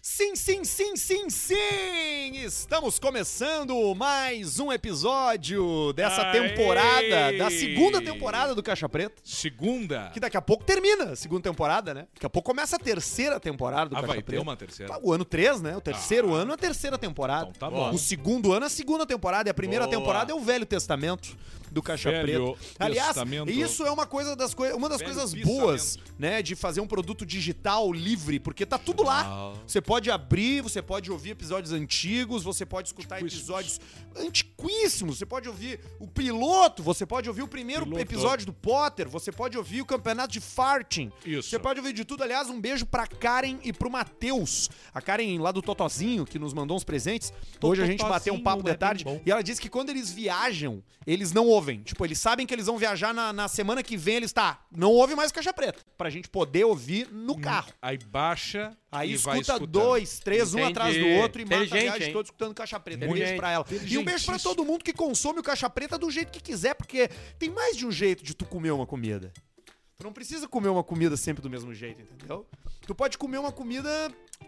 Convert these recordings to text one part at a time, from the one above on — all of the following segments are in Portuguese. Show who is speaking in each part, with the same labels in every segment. Speaker 1: Sim, sim, sim, sim, sim! Estamos começando mais um episódio dessa
Speaker 2: Aê!
Speaker 1: temporada, da segunda temporada do Caixa Preta.
Speaker 2: Segunda.
Speaker 1: Que daqui a pouco termina a segunda temporada, né? Daqui a pouco começa a terceira temporada do
Speaker 2: Ah,
Speaker 1: Caixa
Speaker 2: vai ter
Speaker 1: Preta.
Speaker 2: uma terceira.
Speaker 1: Tá, O ano 3, né? O terceiro
Speaker 2: Ah.
Speaker 1: ano é a terceira temporada.
Speaker 2: Então tá bom.
Speaker 1: O segundo ano é a segunda temporada. E a primeira
Speaker 2: Boa.
Speaker 1: temporada é o Velho Testamento do Caixa
Speaker 2: Velho
Speaker 1: Preto. Aliás,
Speaker 2: Testamento.
Speaker 1: isso é uma coisa das coi uma das
Speaker 2: Velho
Speaker 1: coisas
Speaker 2: Testamento.
Speaker 1: boas, né? De fazer um produto digital livre, porque tá tudo lá.
Speaker 2: Digital.
Speaker 1: Você pode abrir, você pode ouvir episódios antigos, você pode escutar
Speaker 2: Tipo
Speaker 1: episódios
Speaker 2: Antiquíssimos.
Speaker 1: antiquíssimos. Você pode ouvir o piloto, você pode ouvir o primeiro
Speaker 2: Piloto.
Speaker 1: episódio do Potter, você pode ouvir o campeonato de farting.
Speaker 2: Isso.
Speaker 1: Você pode ouvir de tudo. Aliás, um beijo pra Karen e pro Matheus. A Karen lá do Totozinho, que nos mandou uns presentes. Hoje a gente bateu um papo
Speaker 2: Totozinho
Speaker 1: de
Speaker 2: é
Speaker 1: tarde.
Speaker 2: bem bom.
Speaker 1: E ela disse que quando eles viajam, eles não ouvem. Tipo, eles sabem que eles vão viajar na, na semana que vem, eles tá. Não ouve mais caixa preta. Pra gente poder ouvir
Speaker 2: Hum.
Speaker 1: no carro.
Speaker 2: Aí baixa
Speaker 1: Aí
Speaker 2: e vai
Speaker 1: escuta
Speaker 2: escutando.
Speaker 1: dois, três, um
Speaker 3: Entendi.
Speaker 1: atrás do outro e mata a
Speaker 3: Inteligente,
Speaker 1: viagem
Speaker 3: hein?
Speaker 1: toda escutando caixa preta. Um
Speaker 3: Inteligente.
Speaker 1: beijo pra ela. E um beijo pra
Speaker 2: Inteligentíssimo.
Speaker 1: todo mundo que consome o caixa preta do jeito que quiser, porque tem mais de um jeito de tu comer uma comida. Tu não precisa comer uma comida sempre do mesmo jeito, entendeu? Tu pode comer uma comida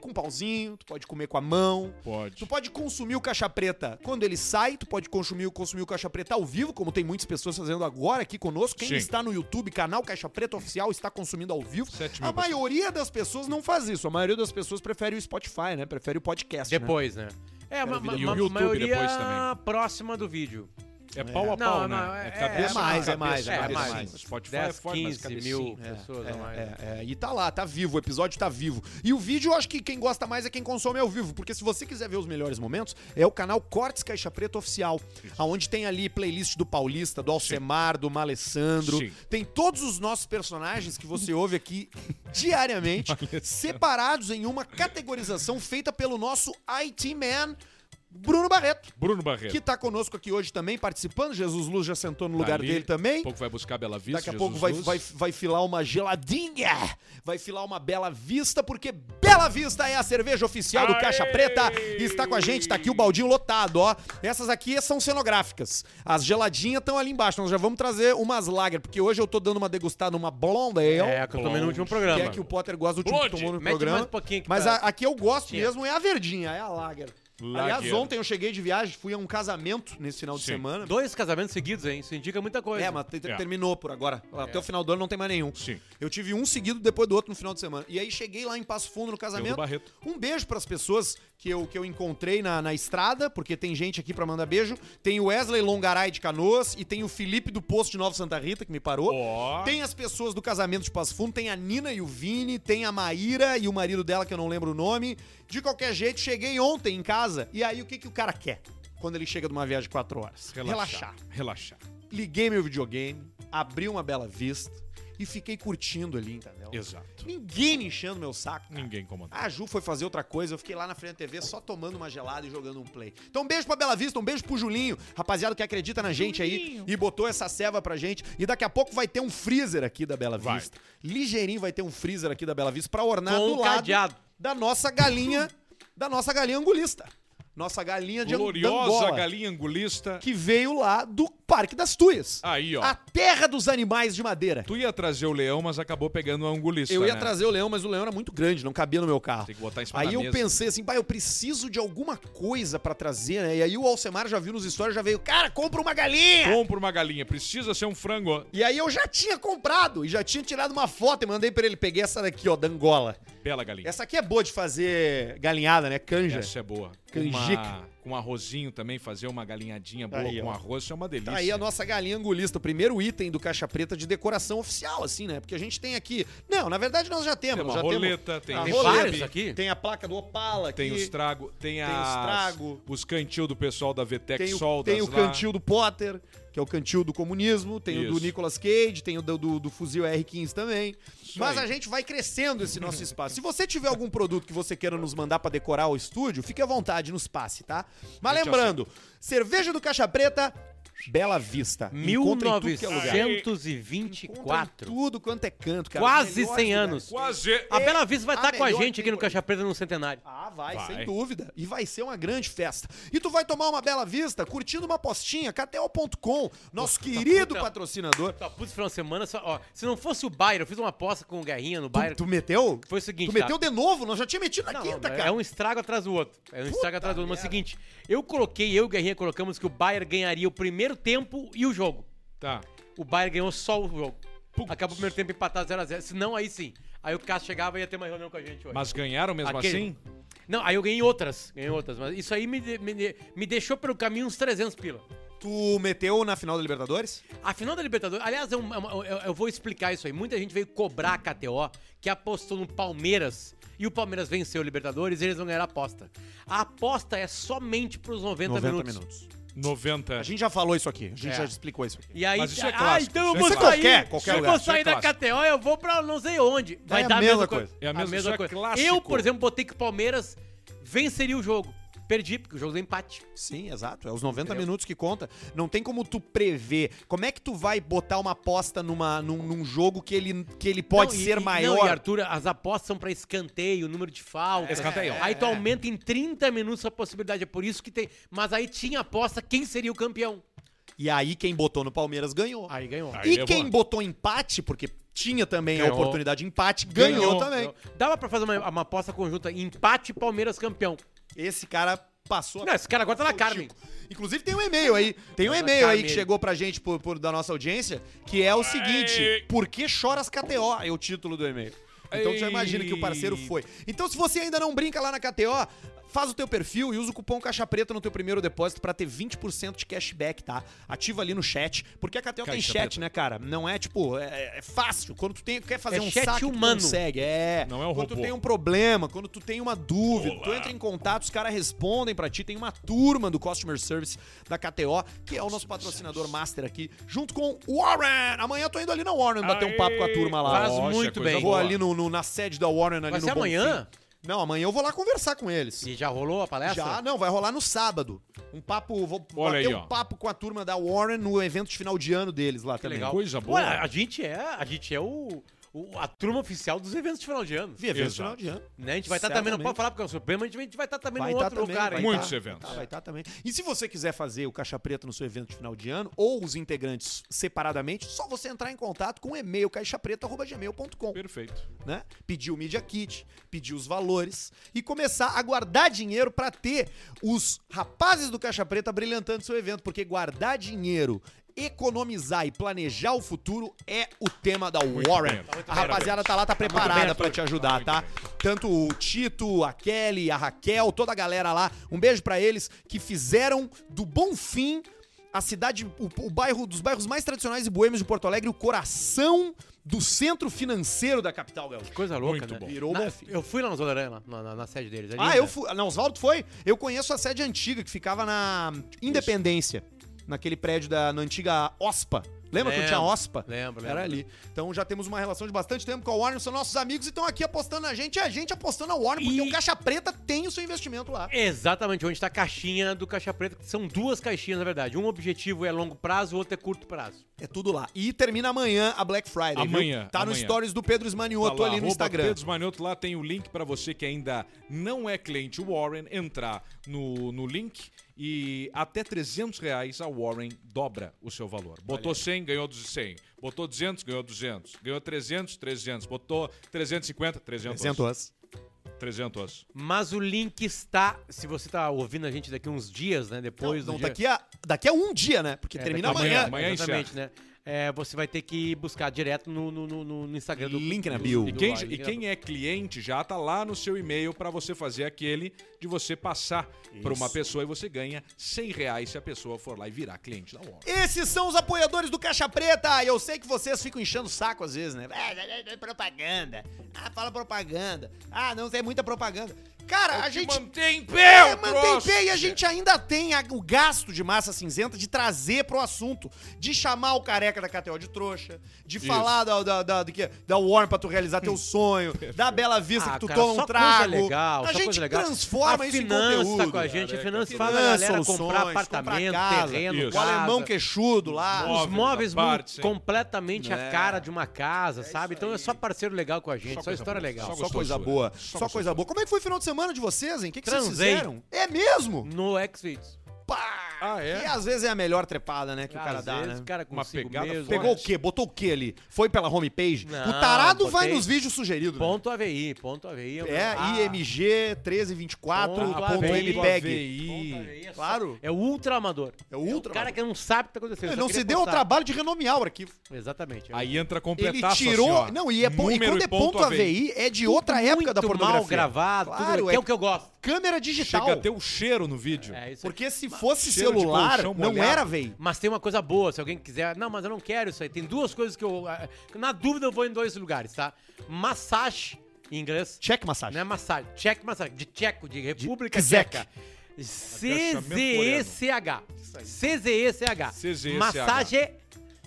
Speaker 1: com pauzinho, tu pode comer com a mão,
Speaker 2: Pode.
Speaker 1: Tu pode consumir o Caixa Preta quando ele sai, tu pode consumir, consumir o Caixa Preta ao vivo, como tem muitas pessoas fazendo agora aqui conosco. Quem
Speaker 2: Sim.
Speaker 1: está no YouTube, canal Caixa Preta Oficial, está consumindo ao vivo.
Speaker 2: Sete
Speaker 1: A
Speaker 2: mil
Speaker 1: maioria das pessoas não faz isso. A maioria das pessoas prefere o Spotify, né? Prefere o podcast. né?
Speaker 3: Depois, né? É,
Speaker 1: Quero
Speaker 3: uma,
Speaker 1: ver
Speaker 3: ma
Speaker 2: depois. E o
Speaker 3: ma-
Speaker 2: YouTube
Speaker 3: maioria
Speaker 2: depois também.
Speaker 3: próxima do vídeo.
Speaker 2: É pau a
Speaker 3: Não,
Speaker 2: pau,
Speaker 3: não,
Speaker 2: né?
Speaker 3: é-
Speaker 2: cabeça
Speaker 1: é mais,
Speaker 2: com
Speaker 1: é mais,
Speaker 2: cabeça,
Speaker 1: é
Speaker 2: cabeça.
Speaker 1: mais.
Speaker 2: Spotify
Speaker 3: 10,
Speaker 2: é forte, mas
Speaker 3: 15
Speaker 2: cabecinha.
Speaker 3: mil
Speaker 1: É,
Speaker 3: pessoas
Speaker 1: é,
Speaker 3: a mais. né?
Speaker 1: é, é. E tá lá, tá vivo, o episódio tá vivo. E o vídeo, eu acho que quem gosta mais é quem consome ao vivo, porque se você quiser ver os melhores momentos, é o canal Cortes Caixa Preta Oficial, aonde tem ali playlist do Paulista, do Alcemar, do Malessandro,
Speaker 2: Sim.
Speaker 1: tem todos os nossos personagens que você ouve aqui diariamente, separados em uma categorização feita pelo nosso IT Man, Bruno Barreto.
Speaker 2: Bruno Barreto.
Speaker 1: Que tá conosco aqui hoje também, participando. Jesus Luz já sentou no
Speaker 2: Tá
Speaker 1: lugar
Speaker 2: ali.
Speaker 1: dele também.
Speaker 2: Daqui a pouco vai buscar Bela Vista.
Speaker 1: Daqui a
Speaker 2: Jesus
Speaker 1: pouco vai,
Speaker 2: Luz.
Speaker 1: vai, vai filar uma geladinha, vai filar uma Bela Vista, porque Bela Vista é a cerveja oficial do
Speaker 2: Aê!
Speaker 1: Caixa Preta. Está com a gente, tá aqui o baldinho lotado, ó. Essas aqui são cenográficas. As geladinhas estão ali embaixo. Nós já vamos trazer umas lager, porque hoje eu tô dando uma degustada, uma blonde ale.
Speaker 3: É, a que eu tomei no último programa.
Speaker 1: um que é que o Potter gosta do último que
Speaker 2: Blonde.
Speaker 1: tomou no
Speaker 3: Mete
Speaker 1: programa.
Speaker 3: mais um pouquinho que
Speaker 1: Mas
Speaker 3: tá-
Speaker 1: a, a que eu gosto
Speaker 3: Tinha.
Speaker 1: mesmo é a verdinha, é a lager. Aliás,
Speaker 2: Lager.
Speaker 1: ontem eu cheguei de viagem, fui a um casamento nesse final de
Speaker 2: Sim.
Speaker 1: semana.
Speaker 3: Dois casamentos seguidos, hein? Isso indica muita coisa.
Speaker 1: É, mas te-
Speaker 2: É.
Speaker 1: terminou por agora. Até o final do ano não tem mais nenhum.
Speaker 2: Sim.
Speaker 1: Eu tive um seguido depois do outro no final de semana. E aí cheguei lá em Passo Fundo no
Speaker 2: Deu do
Speaker 1: casamento.
Speaker 2: Barreto.
Speaker 1: Um beijo pras pessoas que eu, que eu encontrei na, na estrada, porque tem gente aqui pra mandar beijo. Tem o Wesley Longaray de Canoas e tem o Felipe do Posto de Nova Santa Rita, que me parou.
Speaker 2: Ó.
Speaker 1: Tem as pessoas do casamento de Passo Fundo, tem a Nina e o Vini, tem a Maíra e o marido dela, que eu não lembro o nome. De qualquer jeito, cheguei ontem em casa. E aí, o que, que o cara quer quando ele chega de uma viagem de quatro horas? Relaxar
Speaker 2: Relaxar.
Speaker 1: liguei meu videogame, abri uma bela vista e fiquei curtindo ali, entendeu?
Speaker 2: Exato.
Speaker 1: Ninguém me enchendo meu saco. cara.
Speaker 2: Ninguém comanda.
Speaker 1: A Ju foi fazer outra coisa, eu fiquei lá na frente da TV só tomando uma gelada e jogando um play. Então, um beijo pra Bela Vista, um beijo pro Julinho, rapaziada que acredita na gente aí e botou essa ceva pra gente. E daqui a pouco vai ter um freezer aqui da Bela
Speaker 2: Vai.
Speaker 1: Vista. Ligeirinho vai ter um freezer aqui da Bela Vista pra ornar
Speaker 3: Com
Speaker 1: do
Speaker 3: um
Speaker 1: lado
Speaker 3: cadeado.
Speaker 1: da nossa galinha, da nossa galinha angulista. Nossa galinha de
Speaker 2: Gloriosa
Speaker 1: Angola,
Speaker 2: galinha angulista.
Speaker 1: que veio lá do Parque das Tuias.
Speaker 2: Aí, ó.
Speaker 1: A terra dos animais de madeira.
Speaker 2: Tu ia trazer o leão, mas acabou pegando a angulista,
Speaker 1: Eu ia
Speaker 2: né?
Speaker 1: trazer o leão, mas o leão era muito grande, não cabia no meu carro.
Speaker 2: Tem que botar em cima
Speaker 1: Aí
Speaker 2: da
Speaker 1: eu
Speaker 2: mesa. né?
Speaker 1: pensei assim, pai, eu preciso de alguma coisa pra trazer, né? E aí o Alcemar já viu nos stories, já veio, cara, compra uma galinha!
Speaker 2: Compra uma galinha. Precisa ser um frango. ó.
Speaker 1: E aí eu já tinha comprado e já tinha tirado uma foto e mandei pra ele, peguei essa daqui, ó, da Angola.
Speaker 2: Bela galinha.
Speaker 1: Essa aqui é boa de fazer galinhada, né? Canja.
Speaker 2: Essa é boa.
Speaker 1: Canjica.
Speaker 2: Uma- com um arrozinho também, fazer uma galinhadinha boa
Speaker 1: Aí,
Speaker 2: com
Speaker 1: ó.
Speaker 2: arroz, isso é uma delícia.
Speaker 1: Tá aí a nossa galinha angulista, o primeiro item do Caixa Preta de decoração oficial, assim, né? Porque a gente tem aqui. Não, na verdade nós já temos.
Speaker 2: Tem uma
Speaker 1: já
Speaker 2: roleta, tem
Speaker 1: a
Speaker 2: um
Speaker 3: Tem
Speaker 1: roleta,
Speaker 3: vários aqui?
Speaker 1: Tem a placa do Opala
Speaker 2: Tem
Speaker 1: aqui.
Speaker 2: os trago, tem, as,
Speaker 1: os trago.
Speaker 2: os cantil do pessoal da Vetec
Speaker 1: tem o,
Speaker 2: Sol,
Speaker 1: tem
Speaker 2: das
Speaker 1: o
Speaker 2: lá.
Speaker 1: cantil do Potter, que é o cantil do comunismo, tem o do
Speaker 2: Isso.
Speaker 1: Nicolas Cage, tem o do, do- do fuzil R15 também.
Speaker 2: Isso
Speaker 1: Mas
Speaker 2: aí.
Speaker 1: a gente vai crescendo esse nosso espaço. Se você tiver algum produto que você queira nos mandar pra decorar o estúdio, fique à vontade, nos passe, tá? Mas
Speaker 2: A gente
Speaker 1: lembrando, cerveja do Caixa Preta, Bela Vista. Encontra em tudo que é lugar. Encontra em
Speaker 3: 1924.
Speaker 1: tudo quanto é canto, cara.
Speaker 3: Quase
Speaker 1: Melhores
Speaker 3: 100
Speaker 1: lugares.
Speaker 3: anos.
Speaker 2: Quase.
Speaker 3: A Bela Vista vai
Speaker 1: a
Speaker 3: estar com a
Speaker 1: melhor
Speaker 3: gente aqui no
Speaker 1: temporada.
Speaker 3: Caixa Preta no centenário.
Speaker 1: Ah, vai,
Speaker 2: Vai.
Speaker 1: sem dúvida. E vai ser uma grande festa. E tu vai tomar uma bela vista curtindo uma postinha, KTO.com, nosso querido
Speaker 3: puta.
Speaker 1: patrocinador.
Speaker 3: Tá, putz, final de semana, só, ó, se não fosse o Bayern, eu fiz uma aposta com o Guerrinha no
Speaker 1: Tu,
Speaker 3: Bayern.
Speaker 1: tu meteu?
Speaker 3: Foi o seguinte,
Speaker 1: Tu
Speaker 3: tá?
Speaker 1: meteu de novo? Nós já tinha metido na
Speaker 3: Não,
Speaker 1: quinta,
Speaker 3: é
Speaker 1: cara.
Speaker 3: um estrago atrás do outro. É um estrago atrás do outro. Mas é o
Speaker 1: merda.
Speaker 3: seguinte, eu coloquei, eu e o Guerrinha colocamos que o Bayern ganharia o primeiro tempo e o jogo.
Speaker 2: Tá.
Speaker 3: O Bayern ganhou só o jogo.
Speaker 2: Putz.
Speaker 3: Acabou o primeiro tempo empatado 0x0. Se não, aí sim. Aí o Cássio chegava e ia ter uma reunião com a gente hoje.
Speaker 2: Mas ganharam mesmo
Speaker 3: Aquele-
Speaker 2: assim?
Speaker 3: Não, aí eu ganhei outras. Ganhei outras. Mas isso aí me, de- me, de- me deixou pelo caminho uns 300 pila.
Speaker 1: Tu meteu na final da Libertadores?
Speaker 3: A final da Libertadores, aliás, é um- é uma- eu, eu vou explicar isso aí. Muita gente veio cobrar a KTO que apostou no Palmeiras e o Palmeiras venceu o Libertadores e eles vão ganhar a aposta. A aposta é somente pros 90, minutos.
Speaker 2: 90.
Speaker 1: A gente já falou isso aqui. A gente
Speaker 3: É.
Speaker 1: já explicou isso aqui.
Speaker 3: E aí,
Speaker 2: Mas isso é
Speaker 3: ah,
Speaker 2: clássico,
Speaker 3: então eu
Speaker 2: isso é
Speaker 3: vou
Speaker 2: clássico.
Speaker 3: sair.
Speaker 1: Qualquer- qualquer
Speaker 3: se eu
Speaker 1: lugar,
Speaker 3: vou
Speaker 2: isso é
Speaker 3: sair da
Speaker 2: clássico.
Speaker 3: KTO, eu vou pra não sei onde. Vai
Speaker 1: É a
Speaker 3: dar a
Speaker 1: mesma
Speaker 3: mesma,
Speaker 1: coisa.
Speaker 3: coisa.
Speaker 2: É a mesma- isso é clássico.
Speaker 3: Eu, por exemplo, botei que o Palmeiras venceria o jogo. Perdi, porque o jogo deu empate.
Speaker 1: Sim, exato. É os 90 minutos que conta. Não tem como tu prever. Como é que tu vai botar uma aposta numa, num, num jogo que ele, que ele pode
Speaker 3: Não, e-
Speaker 1: ser
Speaker 3: e-
Speaker 1: maior?
Speaker 3: Não, e Arthur, as apostas são pra escanteio, número de faltas.
Speaker 2: Escanteio.
Speaker 3: Aí tu aumenta em 30 minutos a possibilidade. É por isso que tem. Mas aí tinha aposta quem seria o campeão.
Speaker 1: E aí quem botou no Palmeiras ganhou.
Speaker 3: Aí ganhou.
Speaker 1: e
Speaker 2: Aí levou.
Speaker 1: quem botou empate, porque tinha também a
Speaker 3: Ganhou.
Speaker 1: oportunidade de empate, ganhou, também.
Speaker 3: Dava pra fazer uma, uma aposta conjunta empate Palmeiras campeão.
Speaker 1: Esse cara passou
Speaker 3: Não, esse cara agora tá na
Speaker 1: o
Speaker 3: Carmen.
Speaker 1: Tico. Tipo, Inclusive tem um e-mail aí, tem um
Speaker 3: Mas a
Speaker 1: e-mail aí
Speaker 3: Carmen-
Speaker 1: que chegou pra gente por, por- da nossa audiência, que é o seguinte, Por que choras KTO? É o título do e-mail. Então tu já imagina que o parceiro foi. Então se você ainda não brinca lá na KTO, faz o teu perfil e usa o cupom Caixa Preta no teu primeiro depósito pra ter 20% de cashback, tá? Ativa ali no chat, porque a KTO tem
Speaker 2: Caixa
Speaker 1: chat,
Speaker 2: Preta.
Speaker 1: né, cara? Não é tipo, é, é fácil. Quando tu tem- quer fazer
Speaker 3: É
Speaker 1: um
Speaker 3: chat
Speaker 1: saque, tu
Speaker 3: humano.
Speaker 1: consegue. É.
Speaker 2: Não é um
Speaker 1: Quando tu
Speaker 2: robô.
Speaker 1: tem um problema, quando tu tem uma dúvida, tu entra em contato, os caras respondem pra ti. Tem uma turma do Customer Service da KTO, que é o nosso patrocinador master aqui, junto com o Warren. Amanhã eu tô indo ali na Warren bater um papo com a turma lá.
Speaker 3: Faz
Speaker 1: Ó,
Speaker 2: Nossa, é
Speaker 3: muito
Speaker 2: coisa
Speaker 3: bem.
Speaker 1: Vou
Speaker 2: boa.
Speaker 1: ali no, no- na sede da Warren ali
Speaker 3: Vai
Speaker 1: no
Speaker 3: ser
Speaker 1: Bonfim.
Speaker 3: amanhã?
Speaker 1: Não, amanhã eu vou lá conversar com eles.
Speaker 3: E já rolou a palestra?
Speaker 1: Já, não, vai rolar no sábado. Um papo, vou
Speaker 2: Olha
Speaker 1: bater
Speaker 2: aí,
Speaker 1: um
Speaker 2: ó.
Speaker 1: papo com a turma da Warren no evento de final de ano deles lá também.
Speaker 3: legal.
Speaker 2: Coisa
Speaker 3: Pô,
Speaker 2: boa.
Speaker 3: a gente é, a gente é o, o- a turma oficial dos eventos de final de ano.
Speaker 1: Vi evento de final
Speaker 2: Exato.
Speaker 1: de ano.
Speaker 3: Né? A gente vai estar também, não
Speaker 1: Certamente.
Speaker 3: pode falar porque é um Supremo, a gente vai estar também
Speaker 1: Vai
Speaker 3: num
Speaker 1: estar
Speaker 3: outro
Speaker 1: também.
Speaker 3: lugar.
Speaker 1: vai
Speaker 3: aí.
Speaker 2: Muito.
Speaker 1: tá,
Speaker 2: Muitos
Speaker 1: vai
Speaker 2: eventos.
Speaker 1: tá, vai estar também. E se você quiser fazer o Caixa Preta no seu evento de final de ano, ou os integrantes separadamente, só você entrar em contato com o e-mail caixapreta.gmail.com,
Speaker 2: Perfeito.
Speaker 1: né? Pedir o Media Kit, pedir os valores e começar a guardar dinheiro pra ter os rapazes do Caixa Preta brilhantando seu evento, porque guardar dinheiro economizar e planejar o futuro é o tema da Warren.
Speaker 2: bem, tá muito
Speaker 1: a
Speaker 2: bem,
Speaker 1: rapaziada tá lá, tá preparada pra te ajudar, tá? Tanto o Tito, a Kelly, a Raquel, toda a galera lá. Um beijo pra eles que fizeram do Bom Fim a cidade, o, o bairro dos bairros mais tradicionais e boêmios de Porto Alegre, o coração do centro financeiro da capital gaúcha.
Speaker 3: Coisa louca,
Speaker 2: Muito
Speaker 3: né?
Speaker 2: bom.
Speaker 1: tá. Virou
Speaker 3: Na-
Speaker 1: Bom Fim.
Speaker 3: Eu fui lá no Zolaré, lá, na, na- na sede deles. é
Speaker 1: Ah,
Speaker 3: linda.
Speaker 1: eu fui. Não, Oswaldo foi? Eu conheço a sede antiga que ficava na Independência, naquele prédio da na antiga OSPA. Lembra quando
Speaker 3: Lembro,
Speaker 1: tinha OSPA?
Speaker 3: lembro,
Speaker 1: Era
Speaker 3: lembro.
Speaker 1: ali. Então já temos uma relação de bastante tempo com a Warner, são nossos amigos e estão aqui apostando na gente e a gente apostando na Warner, porque
Speaker 3: E-
Speaker 1: o Caixa Preta tem o seu investimento lá.
Speaker 3: Exatamente, onde está a caixinha do Caixa Preta, que são duas caixinhas, na verdade. Um objetivo é longo prazo, o outro é curto prazo.
Speaker 1: É tudo lá. E termina amanhã a Black Friday.
Speaker 2: Amanhã,
Speaker 1: Viu? Tá no
Speaker 2: amanhã.
Speaker 1: stories do Pedro Esmanioto
Speaker 2: Tá lá,
Speaker 1: ali no
Speaker 2: arroba
Speaker 1: Instagram.
Speaker 2: Pedro Manioto, lá tem o link pra você que ainda não é cliente Warren entrar no, no link e até 300 reais a Warren dobra o seu valor. Botou 100, ganhou 100. Botou 200, ganhou 200. Ganhou 300, 300. Botou 350, 300. 300. 300.
Speaker 3: Mas o link está, se você está ouvindo a gente daqui uns dias, né, depois
Speaker 1: Não, tá
Speaker 3: do dia...
Speaker 1: daqui, a, daqui a um dia, né? Porque
Speaker 3: É,
Speaker 1: termina
Speaker 3: daqui a
Speaker 1: amanhã.
Speaker 2: amanhã
Speaker 3: exatamente, né? É, você vai ter que buscar direto no, no, no- no Instagram do
Speaker 1: Link na
Speaker 3: do-
Speaker 1: bio.
Speaker 3: do-
Speaker 2: E quem,
Speaker 3: do-
Speaker 2: e quem é cliente já tá lá no seu e-mail pra você fazer aquele de você passar pra uma pessoa e você ganha 100 reais se a pessoa for lá e virar cliente da Warren.
Speaker 1: Esses são os apoiadores do Caixa Preta. Eu sei que vocês ficam enchendo o saco é às vezes, né? Ah, é, é, é propaganda. Ah, fala propaganda. Ah, não, tem muita propaganda. Cara, a
Speaker 2: Que
Speaker 1: gente.
Speaker 2: Mantém em pé
Speaker 1: É,
Speaker 2: o
Speaker 1: mantém
Speaker 2: troço.
Speaker 1: pé e a gente ainda tem a- o gasto de massa cinzenta de trazer pro assunto, de chamar o careca da KTO de trouxa, de falar da, da, da, do que- da Warren pra tu realizar teu sonho, da Bela Vista
Speaker 3: Ah,
Speaker 1: que tu
Speaker 3: cara,
Speaker 1: toma
Speaker 3: só
Speaker 1: um trago.
Speaker 3: Coisa legal,
Speaker 1: a
Speaker 3: só
Speaker 1: gente
Speaker 3: coisa legal.
Speaker 1: transforma
Speaker 3: a
Speaker 1: isso em
Speaker 3: finança tá
Speaker 1: conteúdo.
Speaker 3: com a gente, a
Speaker 2: cara,
Speaker 3: finança
Speaker 2: que
Speaker 3: faz a
Speaker 1: Finança,
Speaker 3: galera comprar
Speaker 1: soluções,
Speaker 3: apartamento,
Speaker 1: comprar casa.
Speaker 3: terreno,
Speaker 2: Isso.
Speaker 1: O
Speaker 3: casa.
Speaker 1: alemão queixudo lá.
Speaker 2: Móvel
Speaker 3: Os móveis
Speaker 2: da
Speaker 3: mudam
Speaker 2: parte, hein?
Speaker 3: completamente a
Speaker 1: É.
Speaker 3: cara de uma casa, sabe? Então é só parceiro legal com a gente,
Speaker 2: Só
Speaker 3: só,
Speaker 2: coisa
Speaker 3: história
Speaker 2: boa,
Speaker 3: legal.
Speaker 2: só
Speaker 1: Só coisa
Speaker 2: Gostosura.
Speaker 1: boa.
Speaker 2: Tá Só
Speaker 1: Só,
Speaker 2: gostosura.
Speaker 1: coisa boa. Como é que foi o final de semana de vocês, hein? O que, que vocês
Speaker 3: Transei.
Speaker 1: fizeram? É mesmo?
Speaker 3: No X-Videos.
Speaker 1: Pá!
Speaker 2: Ah, é?
Speaker 1: E às vezes é a melhor trepada, né, que o cara
Speaker 3: Às
Speaker 1: dá,
Speaker 3: vezes
Speaker 1: né?
Speaker 3: o cara
Speaker 2: Uma
Speaker 3: consigo
Speaker 2: pegada
Speaker 3: mesmo.
Speaker 2: forte.
Speaker 1: Pegou o quê? Botou o quê ali? Foi pela homepage?
Speaker 3: Não,
Speaker 1: o tarado vai
Speaker 3: botei-
Speaker 1: nos vídeos sugeridos. né?
Speaker 3: Ponto AVI, ponto AVI.
Speaker 1: É,
Speaker 3: Ponto
Speaker 1: img1324.mpeg.
Speaker 3: AVI.
Speaker 1: Claro.
Speaker 3: É o ultra amador.
Speaker 1: É o ultra
Speaker 3: O cara
Speaker 1: amador.
Speaker 3: que não sabe o que tá acontecendo.
Speaker 1: Ele
Speaker 3: só
Speaker 1: não
Speaker 3: queria
Speaker 1: se deu o
Speaker 3: postar.
Speaker 1: trabalho de renomear o arquivo.
Speaker 3: Exatamente. é
Speaker 2: Aí entra completar
Speaker 1: Ele
Speaker 2: só assim,
Speaker 1: tirou.
Speaker 2: ó,
Speaker 1: não, e, é, pon- e
Speaker 2: número
Speaker 1: quando é ponto AVI, é de outra época da
Speaker 3: Muito
Speaker 1: pornografia.
Speaker 3: mal gravado,
Speaker 1: Claro,
Speaker 3: tudo,
Speaker 1: é
Speaker 3: que é o que eu gosto.
Speaker 1: Câmera digital.
Speaker 2: Chega
Speaker 3: um-
Speaker 2: a ter o cheiro no vídeo.
Speaker 3: É isso aí.
Speaker 1: Porque se fosse
Speaker 2: Cheiro de
Speaker 1: celular,
Speaker 2: colchão
Speaker 1: não
Speaker 2: molhado.
Speaker 1: era VI.
Speaker 3: Mas tem uma coisa boa, se alguém quiser. Não, mas eu não quero isso aí. Tem duas coisas que eu. ah, Na dúvida, eu vou em dois lugares, tá? Massage, em inglês.
Speaker 1: Check massagem.
Speaker 3: Não é massagem. Check massagem. De tcheco, de República
Speaker 1: czec.
Speaker 3: Tcheca.
Speaker 2: Agachamento
Speaker 3: CZECH. CZECH.
Speaker 2: CZECH.
Speaker 3: Massagem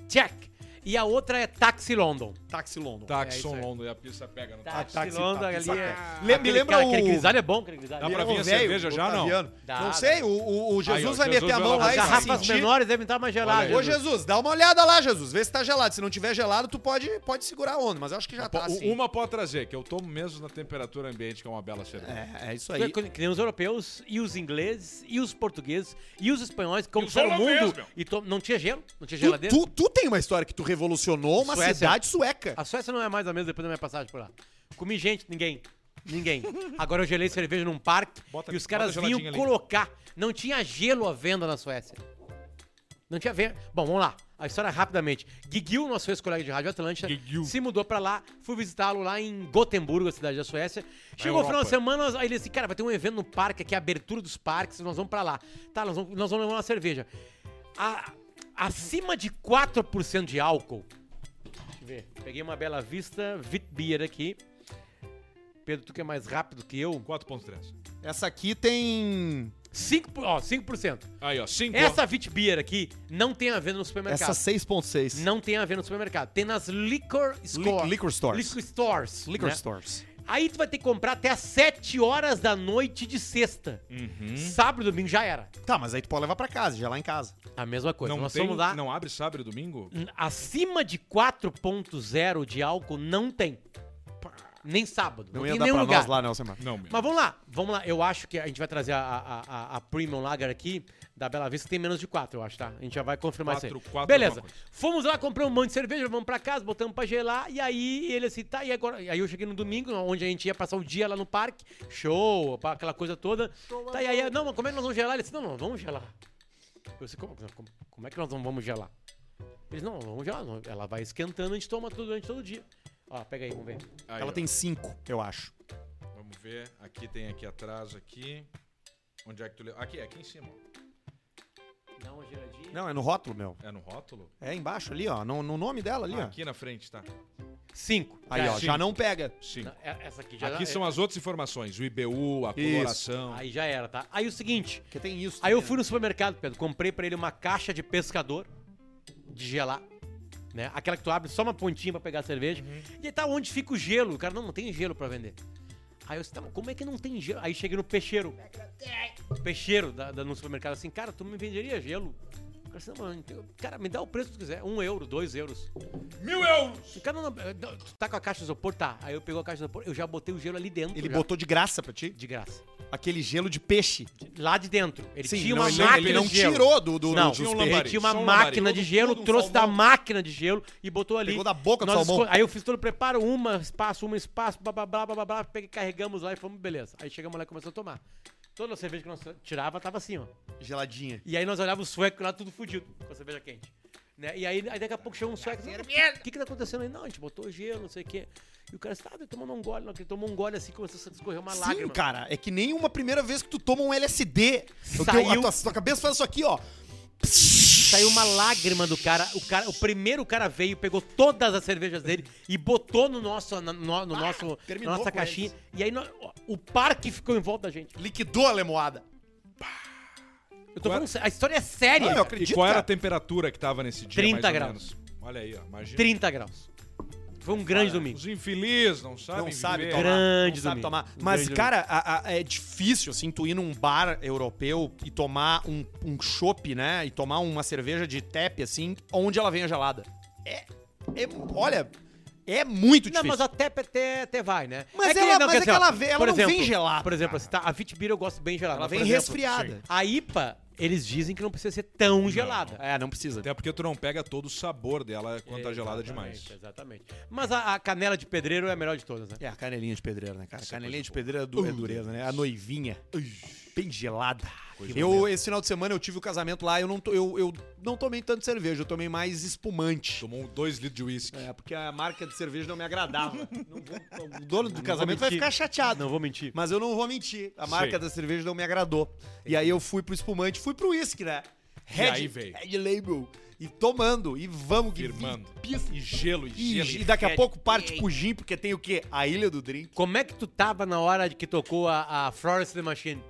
Speaker 3: check. E a outra é Taxi London.
Speaker 1: Táxi London.
Speaker 2: Taxon
Speaker 3: É isso aí.
Speaker 2: London, e a pista pega tá? no
Speaker 1: Ah,
Speaker 3: Taxi,
Speaker 1: táxi,
Speaker 3: London
Speaker 1: táxi,
Speaker 3: Tá,
Speaker 1: táxi.
Speaker 3: ali é.
Speaker 1: Lembra-
Speaker 3: aquele
Speaker 1: lembra
Speaker 3: cara-
Speaker 1: o-
Speaker 3: aquele grisalho é bom, aquele grisalho.
Speaker 2: Dá pra
Speaker 1: Leão
Speaker 2: vir a
Speaker 1: um velho,
Speaker 2: cerveja já, não?
Speaker 1: Otaviano.
Speaker 3: Dá,
Speaker 1: não
Speaker 3: dá.
Speaker 1: sei, o, o- o Jesus
Speaker 2: Aí, ó,
Speaker 1: vai
Speaker 2: Jesus
Speaker 1: meter a
Speaker 2: vai
Speaker 1: mão
Speaker 2: lá
Speaker 1: lá
Speaker 3: As
Speaker 1: e vai
Speaker 2: pra casa.
Speaker 3: garrafas
Speaker 1: sentir.
Speaker 3: menores devem estar mais
Speaker 2: Olha
Speaker 3: geladas.
Speaker 2: aí.
Speaker 1: Ô Jesus, dá uma olhada lá, Jesus, vê se tá gelado. Se não tiver gelado, tu pode, pode segurar a onda, mas eu acho que já
Speaker 2: Po-
Speaker 1: tá assim.
Speaker 2: Uma pode trazer, que eu tomo mesmo na temperatura ambiente, que é uma bela cerveja.
Speaker 1: É, é isso
Speaker 3: Que- Que que nem os europeus, e os ingleses, e os portugueses, e os espanhóis que conquistaram o
Speaker 2: holandeses,
Speaker 3: mundo.
Speaker 2: meu.
Speaker 3: E to- não tinha gelo, não tinha
Speaker 1: Tu,
Speaker 3: geladeira.
Speaker 1: tu, tu tem uma história que tu revolucionou uma
Speaker 3: Suécia.
Speaker 1: cidade sueca.
Speaker 3: A Suécia não é mais a mesma depois da minha passagem por lá. Comi gente, ninguém. Ninguém. Agora eu gelei cerveja num parque
Speaker 2: Bota-
Speaker 3: e os
Speaker 2: bota
Speaker 3: caras
Speaker 2: geladinha
Speaker 3: vinham
Speaker 2: ali.
Speaker 3: colocar. Não tinha gelo à venda na Suécia. Não tinha venda. Bom, vamos lá. A história é rapidamente. Guiguil, nosso ex-colega de Rádio Atlântica,
Speaker 2: Guiguil.
Speaker 3: se mudou pra lá. Fui visitá-lo lá em Gotemburgo, a cidade da Suécia. Chegou o final de
Speaker 2: Europa.
Speaker 3: semana, nós- aí ele disse, cara, vai ter um evento no parque aqui, a abertura dos parques, nós vamos pra lá. Tá, nós vamos, nós vamos levar uma cerveja. A- acima de 4% de álcool, Deixa eu ver. Peguei uma Bela Vista Vitbeer aqui. Pedro, tu que é mais rápido que eu.
Speaker 2: 4.3.
Speaker 1: Essa aqui tem.
Speaker 3: 5%. Ó, 5%.
Speaker 2: Aí, ó, 5.
Speaker 3: Essa Vitbeer aqui não tem a venda no supermercado.
Speaker 1: Essa 6.6.
Speaker 3: Não tem a venda no supermercado. Tem nas liquor
Speaker 1: Li-
Speaker 3: stores.
Speaker 1: Liquor stores.
Speaker 3: Liquor stores.
Speaker 1: Liquor
Speaker 3: né?
Speaker 1: stores.
Speaker 3: Aí tu vai ter que comprar até às 7 horas da noite de sexta.
Speaker 2: Uhum.
Speaker 1: Hum.
Speaker 3: Sábado e domingo já era.
Speaker 1: Tá, mas aí tu pode levar pra casa, já lá em casa.
Speaker 3: A mesma coisa.
Speaker 2: Não,
Speaker 3: Nós
Speaker 2: tem,
Speaker 3: vamos lá.
Speaker 2: não abre sábado e domingo?
Speaker 3: N- Acima de 4.0 de álcool não tem. Nem sábado. Não,
Speaker 1: Não,
Speaker 3: tem
Speaker 1: ia
Speaker 3: em
Speaker 1: dar
Speaker 3: nenhum
Speaker 1: pra
Speaker 3: lugar.
Speaker 1: nós lá, Nelson. Marcos.
Speaker 2: Não, meu.
Speaker 3: Mas vamos lá, vamos lá. Eu acho que a gente vai trazer a, a, a- a Premium Lager aqui, da Bela Vista, que tem menos de 4, eu acho, tá? A gente já vai confirmar
Speaker 2: Quatro,
Speaker 3: isso aí.
Speaker 2: quatro
Speaker 3: Beleza.
Speaker 2: alguma coisa.
Speaker 3: Fomos lá, compramos um monte de cerveja, vamos pra casa, botamos pra gelar, e aí ele assim, tá, e agora? E Aí eu cheguei no domingo, onde a gente ia passar o dia lá no parque, show, pá, aquela coisa toda. Tá, e aí, não, mas como é que nós vamos gelar? Ele disse, não, não, vamos gelar. Eu disse, como, como- como é que nós não vamos gelar? Ele disse, não, não vamos gelar, não. ela vai esquentando, a gente toma tudo durante todo o dia. Ó, pega aí, vamos ver.
Speaker 2: Aí,
Speaker 1: Ela
Speaker 2: ó.
Speaker 1: tem 5, eu acho.
Speaker 2: Vamos ver. Aqui tem aqui atrás, aqui. Onde é que tu leu? Aqui, aqui em cima. ó.
Speaker 3: Dá uma geladinha.
Speaker 1: Não, é no rótulo, meu.
Speaker 2: É no rótulo?
Speaker 1: É embaixo ali, ó. No, no nome dela ali,
Speaker 2: Ah,
Speaker 1: ó.
Speaker 2: aqui na frente, tá.
Speaker 3: Cinco.
Speaker 1: Aí, ó,
Speaker 3: Cara,
Speaker 1: já não pega.
Speaker 2: 5.
Speaker 3: Não, é- Essa aqui já
Speaker 2: Aqui
Speaker 3: é-
Speaker 2: são as outras informações. O IBU, a
Speaker 1: Isso.
Speaker 2: coloração.
Speaker 3: Aí já era, tá? Aí o seguinte,
Speaker 1: Porque tem isso.
Speaker 3: aí eu
Speaker 1: também,
Speaker 3: fui no supermercado, Pedro, comprei pra ele uma caixa de pescador de gelar, né? Aquela que tu abre só uma pontinha pra pegar a cerveja. E aí tá onde fica o gelo. O cara, não, não tem gelo pra vender. Aí eu disse, tá, mas como é que não tem gelo? Aí cheguei no peixeiro. Peixeiro da, da- no supermercado, assim, cara, tu me venderia gelo? O cara, disse, não, mano, tem- cara, me dá o preço que tu quiser. Um euro, dois euros.
Speaker 2: Mil euros!
Speaker 3: O cara, não, não, tu tá com a caixa de isopor? Tá. Aí eu pegou a caixa de isopor, eu já botei o gelo ali dentro.
Speaker 1: Ele
Speaker 3: já,
Speaker 1: botou de graça pra ti
Speaker 3: De graça.
Speaker 1: aquele gelo de peixe.
Speaker 3: Lá de dentro. Ele
Speaker 1: Sim,
Speaker 3: tinha
Speaker 1: não,
Speaker 3: uma
Speaker 1: ele-
Speaker 3: máquina
Speaker 1: ele não
Speaker 3: de gelo.
Speaker 1: tirou do- do-
Speaker 3: não,
Speaker 1: dos
Speaker 3: tinha um
Speaker 1: peixes.
Speaker 3: lambari, tinha uma
Speaker 2: Só um lambari.
Speaker 3: máquina de
Speaker 2: Todo-
Speaker 3: gelo,
Speaker 2: todo um
Speaker 3: trouxe da
Speaker 2: salmão.
Speaker 3: máquina de gelo e botou ali.
Speaker 1: Pegou da boca do
Speaker 3: Nós
Speaker 1: salmão.
Speaker 3: esco- Aí eu fiz todo o preparo, uma espaço, uma espaço, blá blá blá blá blá, blá peguei, carregamos lá e fomos, beleza. Aí chegamos lá e começamos a tomar. Toda a cerveja que nós tirava tava assim, ó.
Speaker 1: Geladinha.
Speaker 3: E aí nós olhávamos o sueco lá tudo fudido, com a cerveja quente. Né? E aí, aí daqui a pouco chegou um sueco o que que tá acontecendo aí? Não, a gente botou gelo, não sei o quê. E o cara disse, tá, tomando um gole. Não, que ele tomou um gole assim, começou a escorrer uma
Speaker 1: Sim,
Speaker 3: lágrima.
Speaker 1: cara, é que nem uma primeira vez que tu toma um LSD. O teu-
Speaker 3: Saiu-
Speaker 1: a tua, a tua cabeça faz isso aqui, ó.
Speaker 3: Saiu uma lágrima do cara. O, cara, o primeiro cara veio, pegou todas as cervejas dele e botou no nosso, na- no, no nosso, na
Speaker 1: Ah, terminou
Speaker 3: nossa
Speaker 1: com
Speaker 3: caixinha. E aí nó- o parque ficou em volta da gente.
Speaker 1: Liquidou a lemoada.
Speaker 3: Eu tô
Speaker 2: Qual
Speaker 3: falando, sé- a história é séria.
Speaker 1: Ah, meu,
Speaker 3: cara.
Speaker 1: Acredito,
Speaker 2: e qual era a
Speaker 1: cara.
Speaker 2: temperatura que tava nesse dia,
Speaker 3: 30
Speaker 2: mais ou
Speaker 3: graus.
Speaker 2: menos? Olha aí, ó, imagina.
Speaker 3: 30 graus. Foi um grande domingo.
Speaker 2: Os infelizes não sabem
Speaker 1: não sabe
Speaker 2: viver.
Speaker 1: tomar.
Speaker 3: Grande
Speaker 1: não sabe
Speaker 3: domingo.
Speaker 1: tomar.
Speaker 3: Grande
Speaker 1: Mas,
Speaker 3: domingo.
Speaker 1: cara, a- a- é difícil, assim, tu ir num bar europeu e tomar um, um chopp, né? E tomar uma cerveja de tap, assim, onde ela venha gelada. É. é- olha, é muito
Speaker 3: Não,
Speaker 1: difícil.
Speaker 3: mas até, até, até vai, né?
Speaker 1: Mas
Speaker 3: que-
Speaker 1: ela-
Speaker 3: não,
Speaker 1: mas
Speaker 3: quer
Speaker 1: é que
Speaker 3: ó,
Speaker 1: ela vem- ela
Speaker 3: por
Speaker 1: não vem gelada,
Speaker 3: Por exemplo, assim, tá, a Vitibira eu gosto bem gelada.
Speaker 1: ela
Speaker 3: mas,
Speaker 1: vem
Speaker 3: por exemplo,
Speaker 1: resfriada.
Speaker 3: A IPA, eles dizem que não precisa ser tão gelada.
Speaker 1: É, não precisa.
Speaker 2: Até porque tu não pega todo o sabor dela quando tá gelada demais.
Speaker 3: Exatamente. Mas a, a canela de pedreiro é a melhor de todas, né?
Speaker 1: É, a canelinha de pedreira, né, cara?
Speaker 2: Isso é
Speaker 1: canelinha
Speaker 2: coisa
Speaker 1: de
Speaker 2: boa.
Speaker 1: pedreira é, du é dureza, né? A noivinha. Bem gelada. Eu, esse final de semana, eu tive o casamento lá, eu não, to- eu, eu não tomei tanto cerveja, eu tomei mais espumante.
Speaker 2: Tomou dois litros de uísque.
Speaker 1: É, porque a marca de cerveja não me agradava. Não vou- o dono do
Speaker 3: vou
Speaker 1: casamento vai
Speaker 3: mentir.
Speaker 1: ficar chateado.
Speaker 3: Não vou mentir.
Speaker 1: Mas eu não vou mentir. A marca
Speaker 2: Sei.
Speaker 1: da cerveja não me agradou. E aí eu fui pro espumante, fui pro uísque, né? Red,
Speaker 2: aí veio.
Speaker 1: Red Label. E tomando, e vamos que
Speaker 2: Firmando.
Speaker 1: pisa.
Speaker 2: E gelo, e
Speaker 1: E,
Speaker 2: gelo.
Speaker 1: e daqui a
Speaker 3: Red
Speaker 1: pouco parte pro gin, porque tem o quê? A ilha do drink.
Speaker 3: Como é que tu tava na hora de que tocou a, a Florence the Machine?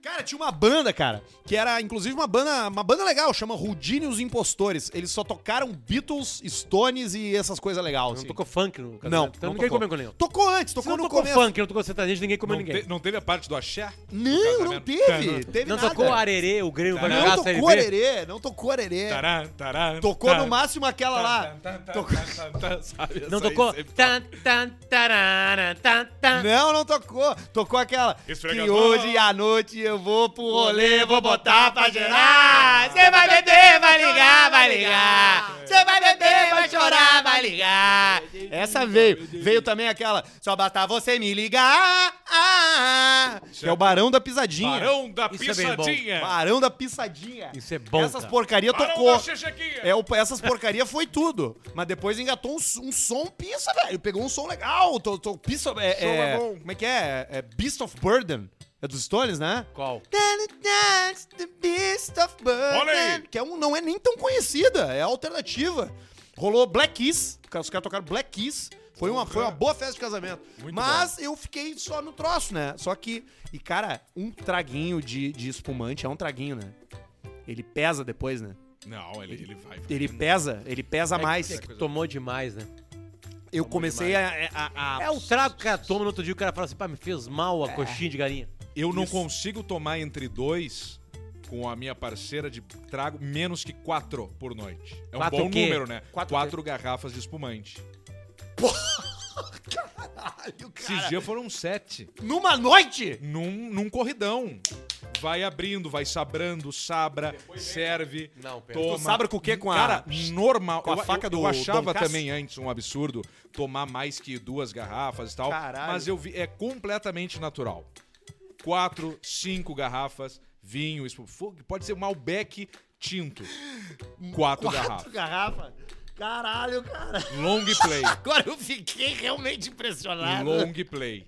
Speaker 1: Cara, tinha uma banda, cara, que era inclusive uma banda, uma banda legal, chama Rudine e os Impostores. Eles só tocaram Beatles, Stones e essas coisas legais.
Speaker 3: Não
Speaker 1: assim.
Speaker 3: tocou funk no
Speaker 1: Não,
Speaker 3: casamento? Então
Speaker 1: não
Speaker 3: ninguém
Speaker 1: tocou.
Speaker 3: comeu com nenhum.
Speaker 1: Tocou antes,
Speaker 3: Se
Speaker 1: tocou
Speaker 3: não
Speaker 1: no
Speaker 3: tocou
Speaker 1: começo.
Speaker 3: funk, não tocou sertanejo, ninguém comeu
Speaker 2: Não,
Speaker 3: ninguém.
Speaker 2: te- não teve a parte do axé?
Speaker 1: Não, não
Speaker 2: Casamento.
Speaker 1: teve, teve
Speaker 3: não
Speaker 1: nada.
Speaker 3: tocou arerê, o Grêmio vai jogar
Speaker 1: Não
Speaker 3: a Série
Speaker 1: tocou
Speaker 3: B?
Speaker 1: arerê, não tocou arerê.
Speaker 2: Taran, taran,
Speaker 1: Tocou
Speaker 2: taran,
Speaker 1: no máximo aquela lá.
Speaker 2: taran, taran, taran,
Speaker 1: Tocou-
Speaker 2: taran, taran, sabe?
Speaker 3: Não
Speaker 2: Essa aí
Speaker 3: tocou? Tá,
Speaker 2: sempre-
Speaker 3: Tan, tan, tarana, tan, tan.
Speaker 1: Não, não tocou. Tocou aquela. Que
Speaker 2: Esfregador.
Speaker 1: hoje à noite eu vou pro rolê, vou botar pra gerar. Você Ah, vai beber, vai ligar, vai ligar. Você vai beber, vai chorar, vai ligar. Essa veio. Veio também aquela. Só basta você me ligar. Ah, ah, ah. Que é o Barão da Pisadinha.
Speaker 2: Barão né? da
Speaker 3: Isso é bem bom.
Speaker 2: pisadinha.
Speaker 1: Barão da Pissadinha.
Speaker 3: Isso é bom,
Speaker 1: Essas
Speaker 3: cara.
Speaker 1: porcaria
Speaker 2: Barão
Speaker 1: tocou.
Speaker 2: da Chechequinha.
Speaker 1: É, o- essas porcaria foi tudo. Mas depois engatou um, s- um som pizza, velho. Pegou um som legal. Tô, tô, pizza, é,
Speaker 2: Som é
Speaker 1: é-
Speaker 2: bom.
Speaker 1: Como é que é? É Beast of Burden. É dos Stones, né?
Speaker 3: Qual?
Speaker 1: That's the Beast of
Speaker 2: Olha aí.
Speaker 1: Burden. Que é um, não é nem tão conhecida. É alternativa. Rolou Black Kiss. Os caras tocaram Black Kiss. Foi uma, foi uma boa festa de casamento.
Speaker 2: Muito
Speaker 1: Mas eu fiquei só no troço, né? Só que... E, cara, um traguinho de, de espumante é um traguinho, né? Ele pesa depois, né?
Speaker 2: Não, ele, ele vai. vai.
Speaker 1: Ele pesa, ele pesa
Speaker 3: É que-
Speaker 1: mais.
Speaker 3: É que tomou demais, né?
Speaker 1: Eu comecei a, a- a-
Speaker 3: É o trago que o cara toma no outro dia, o cara fala assim, pá, me fez mal
Speaker 1: É.
Speaker 3: a coxinha de galinha.
Speaker 2: Eu não
Speaker 1: Isso.
Speaker 2: consigo tomar entre dois com a minha parceira de trago menos que quatro por noite. É um
Speaker 3: Quatro
Speaker 2: bom
Speaker 3: o quê?
Speaker 2: número, né?
Speaker 1: Quatro
Speaker 2: Quatro,
Speaker 1: o
Speaker 2: garrafas de espumante.
Speaker 1: Caralho,
Speaker 2: Esses
Speaker 1: cara.
Speaker 2: dias foram sete.
Speaker 1: Numa noite?
Speaker 2: Num, num corridão. Vai abrindo, vai sabrando, sabra, serve,
Speaker 3: Não, pera.
Speaker 2: toma.
Speaker 1: Tu sabra com o quê? Com a-
Speaker 2: Cara, normal.
Speaker 1: com a
Speaker 2: Eu- eu-
Speaker 1: faca do
Speaker 2: Eu achava
Speaker 1: Dom Cássio?
Speaker 2: também antes um absurdo tomar mais que duas garrafas e tal.
Speaker 1: Caralho.
Speaker 2: Mas eu vi, é completamente natural. Quatro, cinco garrafas, vinho, espum- fo- pode ser um Malbec tinto. Quatro,
Speaker 1: Quatro
Speaker 2: garrafas.
Speaker 1: garrafas. Caralho, cara.
Speaker 2: Long play.
Speaker 1: Agora eu fiquei realmente impressionado.
Speaker 2: Long play.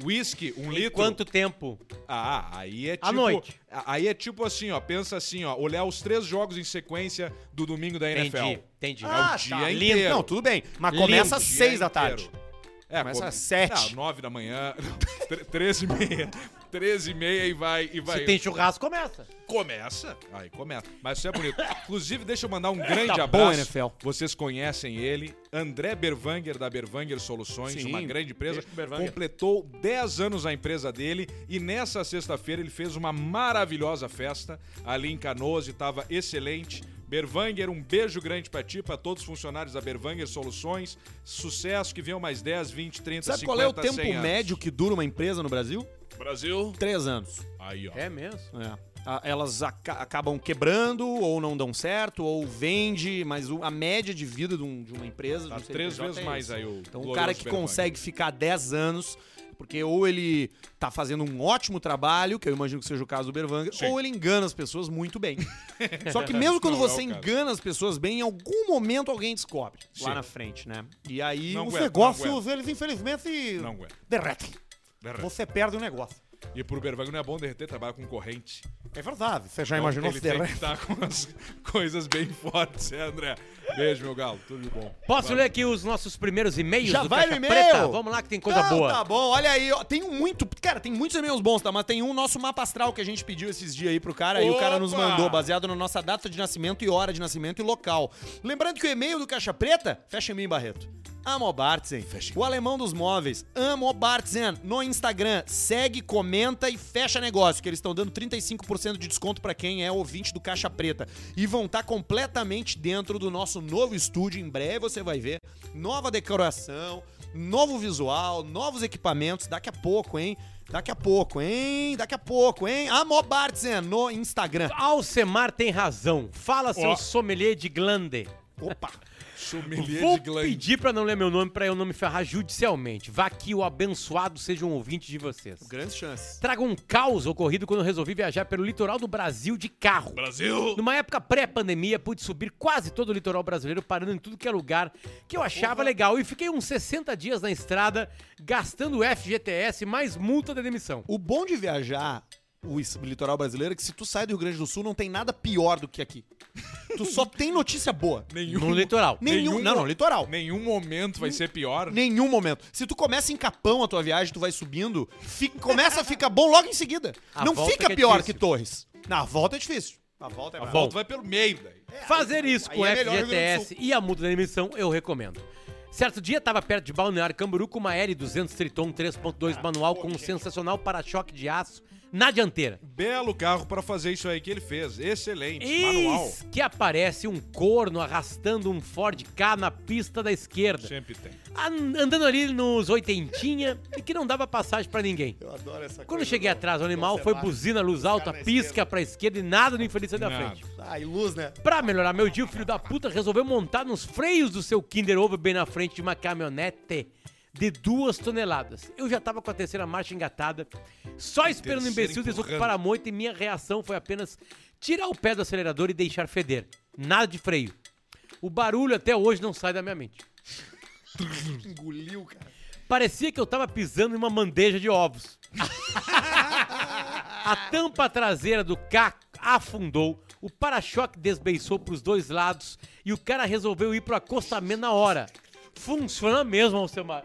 Speaker 2: Whisky, um
Speaker 3: Em
Speaker 2: litro.
Speaker 3: quanto tempo?
Speaker 2: Ah, aí é tipo.
Speaker 3: À noite.
Speaker 2: a- Aí é tipo assim, ó. Pensa assim, ó. Olhar os três jogos em sequência do domingo da NFL.
Speaker 3: Entendi, entendi.
Speaker 1: Ah,
Speaker 2: É o dia
Speaker 1: tá.
Speaker 2: inteiro.
Speaker 1: Lindo. Não, tudo bem. Mas começa às
Speaker 2: dia
Speaker 1: seis da
Speaker 2: inteiro.
Speaker 1: tarde.
Speaker 2: É,
Speaker 1: Começa
Speaker 2: come-
Speaker 1: às sete.
Speaker 2: Ah, nove da manhã. tre- Treze e meia. Treze e meia e vai. E vai.
Speaker 3: Se É tem churrasco, começa.
Speaker 2: Começa. Aí começa. Mas isso é bonito. Inclusive, deixa eu mandar um grande
Speaker 1: Tá bom,
Speaker 2: abraço.
Speaker 1: NFL.
Speaker 2: Vocês conhecem ele. André Berwanger, da Berwanger Soluções,
Speaker 1: Sim.
Speaker 2: uma grande empresa.
Speaker 1: Beijo pro Berwanger.
Speaker 2: Completou 10 anos a empresa dele. E nessa sexta-feira ele fez uma maravilhosa festa ali em Canoas e estava excelente. Berwanger, um beijo grande pra ti, pra todos os funcionários da Berwanger Soluções. Sucesso, que venham mais 10, 20, 30,
Speaker 1: Sabe
Speaker 2: 50,
Speaker 1: qual é o tempo
Speaker 2: 100 anos.
Speaker 1: médio que dura uma empresa no Brasil?
Speaker 2: Brasil.
Speaker 1: Três anos.
Speaker 2: Aí, ó.
Speaker 3: É mesmo?
Speaker 1: É. A- Elas aca- acabam quebrando, ou não dão certo, ou vende, mas o- a média de vida de, um- de uma empresa.
Speaker 2: Tá
Speaker 1: de um
Speaker 2: três
Speaker 1: CNPJ
Speaker 2: vezes
Speaker 1: é
Speaker 2: mais
Speaker 1: esse.
Speaker 2: aí o
Speaker 1: Então, o
Speaker 2: glorioso
Speaker 1: cara que
Speaker 2: Berwanger.
Speaker 1: consegue ficar 10 anos, porque ou ele tá fazendo um ótimo trabalho, que eu imagino que seja o caso do Berwanger,
Speaker 2: Sim.
Speaker 1: ou ele engana as pessoas muito bem. Só que mesmo quando
Speaker 2: Não é
Speaker 1: você
Speaker 2: o caso.
Speaker 1: engana as pessoas bem, em algum momento alguém descobre lá
Speaker 2: Sim.
Speaker 1: na frente, né? E aí
Speaker 2: Não
Speaker 1: os
Speaker 2: aguenta, não
Speaker 1: negócios,
Speaker 2: aguenta.
Speaker 1: eles infelizmente
Speaker 2: Não aguenta.
Speaker 1: derretem. Você perde o negócio.
Speaker 2: é E pro Berwanger não é bom derreter, trabalha com corrente.
Speaker 1: É verdade. Você já
Speaker 3: Ah,
Speaker 1: imaginou
Speaker 2: ele
Speaker 1: se
Speaker 2: tem
Speaker 1: der...
Speaker 2: que estar com as coisas bem fortes, é, André. Beijo, meu galo. Tudo de bom.
Speaker 3: Posso
Speaker 2: Vai.
Speaker 3: ler aqui os nossos primeiros e-mails
Speaker 1: Já
Speaker 3: do
Speaker 1: vai
Speaker 3: Caixa
Speaker 1: no e-mail?
Speaker 3: Preta? Vamos lá que tem coisa
Speaker 1: Não,
Speaker 3: boa.
Speaker 1: Tá bom, olha aí, ó, tem um muito. Cara, tem muitos e-mails bons, tá? Mas tem um nosso mapa astral que a gente pediu esses dias aí pro cara e o cara nos
Speaker 2: Opa!
Speaker 1: mandou, baseado na nossa data de nascimento e hora de nascimento e local. Lembrando que o e-mail do Caixa Preta, fecha em mim, Barreto. Ah, Amo Bartzen, o alemão dos móveis. Amo Bartzen no Instagram. Segue, comenta e fecha negócio, que eles estão dando 35% de desconto pra quem é ouvinte do Caixa Preta. E vão estar completamente dentro do nosso novo estúdio. Em breve você vai ver. Nova decoração, novo visual, novos equipamentos. Daqui a pouco, hein? Daqui a pouco, hein? Daqui a pouco, hein? Amor Bartzen no Instagram.
Speaker 3: Alcemar tem razão. Fala, seu
Speaker 2: Ó.
Speaker 3: sommelier de glande.
Speaker 1: Opa!
Speaker 2: Sommelier
Speaker 3: Vou
Speaker 2: de glande.
Speaker 3: pedir pra não ler meu nome, pra eu não me ferrar judicialmente. Vá que o abençoado seja um ouvinte de vocês.
Speaker 1: Grandes chances.
Speaker 3: Traga um caos ocorrido quando eu resolvi viajar pelo litoral do Brasil de carro.
Speaker 2: Brasil!
Speaker 3: Numa época pré-pandemia, pude subir quase todo o litoral brasileiro, parando em tudo que é lugar que eu achava
Speaker 2: Uhum.
Speaker 3: legal. E fiquei uns 60 dias na estrada, gastando FGTS mais multa de demissão.
Speaker 1: O bom de viajar o is- litoral brasileiro é que se tu sai do Rio Grande do Sul, não tem nada pior do que aqui. tu só tem notícia boa.
Speaker 2: Nenhum,
Speaker 3: No litoral.
Speaker 1: Nenhum,
Speaker 2: Nenhum-
Speaker 1: não, não, litoral.
Speaker 2: nenhum momento vai ser pior.
Speaker 1: Nenhum momento. Se tu começa em Capão a tua viagem, tu vai subindo, fica- começa a ficar bom logo em seguida.
Speaker 3: A
Speaker 1: não
Speaker 3: volta
Speaker 1: fica
Speaker 3: que é
Speaker 1: pior
Speaker 3: difícil.
Speaker 1: que Torres. Na volta é difícil. A volta é
Speaker 2: A
Speaker 1: brava.
Speaker 2: volta vai pelo meio daí.
Speaker 3: Fazer isso
Speaker 1: aí
Speaker 3: com
Speaker 1: é melhor Rio Grande do
Speaker 3: FGTS e a multa da emissão, eu recomendo. Certo dia, estava perto de Balneário Camboriú com uma L200 Triton
Speaker 1: Ah,
Speaker 3: 3.2 manual com um sensacional para-choque de aço na dianteira.
Speaker 2: um Belo carro pra fazer isso aí que ele fez. Excelente. Manual.
Speaker 3: Eis que aparece um corno arrastando um Ford K na pista da esquerda.
Speaker 2: Sempre tem.
Speaker 3: An- andando ali nos oitentinha e que não dava passagem pra ninguém.
Speaker 1: Eu adoro essa
Speaker 3: Quando eu cheguei atrás do animal, foi buzina, luz alta,
Speaker 1: na
Speaker 3: pisca pra esquerda e nada no infeliz saiu da
Speaker 2: Nada.
Speaker 3: frente.
Speaker 1: Ah, e luz, né?
Speaker 3: Pra melhorar meu dia, o filho da puta resolveu montar nos freios do seu Kinder Ovo bem na frente de uma caminhonete de duas toneladas. Eu já tava com a terceira marcha engatada, só esperando o
Speaker 2: terceira
Speaker 3: imbecil desocupar
Speaker 2: empurrando.
Speaker 3: a moita e minha reação foi apenas tirar o pé do acelerador e deixar feder. Nada de freio. O barulho até hoje não sai da minha mente.
Speaker 1: Engoliu, cara.
Speaker 3: Parecia que eu tava pisando em uma bandeja de ovos. a tampa traseira do K afundou, o para-choque desbeiçou pros dois lados e o cara resolveu ir pro acostamento na hora. Funciona mesmo, Alcemar.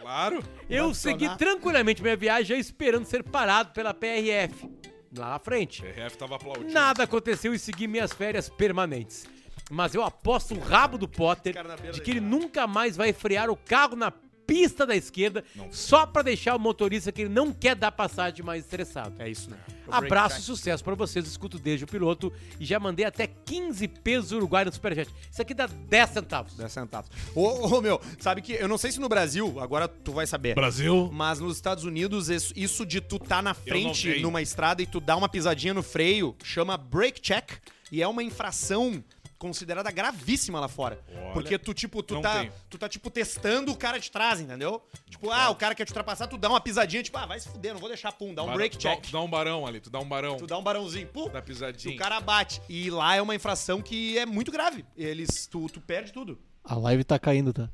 Speaker 2: Claro.
Speaker 3: Eu
Speaker 1: Vai
Speaker 3: segui
Speaker 1: funcionar.
Speaker 3: tranquilamente minha viagem, já esperando ser parado pela PRF. Lá na frente.
Speaker 2: O PRF tava aplaudindo.
Speaker 3: Nada aconteceu e segui minhas férias permanentes. Mas eu aposto o rabo do Potter
Speaker 1: na beira
Speaker 3: de
Speaker 1: da
Speaker 3: que ele nunca mais vai frear o carro na pista da esquerda só pra deixar o motorista que ele não quer dar passagem mais estressado.
Speaker 1: É isso, né?
Speaker 3: Abraço e sucesso pra vocês, escuto desde o piloto e já mandei até 15 pesos uruguai no Superchat. Isso aqui dá 10 centavos.
Speaker 1: 10 centavos. né? Ô, ô, meu, sabe que eu não sei se no Brasil, agora tu vai saber.
Speaker 2: Brasil.
Speaker 1: Mas nos Estados Unidos, isso, isso de tu tá na
Speaker 2: sei.
Speaker 1: frente numa estrada e tu dá uma pisadinha no freio, chama brake check e é uma infração considerada gravíssima lá fora.
Speaker 2: Olha,
Speaker 1: Porque tu tipo, tu
Speaker 2: não
Speaker 1: tá,
Speaker 2: tenho.
Speaker 1: tu tá tipo testando o cara de trás, entendeu? Tipo, ah, o cara quer te ultrapassar, tu dá uma pisadinha, tipo, ah, vai se fuder, não vou deixar pum, dá um
Speaker 2: Barão-
Speaker 1: brake check.
Speaker 2: Tu dá um barão ali, tu dá um barão.
Speaker 1: Tu dá um barãozinho, pum,
Speaker 2: Dá pisadinha.
Speaker 1: o cara bate. E lá é uma infração que é muito grave. Eles, tu, tu perde tudo.
Speaker 4: A live tá caindo, tá?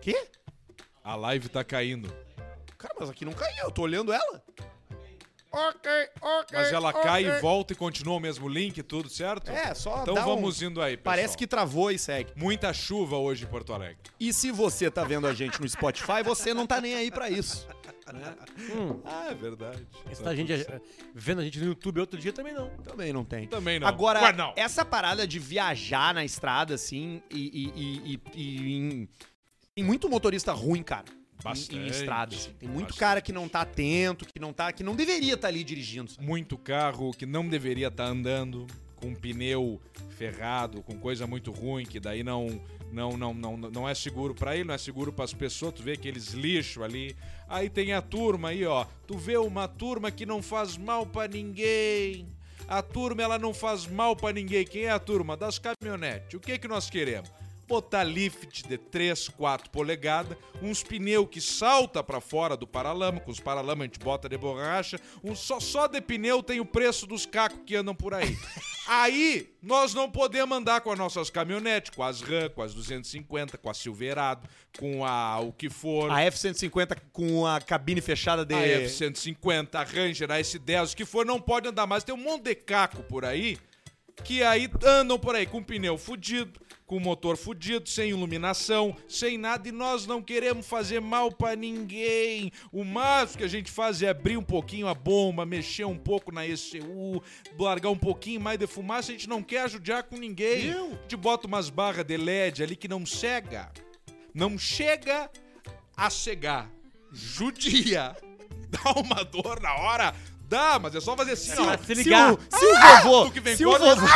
Speaker 1: Quê?
Speaker 2: A live tá caindo.
Speaker 1: Cara, mas aqui não caiu, eu tô olhando ela. Ok, ok.
Speaker 2: Mas ela
Speaker 1: ok.
Speaker 2: cai e volta e continua o mesmo link, tudo certo?
Speaker 1: É, só
Speaker 2: Então
Speaker 1: dá um-
Speaker 2: vamos indo aí, pessoal.
Speaker 1: Parece que travou e segue.
Speaker 2: Muita chuva hoje em Porto Alegre.
Speaker 1: E se você tá vendo a gente no Spotify, você não tá nem aí pra isso.
Speaker 2: Ah, é verdade.
Speaker 3: Isso tá gente vendo a gente no YouTube outro dia também não.
Speaker 1: Também não tem.
Speaker 2: Também não.
Speaker 1: Agora,
Speaker 2: Ué, não.
Speaker 1: essa parada de viajar na estrada, assim, e. e, e- e- e em- Tem muito motorista ruim, cara. em- Em,
Speaker 2: Bastante,
Speaker 1: estrada. assim. Tem muito
Speaker 2: bastante.
Speaker 1: cara que não tá atento, que não tá. que não deveria estar ali dirigindo. sabe?
Speaker 2: muito carro que não deveria estar andando, com pneu ferrado, com coisa muito ruim, que daí não não não não, não é seguro pra ele, não é seguro para as pessoas, tu vê aqueles lixo ali. Aí tem a turma aí, ó. Tu vê uma turma que não faz mal pra ninguém. A turma ela não faz mal pra ninguém. Quem é a turma das caminhonetes? O que que nós queremos? botar lift de 3, 4 polegadas, uns pneus que salta para fora do paralama, com os paralamas a gente bota de borracha, um só, só de pneu tem o preço dos cacos que andam por aí. Aí nós não podemos andar com as nossas caminhonetes, com as RAM, com as 250, com a Silverado, com a o que for.
Speaker 1: A F-150 com a cabine fechada de...
Speaker 2: A F-150, a Ranger, a S10, o que for, não pode andar mais. Tem um monte de caco por aí que aí andam por aí com pneu fudido, com motor fudido, sem iluminação, sem nada, e nós não queremos fazer mal pra ninguém. O máximo que a gente faz é abrir um pouquinho a bomba, mexer um pouco na ECU, largar um pouquinho mais de fumaça, a gente não quer ajudar com ninguém.
Speaker 1: Não.
Speaker 2: A gente bota umas barras de LED ali que não cega. Não chega a cegar. Judia. Dá uma dor na hora. Dá, mas é só fazer assim, ó.
Speaker 3: Pra se ligar.
Speaker 1: o, se
Speaker 3: Ah!
Speaker 1: o
Speaker 2: Tu que
Speaker 1: vovô...
Speaker 2: vem
Speaker 1: Se o
Speaker 2: quando-
Speaker 1: vovô,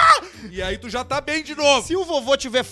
Speaker 2: E aí tu já tá bem de novo.
Speaker 1: se o vovô tiver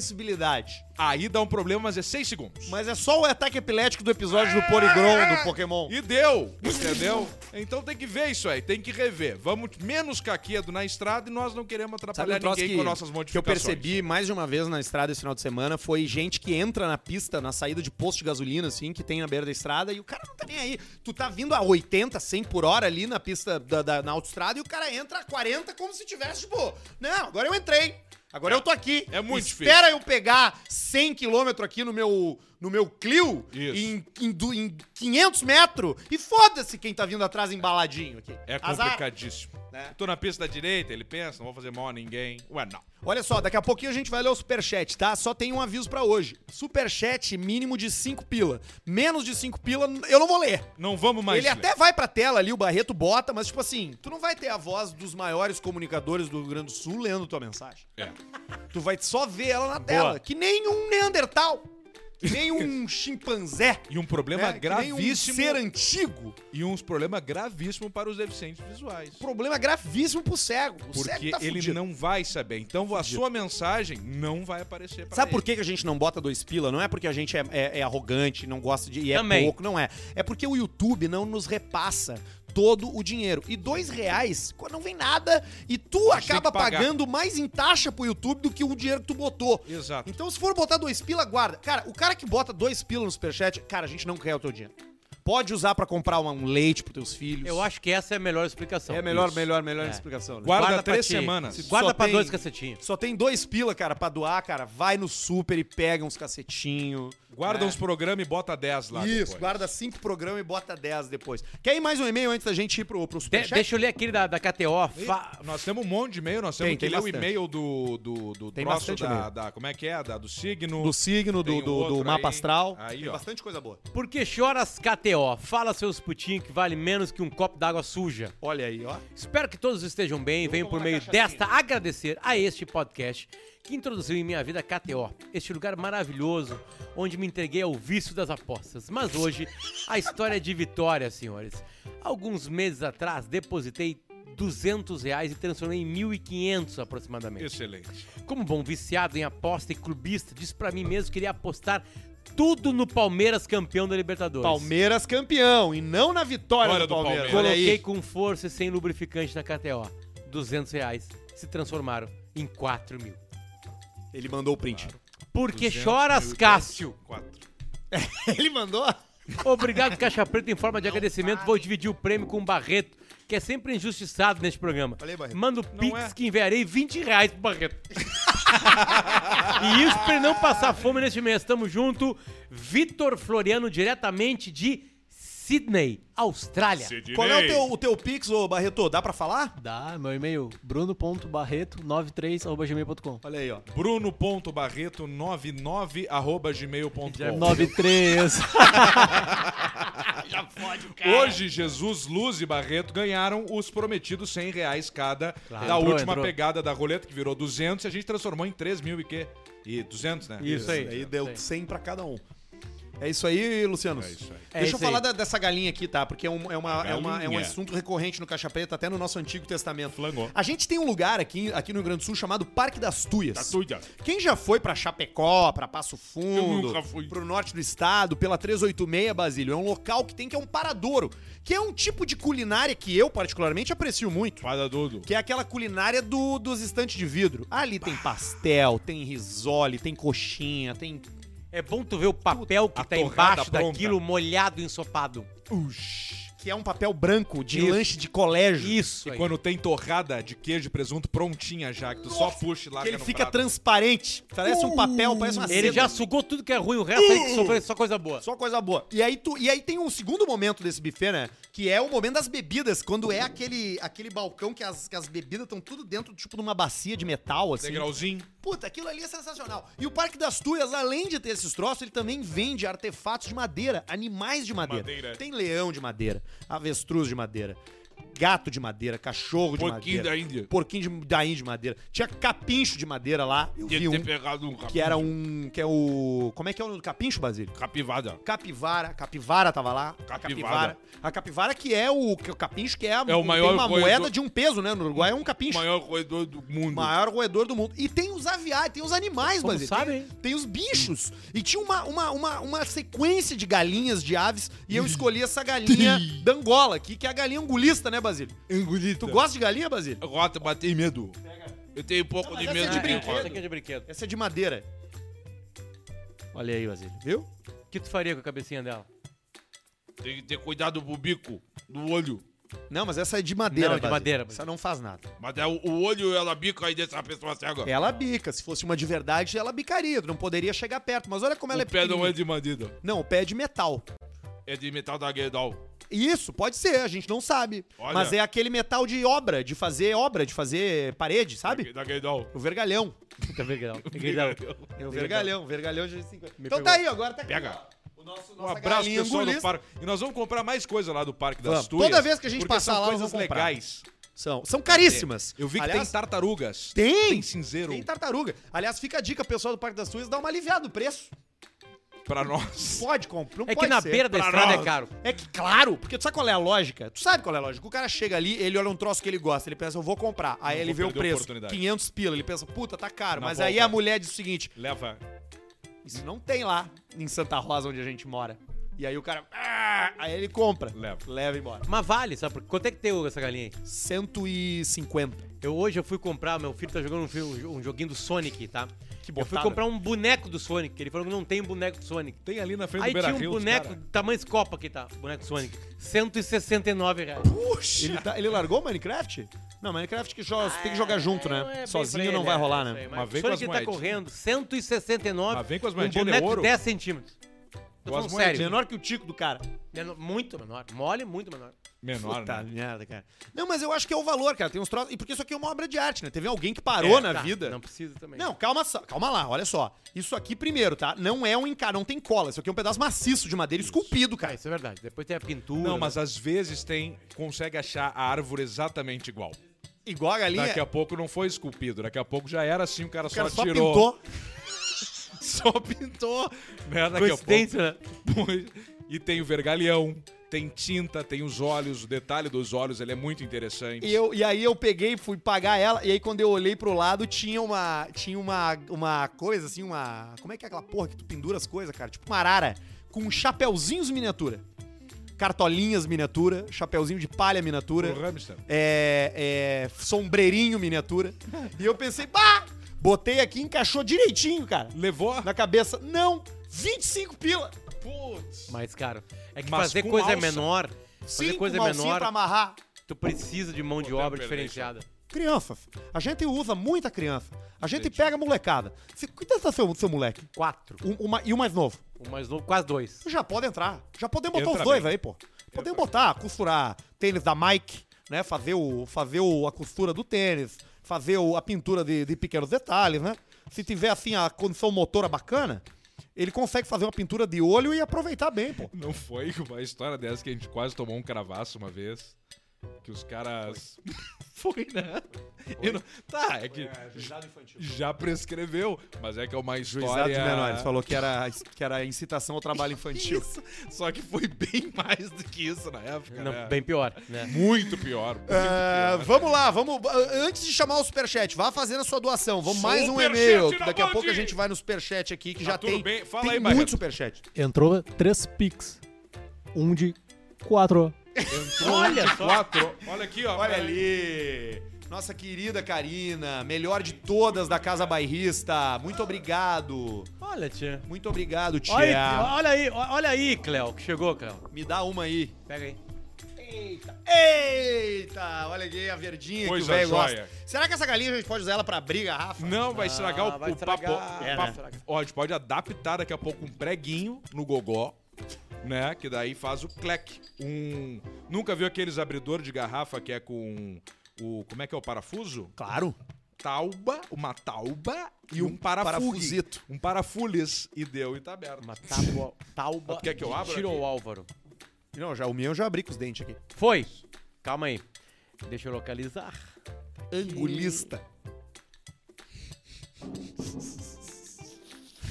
Speaker 1: fotossensibilidade,
Speaker 2: Aí dá um problema, mas é 6 segundos.
Speaker 1: mas é só o ataque epilético do episódio do Poligron do Pokémon.
Speaker 2: E deu, entendeu? Então tem que ver isso aí, tem que rever. Vamos menos caquedo na estrada e nós não queremos
Speaker 1: Sabe
Speaker 2: atrapalhar
Speaker 1: um troço
Speaker 2: ninguém
Speaker 1: que,
Speaker 2: com nossas
Speaker 1: que eu
Speaker 2: modificações. né?
Speaker 1: percebi mais de uma vez na estrada esse final de semana foi gente que entra na pista, na saída de posto de gasolina, assim, que tem na beira da estrada, e o cara não tá nem aí. Tu tá vindo a 80, 100 por hora ali na pista, da, da- na autoestrada, e o cara entra a 40 como se tivesse, tipo, não, agora eu entrei, agora eu tô aqui.
Speaker 2: É muito difícil.
Speaker 1: Espera eu pegar 100 km aqui no meu, no meu Clio,
Speaker 2: Isso.
Speaker 1: em, em du- em 500 metros, e foda-se quem tá vindo atrás embaladinho aqui.
Speaker 2: É
Speaker 1: Azar.
Speaker 2: complicadíssimo.
Speaker 1: Né?
Speaker 2: Tô na pista da direita, ele pensa, não vou fazer mal a ninguém. Ué, não.
Speaker 1: Olha só, daqui a pouquinho a gente vai ler o superchat, tá? Só tem um aviso pra hoje. Superchat mínimo de 5 pila. Menos de 5 pila, eu não vou ler.
Speaker 2: Não vamos mais.
Speaker 1: Ele
Speaker 2: ler.
Speaker 1: até vai pra tela ali, o Barreto bota, mas tipo assim, tu não vai ter a voz dos maiores comunicadores do Rio Grande do Sul lendo tua mensagem.
Speaker 2: É.
Speaker 1: Tu vai só ver ela na tela, que nem um Neandertal, que nem um chimpanzé.
Speaker 2: E um problema
Speaker 1: né? Que nem
Speaker 2: gravíssimo.
Speaker 1: um ser antigo.
Speaker 2: E uns problemas gravíssimos para os deficientes visuais.
Speaker 1: Problema gravíssimo pro cego. O
Speaker 2: Porque
Speaker 1: cego tá
Speaker 2: ele
Speaker 1: fudido.
Speaker 2: não vai saber. Então a sua mensagem não vai aparecer pra
Speaker 1: Sabe
Speaker 2: ele.
Speaker 1: por que que a gente não bota dois pila? Não é porque a gente é, é- é arrogante, não gosta de. e é
Speaker 3: Também.
Speaker 1: pouco, não é. É porque o YouTube não nos repassa todo o dinheiro. E dois reais co- não vem nada. E tu
Speaker 2: A gente tem
Speaker 1: acaba
Speaker 2: que pagar.
Speaker 1: pagando mais em taxa pro YouTube do que o dinheiro que tu botou.
Speaker 2: Exato.
Speaker 1: Então, se for botar dois pila, guarda. Cara, o cara que bota dois pila no superchat, cara, a gente não quer o teu dinheiro. Pode usar pra comprar uma- um leite pros teus filhos.
Speaker 3: Eu acho que essa é a melhor explicação.
Speaker 1: É a melhor,
Speaker 3: Isso.
Speaker 1: melhor, melhor
Speaker 3: É.
Speaker 1: explicação. Né?
Speaker 2: Guarda,
Speaker 3: Guarda pra
Speaker 2: três
Speaker 3: ti.
Speaker 2: semanas.
Speaker 1: Se-
Speaker 3: Guarda
Speaker 1: Só
Speaker 3: pra
Speaker 1: tem-
Speaker 3: dois cacetinhos.
Speaker 1: Só tem dois pila, cara, pra doar, cara. Vai no super e pega uns Né? cacetinhos.
Speaker 2: Guarda uns programas e bota 10 lá.
Speaker 1: É. Isso,
Speaker 2: depois.
Speaker 1: guarda cinco programas e bota 10 depois. Quer ir mais um e-mail antes da gente ir pro, pro
Speaker 3: De-
Speaker 1: superchat?
Speaker 3: deixa eu ler aquele da, da KTO.
Speaker 2: Ei,
Speaker 3: Fa-
Speaker 2: Nós temos um monte de e-mail, nós temos
Speaker 1: Tem,
Speaker 2: que
Speaker 1: tem
Speaker 2: ler o
Speaker 1: bastante.
Speaker 2: e-mail do, do, do
Speaker 1: Tem
Speaker 2: troço
Speaker 1: bastante
Speaker 2: da,
Speaker 1: e-mail.
Speaker 2: da- Como é que é? Da, do signo.
Speaker 1: Do signo,
Speaker 2: Tem
Speaker 1: do,
Speaker 2: um
Speaker 1: do, do
Speaker 2: outro
Speaker 1: mapa
Speaker 2: aí.
Speaker 1: astral.
Speaker 2: Aí,
Speaker 1: Tem
Speaker 2: ó.
Speaker 1: bastante coisa boa.
Speaker 3: Por que choras KTO? Fala seus putinhos que vale menos que um copo d'água suja.
Speaker 1: Olha aí, ó.
Speaker 3: Espero que todos estejam bem. Venho por
Speaker 1: tomar
Speaker 3: meio
Speaker 1: uma
Speaker 3: desta agradecer a este podcast que introduziu em minha vida a KTO, este lugar maravilhoso onde me entreguei ao vício das apostas. Mas hoje a história é de vitória, senhores. Alguns meses atrás depositei 200 reais e transformei em 1.500 aproximadamente.
Speaker 2: Excelente.
Speaker 3: Como um bom viciado em aposta e clubista, disse pra mim mesmo que iria apostar tudo no Palmeiras campeão da Libertadores.
Speaker 1: Palmeiras campeão e não na vitória do
Speaker 2: Olha do
Speaker 1: Palmeiras.
Speaker 2: Palmeiras.
Speaker 1: Olha
Speaker 3: Coloquei
Speaker 1: aí.
Speaker 3: com força e sem lubrificante na KTO. 200 reais se transformaram em 4 mil.
Speaker 1: Ele mandou o print.
Speaker 3: Porque
Speaker 2: 200
Speaker 3: choras,
Speaker 2: mil,
Speaker 3: Cássio?
Speaker 2: quatro.
Speaker 1: Ele mandou?
Speaker 3: Obrigado, Caixa Preta, em forma de agradecimento. Vou dividir o prêmio com o Barreto, que é sempre injustiçado neste programa.
Speaker 1: Falei, Barreto.
Speaker 3: Manda o Pix
Speaker 2: é.
Speaker 3: que enviarei 20 reais pro Barreto. e isso pra ele não passar fome neste mês. Tamo junto. Vitor Floriano, diretamente de Sydney, Austrália.
Speaker 1: Qual é o teu, o teu pix, ô Barreto? Dá pra falar?
Speaker 4: Dá, meu e-mail, bruno.barreto93.gmail.com.
Speaker 1: Olha aí, ó.
Speaker 2: Bruno.barreto99 arroba gmail.com
Speaker 4: 93.
Speaker 2: Hoje, Jesus, Luz e Barreto ganharam os prometidos 100 reais cada da
Speaker 4: Entrou,
Speaker 2: última
Speaker 4: entrou.
Speaker 2: pegada da roleta, que virou 200 e a gente transformou em 3 mil e quê? E 200, né?
Speaker 3: Isso aí.
Speaker 1: Aí deu 100 pra cada um. É isso aí, Luciano.
Speaker 2: É isso aí.
Speaker 3: É
Speaker 1: Deixa
Speaker 3: isso
Speaker 1: eu falar
Speaker 3: aí.
Speaker 1: da- dessa galinha aqui, tá? Porque é um, é, uma, é, uma- é um
Speaker 2: Galinha.
Speaker 1: assunto recorrente no Caixa Preta, até no nosso Antigo Testamento.
Speaker 2: Flangou.
Speaker 1: A gente tem um lugar aqui, aqui no Rio Grande do Sul chamado Parque das Tuias.
Speaker 2: Tá tudo.
Speaker 1: Quem já foi pra Chapecó, pra Passo Fundo,
Speaker 2: Eu nunca fui.
Speaker 1: pro norte do estado, pela 386, Basílio, é um local que tem que é um paradouro, que é um tipo de culinária que eu particularmente aprecio muito.
Speaker 2: Fala tudo.
Speaker 1: Que é aquela culinária do, dos estantes de vidro. Ali tem pastel, tem risole, tem coxinha, tem.
Speaker 3: É bom tu ver o papel que
Speaker 2: A
Speaker 3: tá
Speaker 2: torrada
Speaker 3: embaixo
Speaker 2: pronta.
Speaker 3: daquilo molhado, ensopado.
Speaker 1: Ush, que é um papel branco de
Speaker 3: Isso.
Speaker 1: lanche de colégio.
Speaker 3: Isso
Speaker 2: E
Speaker 3: aí.
Speaker 2: quando tem torrada de queijo e presunto prontinha já, que tu só puxa e larga
Speaker 1: Que ele
Speaker 2: no
Speaker 1: fica
Speaker 2: prato.
Speaker 1: transparente. Parece um papel, parece uma
Speaker 3: Uh, Ele
Speaker 1: seda.
Speaker 3: já sugou tudo que é ruim, o resto aí que sobrou é só coisa boa.
Speaker 1: Só coisa boa. E aí, tu, e aí tem um segundo momento desse buffet, né? Que é o momento das bebidas, quando é aquele, aquele balcão que as, que as bebidas estão tudo dentro, tipo, de uma bacia de metal, assim.
Speaker 2: Degrauzinho.
Speaker 1: Puta, aquilo ali é sensacional. E o Parque das Tuias, além de ter esses troços, ele também vende artefatos de madeira, animais de madeira.
Speaker 2: Madeira.
Speaker 1: Tem leão de madeira, avestruz de madeira, gato de madeira, cachorro
Speaker 2: Porquinho
Speaker 1: de madeira.
Speaker 2: da Índia.
Speaker 1: Porquinho de, da Índia de madeira. Tinha capincho de madeira lá. Eu vi
Speaker 2: Tinha que
Speaker 1: um
Speaker 2: ter pegado um
Speaker 1: que era um. que é o. Como é que é o nome do capincho, Basílio?
Speaker 2: capivada.
Speaker 1: Capivara, capivara tava lá.
Speaker 2: Capivara.
Speaker 1: A capivara que é o, que é o capincho, que é, a,
Speaker 2: É o maior
Speaker 1: tem uma
Speaker 2: roedor-
Speaker 1: moeda de um peso, né? No Uruguai é um capincho. Maior,
Speaker 2: Maior corredor do mundo.
Speaker 1: roedor do mundo. E tem os aviários, tem os animais,
Speaker 3: Como
Speaker 1: Basílio.
Speaker 3: sabe, hein?
Speaker 1: Tem, tem os bichos. E tinha uma, uma, uma, uma sequência de galinhas, de aves, e eu escolhi essa galinha da Angola aqui, que é a galinha angulista, né, Basílio?
Speaker 2: Engolita.
Speaker 1: Tu gosta de galinha, Basílio?
Speaker 2: Rota, batei medo. Eu tenho um pouco
Speaker 1: Não,
Speaker 2: de
Speaker 1: mas essa
Speaker 2: medo
Speaker 1: é de
Speaker 3: Ah,
Speaker 1: brinquedo.
Speaker 3: essa aqui é de brinquedo.
Speaker 1: Essa é de madeira. Olha aí, Basílio. Viu?
Speaker 3: O que tu faria com a cabecinha dela?
Speaker 2: Tem que ter cuidado pro bico, do olho.
Speaker 1: Não, mas essa é de madeira,
Speaker 3: Não, de
Speaker 1: Basílio.
Speaker 3: madeira,
Speaker 1: Essa não faz nada.
Speaker 2: Mas é o, o olho, ela bica aí dessa pessoa cega.
Speaker 1: Ela bica. Se fosse uma de verdade, ela bicaria. Tu não poderia chegar perto. Mas olha como ela
Speaker 2: o
Speaker 1: é
Speaker 2: pé não é
Speaker 1: pequenininha.
Speaker 2: de madeira,
Speaker 1: Não, o pé é de metal.
Speaker 2: é de metal da guedal.
Speaker 1: Isso, pode ser, a gente não sabe.
Speaker 2: Olha.
Speaker 1: Mas é aquele metal de obra, de fazer obra, de fazer parede, sabe?
Speaker 2: É Da guedal.
Speaker 1: O vergalhão.
Speaker 3: Fica
Speaker 2: é
Speaker 3: vergalhão. Fica
Speaker 1: É o vergalhão, o vergalhão de 50.
Speaker 3: Me
Speaker 1: Então
Speaker 3: pegou.
Speaker 1: tá aí, agora tá aqui.
Speaker 2: Pega.
Speaker 1: O nosso,
Speaker 2: Um
Speaker 1: nossa
Speaker 2: abraço,
Speaker 1: galinha
Speaker 2: pessoal do
Speaker 1: angulista.
Speaker 2: parque. E nós vamos comprar mais coisa lá do Parque das
Speaker 1: Vamos.
Speaker 2: Astúrias.
Speaker 1: Toda vez que a gente
Speaker 2: porque
Speaker 1: passar lá,
Speaker 2: são
Speaker 1: nós
Speaker 2: coisas
Speaker 1: vamos comprar.
Speaker 2: legais.
Speaker 1: São, são caríssimas.
Speaker 2: Eu vi que
Speaker 1: Aliás,
Speaker 2: tem tartarugas.
Speaker 1: Tem!
Speaker 2: Tem cinzeiro.
Speaker 1: Tem tartaruga. Aliás, fica a dica, pessoal do Parque das Tuias, dá uma aliviada no preço.
Speaker 2: Pra nós.
Speaker 1: Pode comprar, não
Speaker 3: É que
Speaker 1: pode
Speaker 3: na
Speaker 1: ser.
Speaker 3: beira da
Speaker 2: pra
Speaker 3: estrada
Speaker 2: nós.
Speaker 3: é caro.
Speaker 1: É que, claro, porque tu sabe qual é a lógica? Tu sabe qual é a lógica. O cara chega ali, ele olha um troço que ele gosta, ele pensa, eu vou comprar. Aí
Speaker 2: Não
Speaker 1: ele
Speaker 2: vou
Speaker 1: vê o
Speaker 2: perder a
Speaker 1: preço,
Speaker 2: oportunidade.
Speaker 1: 500 pila. Ele pensa, puta, tá caro.
Speaker 2: Na
Speaker 1: Mas
Speaker 2: volta.
Speaker 1: aí a mulher diz o seguinte,
Speaker 2: Leva.
Speaker 1: isso não tem lá em Santa Rosa, onde a gente mora. E aí o cara, "Ah!" aí ele compra.
Speaker 2: Leva.
Speaker 1: Leva embora.
Speaker 3: Mas vale, sabe? por quê? Quanto é que tem essa galinha aí?
Speaker 1: 150.
Speaker 3: Eu hoje eu fui comprar, meu filho tá jogando um, filme- um joguinho do Sonic, tá?
Speaker 1: Que
Speaker 3: Eu fui
Speaker 1: botada.
Speaker 3: comprar um boneco do Sonic, que ele falou que não tem boneco do Sonic.
Speaker 2: Tem ali na frente
Speaker 3: Aí
Speaker 2: do Beira
Speaker 3: tinha um
Speaker 2: Rio,
Speaker 3: boneco do tamanho Copa que tá, boneco Sonic. 169 reais.
Speaker 1: Puxa! Ele, tá- ele largou o Minecraft? Não, Minecraft que jo- tem que jogar junto,
Speaker 3: Não é
Speaker 1: né?
Speaker 3: bem
Speaker 1: Sozinho
Speaker 3: pra
Speaker 1: não
Speaker 3: ele,
Speaker 1: vai
Speaker 3: é,
Speaker 1: rolar,
Speaker 3: é isso
Speaker 1: né?
Speaker 3: aí, Mas
Speaker 2: Mas vem
Speaker 3: o Sonic
Speaker 2: com as
Speaker 3: tá
Speaker 2: moedinhas.
Speaker 3: correndo 169.
Speaker 2: Mas vem com as
Speaker 3: um
Speaker 2: moedinhas, ele é
Speaker 3: boneco
Speaker 2: ouro.
Speaker 3: de 10 centímetros. Tô
Speaker 2: Com as
Speaker 3: falando sério.
Speaker 1: É Menor que o tico do cara.
Speaker 3: Menor- muito menor. Mole, muito menor.
Speaker 2: Menor,
Speaker 1: Puta
Speaker 2: né?
Speaker 1: merda, cara. Não, mas eu acho que é o valor, cara. Tem uns troços. E porque isso aqui é uma obra de arte, né? Teve alguém que parou
Speaker 3: É,
Speaker 1: na
Speaker 3: tá,
Speaker 1: vida.
Speaker 3: Não precisa também.
Speaker 1: Não, calma, só- calma lá, olha só. Isso aqui, primeiro, tá? Não é um encar, não tem cola. Isso aqui é um pedaço maciço de madeira esculpido,
Speaker 3: Ah,
Speaker 1: cara.
Speaker 3: isso é verdade. Depois tem a pintura.
Speaker 2: Não, mas às vezes tem, consegue achar a árvore exatamente igual.
Speaker 1: Igual a galinha.
Speaker 2: Daqui a pouco não foi esculpido, daqui a pouco já era assim, é- o cara,
Speaker 1: o cara
Speaker 2: só
Speaker 1: só
Speaker 2: tirou.
Speaker 1: pintou.
Speaker 2: Só pintou. Né? Daqui a pouco.
Speaker 3: Coincidência, né?
Speaker 2: E tem o vergalhão, tem tinta, tem os olhos, o detalhe dos olhos, ele é muito interessante.
Speaker 1: E, eu, e aí eu peguei, fui pagar ela, e aí quando eu olhei pro lado, tinha uma. Tinha uma, uma coisa, assim, uma. Como é que é aquela porra que tu pendura as coisas, cara? Tipo uma arara. Com chapeuzinhos miniatura. Cartolinhas miniatura, chapeuzinho de palha miniatura.
Speaker 2: O hamster.
Speaker 1: é, é, sombreirinho miniatura. E eu pensei, bah! Botei aqui, encaixou direitinho, cara.
Speaker 2: Levou?
Speaker 1: Na cabeça, não, 25 pila.
Speaker 2: Putz.
Speaker 3: Mais caro. É que
Speaker 2: Mas
Speaker 3: fazer
Speaker 2: com
Speaker 3: coisa
Speaker 2: alça.
Speaker 3: menor, fazer
Speaker 1: Cinco
Speaker 3: coisa é
Speaker 1: malcinha
Speaker 3: menor,
Speaker 1: pra amarrar.
Speaker 3: tu precisa de mão de
Speaker 2: Pô, deu
Speaker 3: obra
Speaker 2: perda,
Speaker 3: diferenciada.
Speaker 1: Criança, filho. a gente usa muita criança. A gente pega a molecada. Se- Quanto é seu, seu moleque?
Speaker 3: Quatro.
Speaker 1: Um- uma- e o mais novo?
Speaker 3: O mais novo, quase dois.
Speaker 1: Já pode entrar. Já podemos botar
Speaker 2: Entra
Speaker 1: os dois
Speaker 2: bem.
Speaker 1: aí, pô. Podemos botar, costurar tênis da Mike, né? Fazer, o, fazer o, a costura do tênis, fazer o- a pintura de, de pequenos detalhes, né? Se tiver, assim, a condição motora bacana, ele consegue fazer uma pintura de olho e aproveitar bem, pô.
Speaker 2: Não foi uma história dessa que a gente quase tomou um cravaço uma vez. Que os caras Foi, né? Eu não- Tá, é que
Speaker 1: Juizado infantil.
Speaker 2: já prescreveu, mas é que é uma história...
Speaker 1: Juizado de menores. Falou que era, que era incitação ao trabalho infantil.
Speaker 2: Isso. Só que foi bem mais do que isso na época, né?
Speaker 3: Não, bem pior, né?
Speaker 2: Muito pior. muito
Speaker 1: É,
Speaker 2: pior.
Speaker 1: vamos lá, vamos. Antes de chamar o superchat, vá fazendo a sua doação. Vamos mais um
Speaker 2: Superchat
Speaker 1: e-mail.
Speaker 2: na
Speaker 1: que Daqui a
Speaker 2: Band.
Speaker 1: pouco a gente vai no superchat aqui, que
Speaker 2: Tá
Speaker 1: já
Speaker 2: tudo
Speaker 1: tem,
Speaker 2: bem? Fala
Speaker 1: tem
Speaker 2: aí, Barreto.
Speaker 1: muito superchat.
Speaker 4: Entrou três picks. Um de quatro.
Speaker 3: Olha só.
Speaker 2: Quatro. Olha aqui, ó.
Speaker 1: Olha ali. Nossa querida Karina, melhor de todas da Casa Bairrista. Muito obrigado.
Speaker 3: Olha, tia.
Speaker 1: Muito obrigado, tia.
Speaker 3: Olha, aí, olha aí, olha aí, Cléo, que chegou, Cléo.
Speaker 1: Me dá uma aí.
Speaker 3: Pega aí.
Speaker 1: Eita, olha aqui a verdinha
Speaker 2: Coisa
Speaker 1: que o velho
Speaker 2: joia.
Speaker 1: gosta. Será que essa galinha a gente pode usar ela pra abrir garrafa?
Speaker 2: Não, vai estragar o,
Speaker 3: vai
Speaker 2: o
Speaker 3: estragar.
Speaker 2: papo. o
Speaker 3: É, né?
Speaker 2: papo-
Speaker 3: Estraga.
Speaker 2: Ó, a gente pode adaptar daqui a pouco um preguinho no gogó, né? Que daí faz o clec. Um. Nunca viu aqueles abridor de garrafa que é com o. Como é que é o parafuso?
Speaker 1: Claro.
Speaker 2: Tauba, uma tauba e um, parafuso.
Speaker 1: parafusito.
Speaker 2: Um parafulis. E deu e tá aberto.
Speaker 3: Uma tábua, tauba.
Speaker 2: Tu quer que eu
Speaker 3: de
Speaker 2: abra
Speaker 3: Tiro
Speaker 2: aqui?
Speaker 3: o Álvaro.
Speaker 1: Não, já, o meu eu já abri com os dentes aqui.
Speaker 3: Foi. Calma aí. Deixa eu localizar.
Speaker 1: Angulista.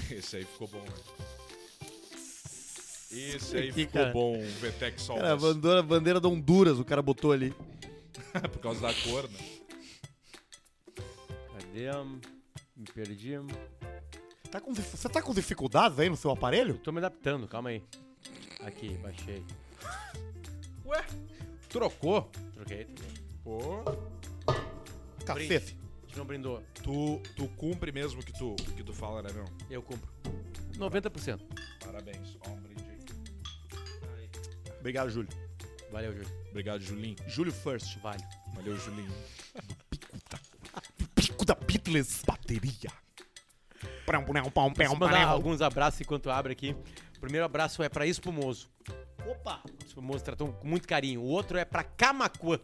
Speaker 2: Esse aí ficou bom, né? Esse aí
Speaker 1: aqui,
Speaker 2: ficou
Speaker 1: cara.
Speaker 2: bom, o Vetex Sol.
Speaker 1: Cara, a bandeira, a bandeira da Honduras, o cara botou ali.
Speaker 2: Por causa da cor, né?
Speaker 3: Cadê? Me perdi.
Speaker 1: Tá com, dif- você tá com dificuldades aí no seu aparelho?
Speaker 3: Tô me adaptando, calma aí. Aqui, baixei.
Speaker 2: Ué? Trocou?
Speaker 3: Troquei, troquei.
Speaker 2: Pô.
Speaker 1: Cacete.
Speaker 3: A gente não brindou.
Speaker 2: Tu, tu cumpre mesmo o que tu, o que tu fala, né, meu?
Speaker 3: Eu cumpro. 90%.
Speaker 2: Parabéns. Ó, um brinde aí.
Speaker 1: Obrigado, Júlio.
Speaker 3: Valeu, Júlio.
Speaker 2: Obrigado, Julinho.
Speaker 1: Júlio First.
Speaker 3: Vale.
Speaker 2: Valeu, Julinho.
Speaker 1: Pico da Beatles. Bateria.
Speaker 3: Vamos mandar alguns abraços enquanto abre aqui. O primeiro abraço é pra Espumoso.
Speaker 1: Opa.
Speaker 3: Espumoso tratou com muito carinho. O outro é pra Camacuã.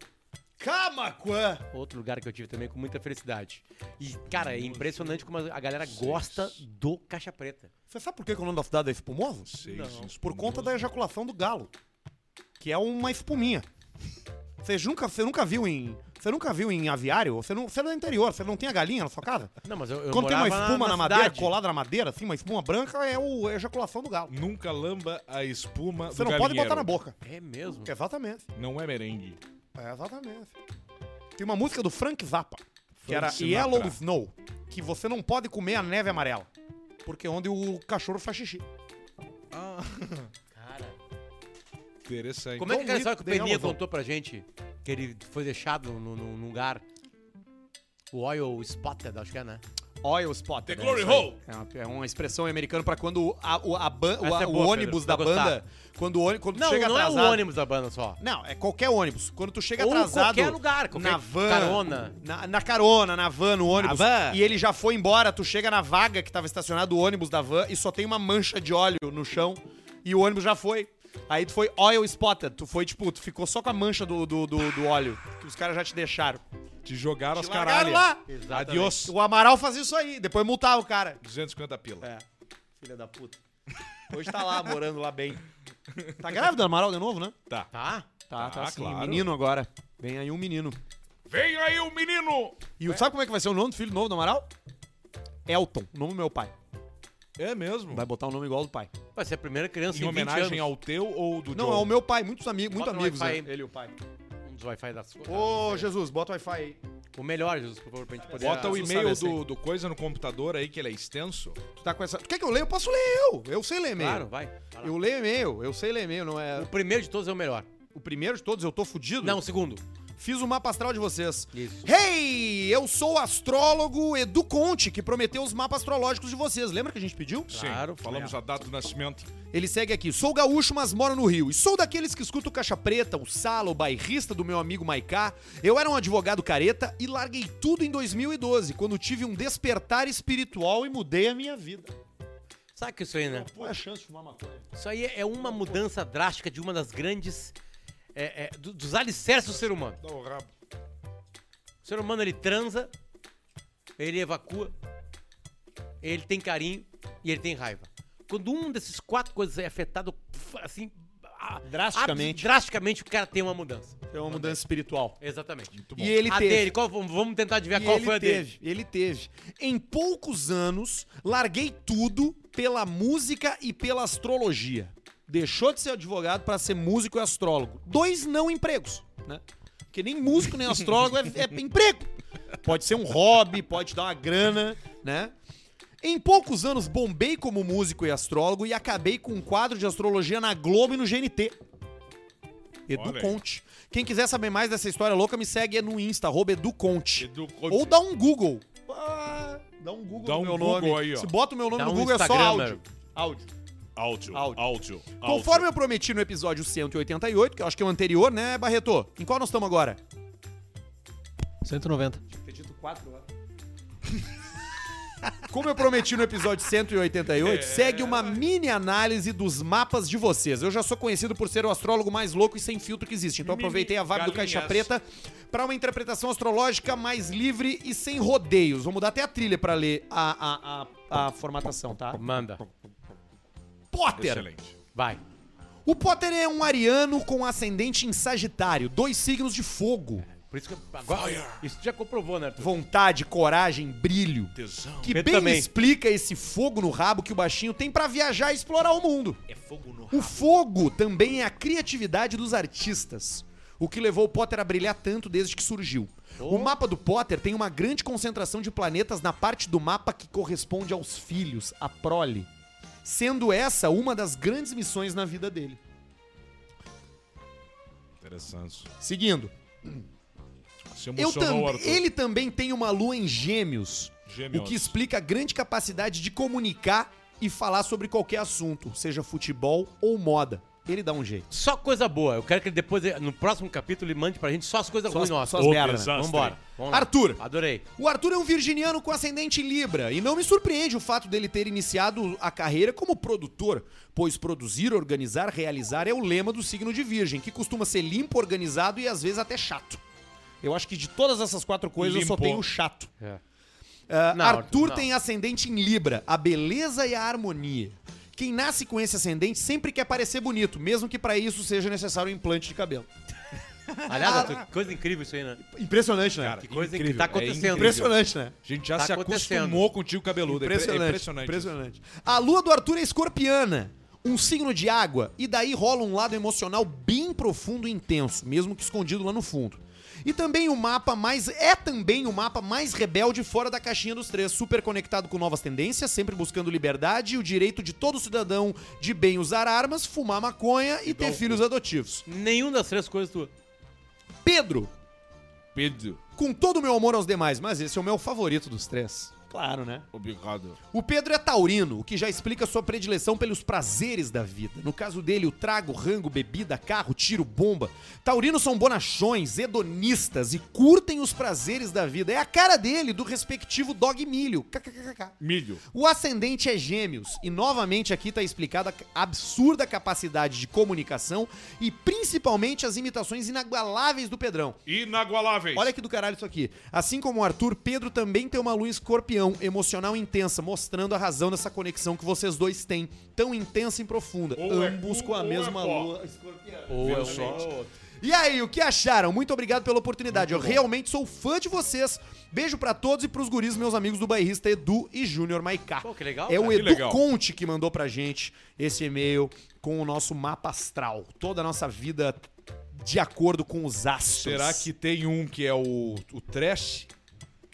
Speaker 1: Camacuã.
Speaker 3: Outro lugar que eu tive também com muita felicidade. E, cara, é impressionante como a galera gosta do Caixa Preta.
Speaker 1: Você sabe por que, que o nome da cidade é Espumoso?
Speaker 2: Seis
Speaker 3: Não,
Speaker 2: espumosos.
Speaker 1: Por conta da ejaculação do galo. Que é uma espuminha. Você nunca, você nunca viu em. Você nunca viu em aviário? Você não, você é do interior, você não tem a galinha na sua casa?
Speaker 3: Não, mas eu, eu
Speaker 1: Quando tem uma
Speaker 3: morava
Speaker 1: espuma na, madeira,
Speaker 3: cidade.
Speaker 1: colada na madeira, assim, uma espuma branca, é o é a ejaculação do galo.
Speaker 2: Nunca lamba a espuma
Speaker 1: Você
Speaker 2: do
Speaker 1: não pode
Speaker 2: galinheiro.
Speaker 1: botar na boca.
Speaker 3: É mesmo?
Speaker 1: Exatamente.
Speaker 2: Não é merengue.
Speaker 1: É, exatamente. Tem uma música do Frank Zappa, que
Speaker 2: Frank
Speaker 1: era
Speaker 2: Sinatra.
Speaker 1: Yellow Snow, que você não pode comer a neve amarela, porque é onde o cachorro faz xixi.
Speaker 3: Cara.
Speaker 2: Interessante.
Speaker 3: Como é que
Speaker 1: Então,
Speaker 3: aquela história
Speaker 1: Little
Speaker 3: que o
Speaker 1: tem
Speaker 3: Peninha
Speaker 1: razão.
Speaker 3: contou pra gente? Que ele foi deixado num, num- num lugar. O Oil Spotted, acho que é, né?
Speaker 1: Oil spot.
Speaker 2: The
Speaker 1: né?
Speaker 2: glory
Speaker 1: Isso aí.
Speaker 2: hole.
Speaker 1: É uma, é uma expressão americana pra quando a- o, a ban- o-
Speaker 3: Essa é
Speaker 1: o
Speaker 3: boa,
Speaker 1: ônibus
Speaker 3: Pedro,
Speaker 1: da
Speaker 3: vou
Speaker 1: banda. Quando o ônibus. Quando tu
Speaker 3: Não,
Speaker 1: chega
Speaker 3: não
Speaker 1: atrasado.
Speaker 3: é o ônibus da banda só.
Speaker 1: Não, é qualquer ônibus. Quando tu chega
Speaker 3: Ou
Speaker 1: atrasado.
Speaker 3: qualquer lugar, qualquer
Speaker 1: na van.
Speaker 3: carona.
Speaker 1: Na, na carona, na van, no ônibus.
Speaker 3: van.
Speaker 1: E ele já foi embora, tu chega na vaga que tava estacionado o ônibus da van e só tem uma mancha de óleo no chão. E o ônibus já foi. Aí tu foi oil spotted. Tu foi, tipo, tu ficou só com a mancha do, do, do, do óleo. Que os caras já te deixaram.
Speaker 2: Te jogaram as
Speaker 1: Te largaram
Speaker 2: caralhas.
Speaker 1: lá.
Speaker 3: Exatamente.
Speaker 2: Adiós.
Speaker 1: O Amaral fazia isso aí. Depois multava o cara.
Speaker 2: 250 pila.
Speaker 1: É, filha da puta. Hoje tá lá, morando lá bem. Tá grávida, Amaral, de novo, né?
Speaker 2: Tá.
Speaker 3: Tá?
Speaker 1: Tá,
Speaker 2: tá sim.
Speaker 1: Menino agora. Vem aí um menino.
Speaker 2: Vem aí o menino!
Speaker 1: E o- sabe como é que vai ser o nome do filho novo do Amaral? Elton, o nome do meu pai.
Speaker 2: É mesmo?
Speaker 1: Vai botar o nome igual ao do pai.
Speaker 3: Vai ser é a primeira criança
Speaker 2: Em homenagem ao teu ou do
Speaker 1: Assim, Não,
Speaker 2: Joe?
Speaker 1: é o meu pai, muitos amigos, muito
Speaker 3: Bota no
Speaker 1: amigos, né?
Speaker 3: Wi-Fi aí.
Speaker 1: Ele e o pai.
Speaker 3: ao. Um dos Wi-Fi da sua.
Speaker 1: Ô, Jesus, bota o Wi-Fi aí.
Speaker 3: O melhor, Jesus, por favor, pra gente poder.
Speaker 2: Bota o
Speaker 1: Jesus
Speaker 2: e-mail
Speaker 1: sabe assim.
Speaker 2: do, do coisa no computador aí, que ele é extenso.
Speaker 1: Tu tá com essa. Tu quer que eu leia? Eu posso ler eu. Eu sei ler e-mail.
Speaker 3: Claro, vai. Vai lá.
Speaker 1: Eu leio e-mail, eu sei ler e-mail, não é.
Speaker 3: O primeiro de todos é o melhor.
Speaker 1: O primeiro de todos, eu tô fudido.
Speaker 3: Não, o segundo.
Speaker 1: Fiz o mapa astral de vocês.
Speaker 3: Isso.
Speaker 1: Hey, eu sou o astrólogo Edu Conte, que prometeu os mapas astrológicos de vocês. Lembra que a gente pediu?
Speaker 3: Claro.
Speaker 2: Sim, falamos a data do nascimento.
Speaker 1: Ele segue aqui. Sou gaúcho, mas moro no Rio. E sou daqueles que escuto o Caixa Preta, o Sala, o bairrista do meu amigo Maiká. Eu era um advogado careta e larguei tudo em 2012, quando tive um despertar espiritual e mudei a minha vida.
Speaker 3: Sabe que isso aí, né?
Speaker 1: Qual é a chance de fumar maconha?
Speaker 3: Isso aí é uma mudança drástica de uma das grandes. é, é, do- dos alicerces do ser humano.
Speaker 2: Dá o rabo.
Speaker 3: O ser humano ele transa, ele evacua, ele tem carinho e ele tem raiva. Quando um desses quatro coisas é afetado pf, assim a-
Speaker 1: Ah, Drasticamente.
Speaker 3: abs- drasticamente o cara tem uma mudança.
Speaker 1: É uma mudança espiritual.
Speaker 3: Exatamente.
Speaker 1: E ele
Speaker 3: a
Speaker 1: teve.
Speaker 3: dele, qual- vamos tentar adivinhar
Speaker 1: E
Speaker 3: qual
Speaker 1: ele
Speaker 3: foi a
Speaker 1: teve,
Speaker 3: dele.
Speaker 1: Ele teve. Em poucos anos, larguei tudo pela música e pela astrologia. Deixou de ser advogado para ser músico e astrólogo. Dois não empregos, né? Porque nem músico nem astrólogo é, é emprego. Pode ser um hobby, pode dar uma grana, né? Em poucos anos, bombei como músico e astrólogo e acabei com um quadro de astrologia na Globo e no GNT. Edu
Speaker 2: Olha aí.
Speaker 1: Conte. Quem quiser saber mais dessa história louca, me segue no Insta, arroba Edu Conte.
Speaker 2: Edu Conte.
Speaker 1: Ou dá um Google. Ah, Dá um Google
Speaker 2: Dá um
Speaker 1: no meu
Speaker 2: Google
Speaker 1: nome.
Speaker 2: aí, ó.
Speaker 1: Se bota o meu nome
Speaker 3: Dá
Speaker 1: no
Speaker 3: um
Speaker 1: Google, é só
Speaker 3: Instagram,
Speaker 1: áudio.
Speaker 3: mano.
Speaker 1: Áudio.
Speaker 2: Áudio,
Speaker 1: Áudio.
Speaker 2: áudio.
Speaker 1: Conforme eu prometi no episódio 188, que eu acho que é o anterior, né, Barreto? Em qual nós estamos agora?
Speaker 4: 190.
Speaker 1: Como eu prometi no episódio 188,
Speaker 2: É.
Speaker 1: segue uma mini análise dos mapas de vocês. Eu já sou conhecido por ser o astrólogo mais louco e sem filtro que existe. Então aproveitei a vibe do
Speaker 2: galinhas.
Speaker 1: Caixa Preta para uma interpretação astrológica mais livre e sem rodeios. Vou mudar até a trilha para ler a, a, a, a formatação, tá?
Speaker 3: Manda.
Speaker 1: Potter!
Speaker 2: Excelente.
Speaker 3: Vai.
Speaker 1: O Potter é um ariano com ascendente em Sagitário, dois signos de fogo.
Speaker 3: Por isso que eu- agora, isso já comprovou, né, Arthur?
Speaker 1: Vontade, coragem, brilho.
Speaker 2: Tesão.
Speaker 1: Que
Speaker 3: Eu
Speaker 1: bem
Speaker 3: também.
Speaker 1: explica esse fogo no rabo que o baixinho tem pra viajar e explorar o mundo.
Speaker 2: É fogo no
Speaker 1: O fogo também é a criatividade dos artistas, o que levou o Potter a brilhar tanto desde que surgiu. O mapa do Potter tem uma grande concentração de planetas na parte do mapa que corresponde aos filhos, a prole, sendo essa uma das grandes missões na vida dele.
Speaker 2: Interessante.
Speaker 1: Seguindo,
Speaker 2: Se
Speaker 1: Eu
Speaker 2: emocionou,
Speaker 1: tam
Speaker 2: Arthur.
Speaker 1: ele também tem uma lua em gêmeos,
Speaker 2: Gêmeos.
Speaker 1: o que explica a grande capacidade de comunicar e falar sobre qualquer assunto, seja futebol ou moda. Ele dá um jeito.
Speaker 3: Só coisa boa. Eu quero que ele depois, eh, no próximo capítulo, ele mande pra gente só as coisas
Speaker 1: Só
Speaker 3: ruins
Speaker 1: as,
Speaker 3: nossas.
Speaker 1: só as né?
Speaker 2: Ô,
Speaker 1: merdas.
Speaker 2: pesado.
Speaker 3: Vambora. Vamos lá.
Speaker 1: Arthur.
Speaker 3: Adorei.
Speaker 1: O Arthur é um virginiano com ascendente em Libra, e não me surpreende o fato dele ter iniciado a carreira como produtor, pois produzir, organizar, realizar é o lema do signo de Virgem, que costuma ser limpo, organizado e às vezes até chato. Eu acho que de todas essas quatro coisas eu só
Speaker 2: Limpo.
Speaker 1: tenho chato.
Speaker 3: É.
Speaker 1: Ah,
Speaker 3: Não,
Speaker 1: Arthur
Speaker 3: não.
Speaker 1: tem ascendente em Libra, a beleza e a harmonia. Quem nasce com esse ascendente sempre quer parecer bonito, mesmo que pra isso seja necessário um implante de cabelo.
Speaker 3: Aliás, Arthur, que coisa incrível isso aí, né?
Speaker 1: Impressionante, né?
Speaker 2: Cara,
Speaker 3: Que coisa
Speaker 2: incrível,
Speaker 3: incrível. Tá
Speaker 2: é
Speaker 3: acontecendo.
Speaker 2: incrível.
Speaker 1: Impressionante, né?
Speaker 2: A gente já
Speaker 3: Tá
Speaker 2: se
Speaker 3: acontecendo.
Speaker 2: acostumou contigo cabeludo. é impre-
Speaker 1: Impressionante,
Speaker 2: É impressionante.
Speaker 1: impressionante. A lua do Arthur é escorpiana, um signo de água, e daí rola um lado emocional bem profundo e intenso, mesmo que escondido lá no fundo. E também o mapa mais. É também o mapa mais rebelde fora da caixinha dos três, super conectado com novas tendências, sempre buscando liberdade e o direito de todo cidadão de bem usar armas, fumar maconha e, ter filhos adotivos.
Speaker 3: Nenhum das três coisas tu.
Speaker 1: Pedro,
Speaker 2: Pedro,
Speaker 1: com todo o meu amor aos demais, mas esse é o meu favorito dos três. Claro, né?
Speaker 2: obrigado.
Speaker 1: O Pedro é taurino, o que já explica sua predileção pelos prazeres da vida. No caso dele, o trago, rango, bebida, carro, tiro, bomba. Taurinos são bonachões, hedonistas e curtem os prazeres da vida. É a cara dele do respectivo dog milho. KKKK.
Speaker 2: Milho.
Speaker 1: O ascendente é gêmeos, e novamente aqui está explicada a absurda capacidade de comunicação e principalmente as imitações inagualáveis do Pedrão.
Speaker 2: Inagualáveis.
Speaker 1: Olha que do caralho isso aqui. Assim como o Arthur, Pedro também tem uma lua em escorpião, emocional intensa, mostrando a razão dessa conexão que vocês dois têm, tão intensa e profunda.
Speaker 2: Ou é
Speaker 1: ambos
Speaker 2: cu,
Speaker 1: com a
Speaker 2: ou é
Speaker 1: mesma
Speaker 2: pó.
Speaker 1: lua escorpião.
Speaker 3: Ou
Speaker 2: Viu
Speaker 3: é um
Speaker 2: só?
Speaker 3: ou outro.
Speaker 1: E aí, o que acharam? Muito obrigado pela oportunidade. Eu realmente sou fã de vocês. Beijo pra todos e pros guris, meus amigos do bairrista Edu e Júnior Maiká.
Speaker 3: Pô, que legal,
Speaker 1: É o
Speaker 2: cara. Que
Speaker 1: Edu
Speaker 2: legal.
Speaker 1: Conte que mandou pra gente esse e-mail com o nosso mapa astral. Toda a nossa vida de acordo com os astros.
Speaker 2: Será que tem um que é o, o trash?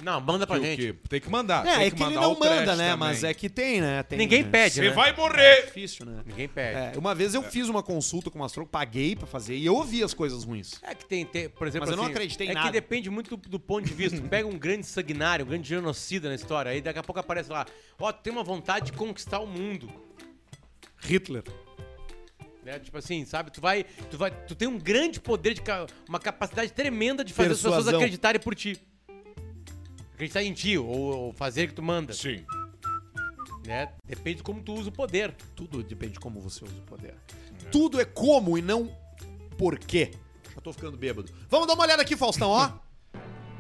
Speaker 3: Não, manda pra
Speaker 2: Que o
Speaker 3: gente.
Speaker 2: que- Tem que mandar.
Speaker 1: É,
Speaker 2: tem
Speaker 1: é que ele
Speaker 2: mandar
Speaker 1: não
Speaker 2: o trash
Speaker 1: manda, né?
Speaker 2: também.
Speaker 1: Mas é que tem, né? Tem,
Speaker 3: Ninguém
Speaker 1: né?
Speaker 3: pede,
Speaker 2: Você
Speaker 3: né?
Speaker 2: vai morrer.
Speaker 1: Difícil, né?
Speaker 3: Ninguém pede.
Speaker 1: É, uma vez eu fiz uma consulta com um astrólogo, paguei pra fazer e eu ouvi as coisas ruins.
Speaker 3: É que tem, tem- por exemplo,
Speaker 1: Mas eu não
Speaker 3: assim,
Speaker 1: acreditei em
Speaker 3: é
Speaker 1: nada.
Speaker 3: que depende muito do, do ponto de vista. Tu Pega um grande sanguinário, um grande genocida na história, aí daqui a pouco aparece lá, ó, tem uma vontade de conquistar o mundo.
Speaker 1: Hitler.
Speaker 3: né? Tipo assim, sabe? Tu vai, tu vai, tu tem um grande poder de ca- uma capacidade tremenda de fazer as pessoas
Speaker 1: Persuasão.
Speaker 3: acreditarem por ti. Acreditar em ti ou, ou fazer o que tu manda,
Speaker 2: Sim.
Speaker 3: né? Depende de como tu usa o poder.
Speaker 1: Tudo depende de como você usa o poder. Tudo é como e não por quê. Já tô ficando bêbado. Vamos dar uma olhada aqui, Faustão, ó.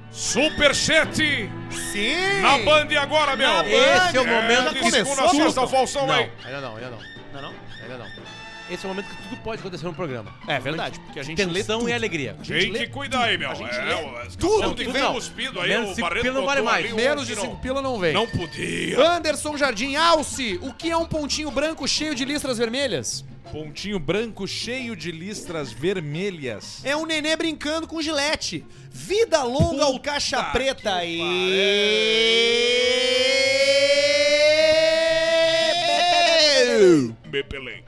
Speaker 2: Superchat
Speaker 1: Sim!
Speaker 2: na Band agora, meu.
Speaker 1: Na Band.
Speaker 3: Esse é o
Speaker 1: É,
Speaker 2: É,
Speaker 3: momento
Speaker 1: já
Speaker 2: de
Speaker 1: começou,
Speaker 2: segunda a sexta,
Speaker 1: Faustão?
Speaker 2: Faustão,
Speaker 3: Não,
Speaker 2: hein?
Speaker 3: ainda não, ainda não,
Speaker 1: Não, não?
Speaker 3: ainda não. Esse é o momento que tudo pode acontecer no programa.
Speaker 1: É verdade, porque a gente lê
Speaker 3: Tensão
Speaker 1: tudo.
Speaker 3: e alegria.
Speaker 1: é gente
Speaker 2: Tem
Speaker 1: lê
Speaker 2: que cuidar aí, meu.
Speaker 1: A gente
Speaker 2: É,
Speaker 1: lê
Speaker 2: o- esse
Speaker 1: tudo
Speaker 2: capão
Speaker 1: que
Speaker 2: que
Speaker 1: vem.
Speaker 2: vem cuspido aí,
Speaker 3: Menos
Speaker 2: o
Speaker 3: de
Speaker 2: Barreto
Speaker 3: cinco pila não vale
Speaker 2: botou
Speaker 3: mais.
Speaker 2: ali um
Speaker 1: Menos de
Speaker 2: que não-
Speaker 1: 5 pila não vem.
Speaker 2: Não podia.
Speaker 1: Anderson Jardim Alce, o que é um pontinho branco cheio de listras vermelhas?
Speaker 2: Pontinho branco cheio de listras vermelhas.
Speaker 1: É um nenê brincando com gilete. Vida longa ao
Speaker 2: Puta
Speaker 1: caixa
Speaker 2: que
Speaker 1: preta e.
Speaker 2: Bepelém.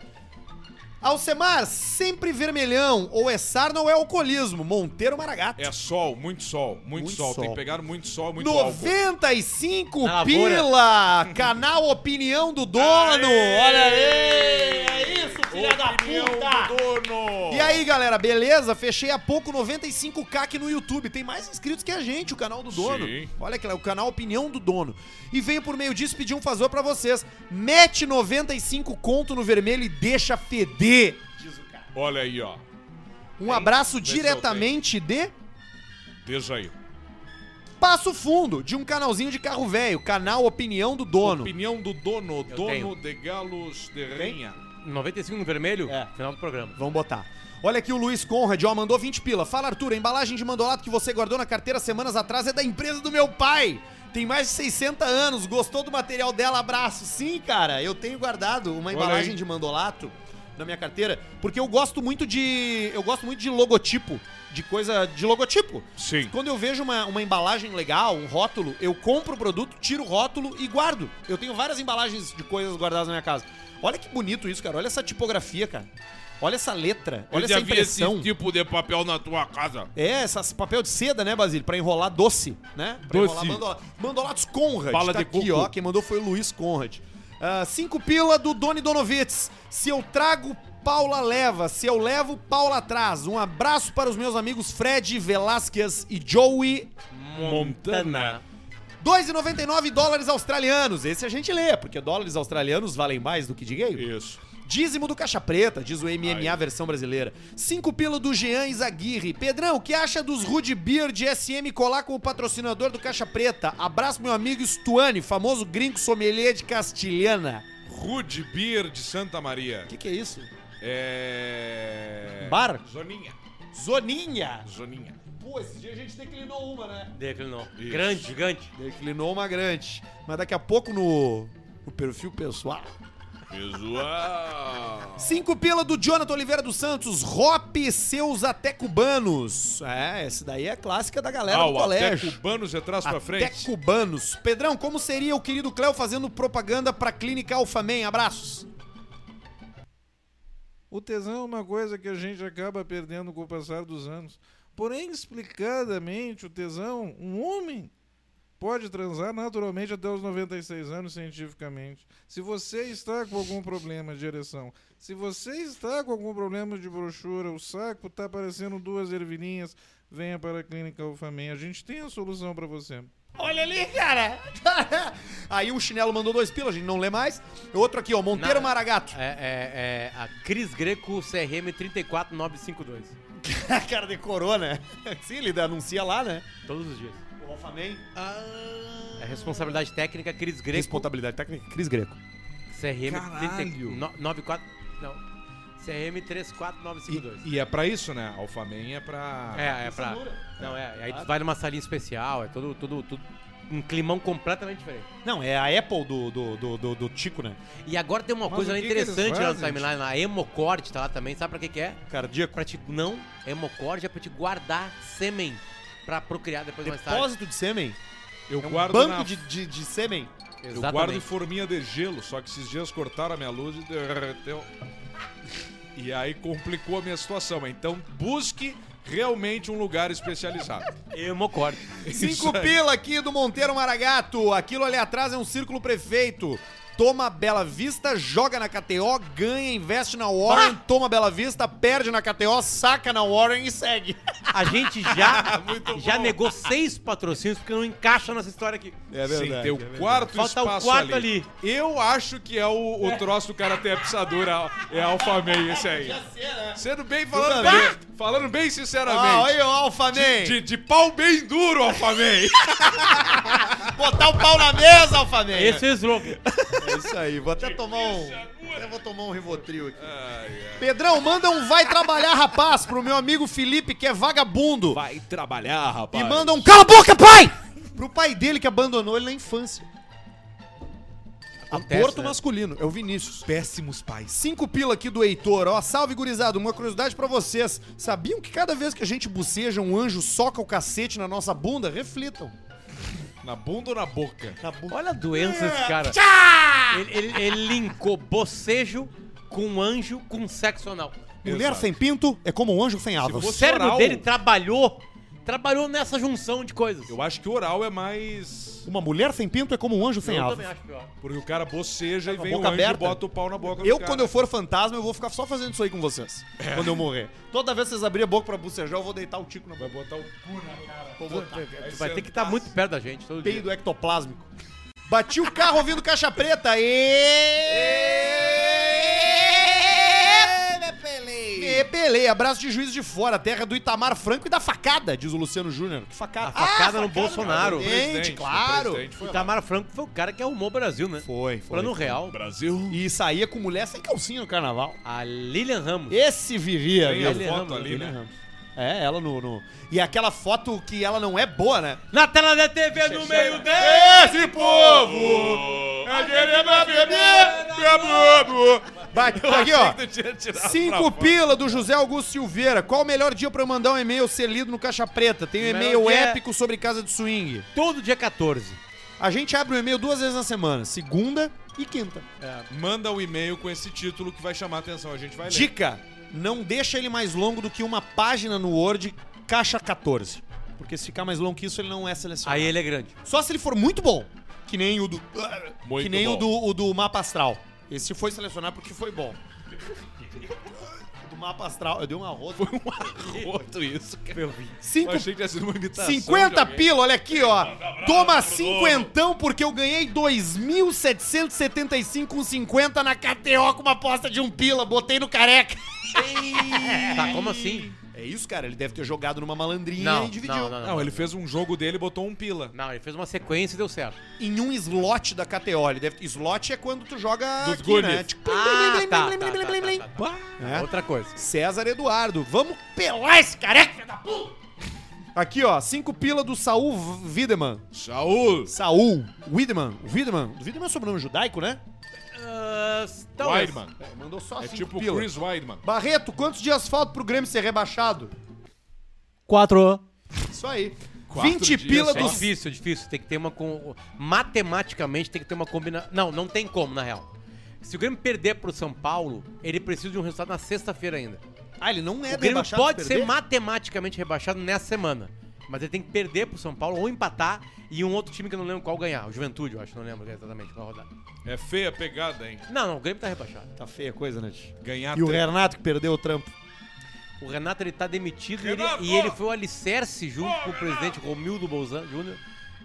Speaker 1: Alcemar, sempre vermelhão. Ou é sarna ou é alcoolismo. Monteiro Maragato.
Speaker 2: É sol, muito sol, muito,
Speaker 1: Muito
Speaker 2: sol. Tem
Speaker 1: sol.
Speaker 2: que pegar muito sol, muito álcool.
Speaker 1: 95
Speaker 3: Na lavoura.
Speaker 1: pila! Canal Opinião do Dono!
Speaker 2: Aê!
Speaker 1: Olha aí! É isso, filha da
Speaker 2: Opinião
Speaker 1: puta!
Speaker 2: do dono.
Speaker 1: E aí, galera, beleza? Fechei há pouco 95k aqui no YouTube. Tem mais inscritos que a gente, o canal do dono.
Speaker 2: Sim.
Speaker 1: Olha que lá, o canal Opinião do Dono. E venho por meio disso pedir um favor pra vocês. Mete 95 conto no vermelho e deixa feder.
Speaker 2: Olha aí, ó.
Speaker 1: Um abraço
Speaker 2: Deixa eu
Speaker 1: diretamente de
Speaker 2: Deixa aí.
Speaker 1: Passo Fundo, de um canalzinho de carro velho, canal Opinião do Dono.
Speaker 2: Opinião do dono, dono
Speaker 3: tenho.
Speaker 2: de galos de rainha.
Speaker 3: 95 no vermelho,
Speaker 1: É.
Speaker 3: final do programa.
Speaker 1: Vamos botar. Olha aqui o Luiz Conrad, ó, mandou 20 pila. Fala, Arthur, a embalagem de mandolato que você guardou na carteira semanas atrás é da empresa do meu pai. Tem mais de 60 anos. Gostou do material dela? Abraço. Sim, cara, eu tenho guardado uma embalagem
Speaker 2: aí.
Speaker 1: de mandolato na minha carteira, porque eu gosto muito de eu gosto muito de logotipo, de coisa de logotipo.
Speaker 2: Sim.
Speaker 1: Quando eu vejo uma, uma embalagem legal, um rótulo, eu compro o produto, tiro o rótulo e guardo. Eu tenho várias embalagens de coisas guardadas na minha casa. Olha que bonito isso, cara. Olha essa tipografia, cara. Olha essa letra. Olha
Speaker 2: Eu já
Speaker 1: essa
Speaker 2: vi esse
Speaker 1: impressão.
Speaker 2: tipo de papel na tua casa.
Speaker 1: É, essas papel de seda, né, Basílio? Pra enrolar doce, né? Pra
Speaker 2: Doce.
Speaker 1: enrolar mandolatos. Mandolatos Conrad. tá
Speaker 2: Bala de
Speaker 1: aqui,
Speaker 2: coco.
Speaker 1: ó. Quem mandou foi o Luiz Conrad. Ah, cinco pila do Doni Donovitz. Se eu trago, Paula leva. Se eu levo, Paula atrás. Um abraço para os meus amigos Fred Velasquez e Joey
Speaker 2: Montana.
Speaker 1: 2,99 dólares australianos. Esse a gente lê, porque dólares australianos valem mais do que dinheiro.
Speaker 2: Isso.
Speaker 1: Dízimo do Caixa Preta, diz o MMA versão brasileira. 5 pilo do Jean Izaguirre. Pedrão, o que acha dos Rude Beer de SM colar como patrocinador do Caixa Preta? Abraço meu amigo Stuane, famoso gringo sommelier de castilhana.
Speaker 2: Rude Beer de Santa Maria.
Speaker 1: O que, que é isso?
Speaker 2: É.
Speaker 1: Bar?
Speaker 2: Zoninha.
Speaker 1: Zoninha.
Speaker 2: Zoninha.
Speaker 1: Pô, esse dia a gente declinou uma, né?
Speaker 3: Declinou.
Speaker 2: Isso.
Speaker 3: Grande, gigante.
Speaker 1: Declinou uma grande. Mas daqui a pouco no, no perfil pessoal...
Speaker 2: Visual.
Speaker 1: Cinco pila do Jonathan Oliveira dos Santos, Hop seus até cubanos. É, esse daí é clássica da galera
Speaker 2: Ah,
Speaker 1: do
Speaker 2: o até
Speaker 1: colégio.
Speaker 2: cubanos de trás pra
Speaker 1: Até
Speaker 2: frente.
Speaker 1: cubanos. Pedrão, como seria o querido Cléo fazendo propaganda pra Clínica Alfamen? Abraços.
Speaker 5: O tesão é uma coisa que a gente acaba perdendo com o passar dos anos. Porém, explicadamente, o tesão, um homem pode transar naturalmente até os 96 anos cientificamente. Se você está com algum problema de ereção, se você está com algum problema de brochura, o saco está aparecendo duas ervilhinhas, venha para a clínica Ufamen. A gente tem a solução para você.
Speaker 1: Olha ali, cara. Aí o chinelo mandou dois pila, a gente não lê mais. Outro aqui, ó, Monteiro
Speaker 3: Nada.
Speaker 1: Maragato.
Speaker 3: É, é, é a Cris Greco CRM 34952.
Speaker 1: A cara decorou, né? Sim, ele anuncia lá, né?
Speaker 3: Todos os dias.
Speaker 1: O Alfamen. Ah.
Speaker 3: É responsabilidade técnica Cris Greco
Speaker 1: Responsabilidade técnica, Cris Greco.
Speaker 3: CRM
Speaker 2: Caralho.
Speaker 3: 94 Não. CRM 34952.
Speaker 2: E é pra isso, né? Alfamen é pra.
Speaker 3: É, é pra. Não, é. Aí tu vai numa salinha especial, é todo, todo, todo um climão completamente diferente.
Speaker 1: Não, é a Apple do, do, do, do, do Tico, né?
Speaker 3: E agora tem uma
Speaker 5: Mas
Speaker 3: coisa
Speaker 5: o que que eles
Speaker 3: interessante lá no
Speaker 5: fazem,
Speaker 3: timeline, lá, a hemocorte tá lá também, sabe pra que que é?
Speaker 1: Cardíaco.
Speaker 3: Pra te, não, hemocorte é pra te guardar sêmen pra procriar depois mais tarde.
Speaker 1: Depósito de sêmen?
Speaker 2: Eu
Speaker 1: É um
Speaker 2: guardo
Speaker 1: banco
Speaker 2: na-
Speaker 1: de, de, de sêmen?
Speaker 2: Eu guardo em forminha de gelo, só que esses dias cortaram a minha luz e derreteu. E aí complicou a minha situação. Então busque realmente um lugar especializado.
Speaker 3: Hemocorte.
Speaker 1: Cinco pila aqui do Monteiro Maragato. Aquilo ali atrás é um círculo prefeito. Toma Bela Vista, joga na KTO, ganha, investe na Warren, toma Bela Vista, perde na KTO, saca na Warren e segue.
Speaker 3: A gente já,
Speaker 2: Muito
Speaker 3: já
Speaker 2: bom.
Speaker 3: negou seis patrocínios porque não encaixa nessa história aqui.
Speaker 1: É
Speaker 2: Sim, tem o quarto
Speaker 3: Falta o
Speaker 2: espaço
Speaker 3: quarto
Speaker 2: ali.
Speaker 3: ali.
Speaker 2: Eu acho que é o, o troço do cara ter a pisadura, é Alphamei esse aí. Sendo bem, falando
Speaker 1: Tudo
Speaker 2: bem, falando bem sinceramente.
Speaker 1: Ah, olha o Alpha Man.
Speaker 2: de, de pau bem duro, Alphamei.
Speaker 1: Botar o pau na mesa, Alfamé.
Speaker 3: Esse é o slogan.
Speaker 1: É isso aí, vou até tomar um. até vou tomar um Rivotril aqui. Pedrão, manda um vai trabalhar, rapaz, pro meu amigo Felipe, que é vagabundo.
Speaker 2: Vai trabalhar,
Speaker 1: E
Speaker 2: rapaz.
Speaker 1: manda um cala a boca, pai! Pro pai dele que abandonou ele na infância.
Speaker 3: Acontece,
Speaker 1: Aborto
Speaker 3: né?
Speaker 1: masculino, é o Vinícius.
Speaker 2: Péssimos pais.
Speaker 1: Cinco pila aqui do Heitor, ó. Salve, gurizado. Uma curiosidade pra vocês. Sabiam que cada vez que a gente boceja, um anjo soca o cacete na nossa bunda? Reflitam.
Speaker 2: um- Na bunda ou na boca?
Speaker 1: Na bunda.
Speaker 3: Olha a doença desse cara. Ele, ele- ele linkou bocejo com anjo com sexo anal.
Speaker 1: Mulher
Speaker 2: Exato.
Speaker 1: sem pinto é como um anjo sem avas.
Speaker 3: O
Speaker 2: fosse-
Speaker 3: cérebro
Speaker 2: oral.
Speaker 3: dele trabalhou, trabalhou nessa junção de coisas.
Speaker 2: Eu acho que oral é mais.
Speaker 1: Uma mulher sem pinto é como um anjo sem
Speaker 3: Eu
Speaker 1: avas.
Speaker 3: também acho pior.
Speaker 2: Porque o cara boceja e
Speaker 1: Com a
Speaker 2: vem o
Speaker 1: boca
Speaker 2: anjo
Speaker 1: aberta.
Speaker 2: e bota o pau na boca
Speaker 1: Eu,
Speaker 2: do cara.
Speaker 1: quando eu for fantasma, eu vou ficar só fazendo isso aí com vocês.
Speaker 3: É.
Speaker 1: Quando eu morrer. Toda vez que vocês abrirem a boca pra bucejar, eu vou deitar o tico na
Speaker 2: Vai
Speaker 1: boca.
Speaker 2: botar o cu na cara.
Speaker 1: Vou botar.
Speaker 2: Aí tá assim,
Speaker 3: Vai ter
Speaker 2: senta-
Speaker 3: que estar muito perto da gente todo dia.
Speaker 1: Peido ectoplásmico. Bati o carro ouvindo caixa preta. E... Me repelei. Abraço de juiz de fora, terra do Itamar Franco e da facada, diz o Luciano Júnior. Que facada?
Speaker 3: A facada no
Speaker 1: cara, do
Speaker 3: Bolsonaro.
Speaker 2: Presidente,
Speaker 1: presidente,
Speaker 2: o
Speaker 1: claro.
Speaker 2: presidente foi lá.
Speaker 3: Itamar Franco foi o cara que arrumou o Brasil, né?
Speaker 1: Foi, foi.
Speaker 3: Plano real.
Speaker 2: Brasil.
Speaker 1: E saía com mulher sem calcinha no carnaval.
Speaker 3: A Lilian Ramos.
Speaker 1: Esse viria,
Speaker 2: Tem a
Speaker 1: viu?
Speaker 2: foto ali,
Speaker 3: é
Speaker 1: Lilian
Speaker 2: né?
Speaker 1: Ramos. É, ela no, no- E aquela foto que ela não é boa, né?
Speaker 3: Na tela da TV, no meio
Speaker 1: é.
Speaker 3: dele.
Speaker 1: Esse
Speaker 2: Povo! A
Speaker 1: é
Speaker 2: gente vai beber! Meu bobo!
Speaker 1: Bate aqui, ó. Cinco
Speaker 2: Cinco
Speaker 1: pila do José Augusto Silveira. Qual o melhor dia pra eu mandar um e-mail ser lido no Caixa Preta? Tem um
Speaker 3: melhor
Speaker 1: e-mail
Speaker 3: dia é-
Speaker 1: épico sobre casa de swing.
Speaker 3: Todo dia 14.
Speaker 1: A gente abre o e-mail duas vezes na semana, segunda e quinta.
Speaker 2: Manda um e-mail com esse título que vai chamar a atenção. A gente vai ler.
Speaker 1: Dica: não deixa ele mais longo do que uma página no Word, caixa 14. Porque se ficar mais longo que isso, ele não é selecionado.
Speaker 3: Aí ele é grande.
Speaker 1: Só se ele for muito bom, que nem o do ah,
Speaker 2: Muito
Speaker 1: que nem
Speaker 2: bom.
Speaker 1: o do, o do mapa astral. Esse foi selecionado porque foi bom. do mapa astral, eu dei um arroz.
Speaker 2: Outro isso, cara. Eu
Speaker 1: Cinco
Speaker 2: achei que tinha sido uma imitação.
Speaker 1: 50
Speaker 2: de alguém.
Speaker 1: pila, olha aqui, ó. Toma cinquentão porque eu ganhei 2.775,50 na KTO com uma aposta de um pila. Botei no careca.
Speaker 3: Tá, como assim?
Speaker 1: É isso, cara. Ele deve ter jogado numa malandrinha
Speaker 3: Não,
Speaker 1: e dividiu.
Speaker 3: não, não,
Speaker 2: Não, ele fez um jogo dele e botou um pila.
Speaker 3: Não, ele fez uma sequência e deu certo.
Speaker 1: Em um slot da KTO. Ele deve... Slot é quando tu joga
Speaker 2: Dos
Speaker 1: aqui, né?
Speaker 2: gules.
Speaker 1: Tipo, blim,
Speaker 3: Ah,
Speaker 1: blim,
Speaker 3: tá,
Speaker 1: blim, blim,
Speaker 3: tá, tá,
Speaker 1: blim,
Speaker 3: tá,
Speaker 1: blim,
Speaker 3: tá, tá.
Speaker 1: blim. É.
Speaker 3: Outra coisa.
Speaker 1: César Eduardo. Vamos pelar esse careca, filho da puta! Aqui, ó. Cinco pila do Saul Wiedemann.
Speaker 2: Saúl!
Speaker 1: Saul Wiedemann. Wiedemann. Wiedemann é sobrenome judaico, né?
Speaker 3: Ah, talvez.
Speaker 2: Weidman.
Speaker 1: É, mandou só
Speaker 2: É
Speaker 1: cinco
Speaker 2: tipo
Speaker 1: pila.
Speaker 2: Chris Weidman.
Speaker 1: Barreto, quantos dias falta pro Grêmio ser rebaixado?
Speaker 4: Quatro.
Speaker 1: Isso aí.
Speaker 2: Quatro
Speaker 1: 20
Speaker 2: dias
Speaker 1: pila
Speaker 2: só.
Speaker 3: É
Speaker 1: dos.
Speaker 3: difícil, é difícil. Tem que ter uma. Com... Matematicamente tem que ter uma combinação. Não, não tem como, na real. Se o Grêmio perder pro São Paulo, ele precisa de um resultado na sexta-feira ainda.
Speaker 1: Ah, ele não é
Speaker 3: o Grêmio
Speaker 1: rebaixado,
Speaker 3: pode
Speaker 1: perder?
Speaker 3: ser matematicamente rebaixado nessa semana. Mas ele tem que perder pro São Paulo ou empatar e um outro time que eu não lembro qual ganhar. O Juventude, eu acho, não lembro exatamente qual rodada.
Speaker 2: É feia a pegada, hein?
Speaker 3: Não, não, o Grêmio tá rebaixado.
Speaker 1: Tá feia a coisa, né? tio?
Speaker 2: Ganhar
Speaker 1: E o
Speaker 2: três.
Speaker 1: Renato que perdeu o trampo.
Speaker 3: O Renato ele tá demitido e ele-
Speaker 2: Renato!
Speaker 3: e ele foi o alicerce junto com o presidente Romildo Bolzan Júnior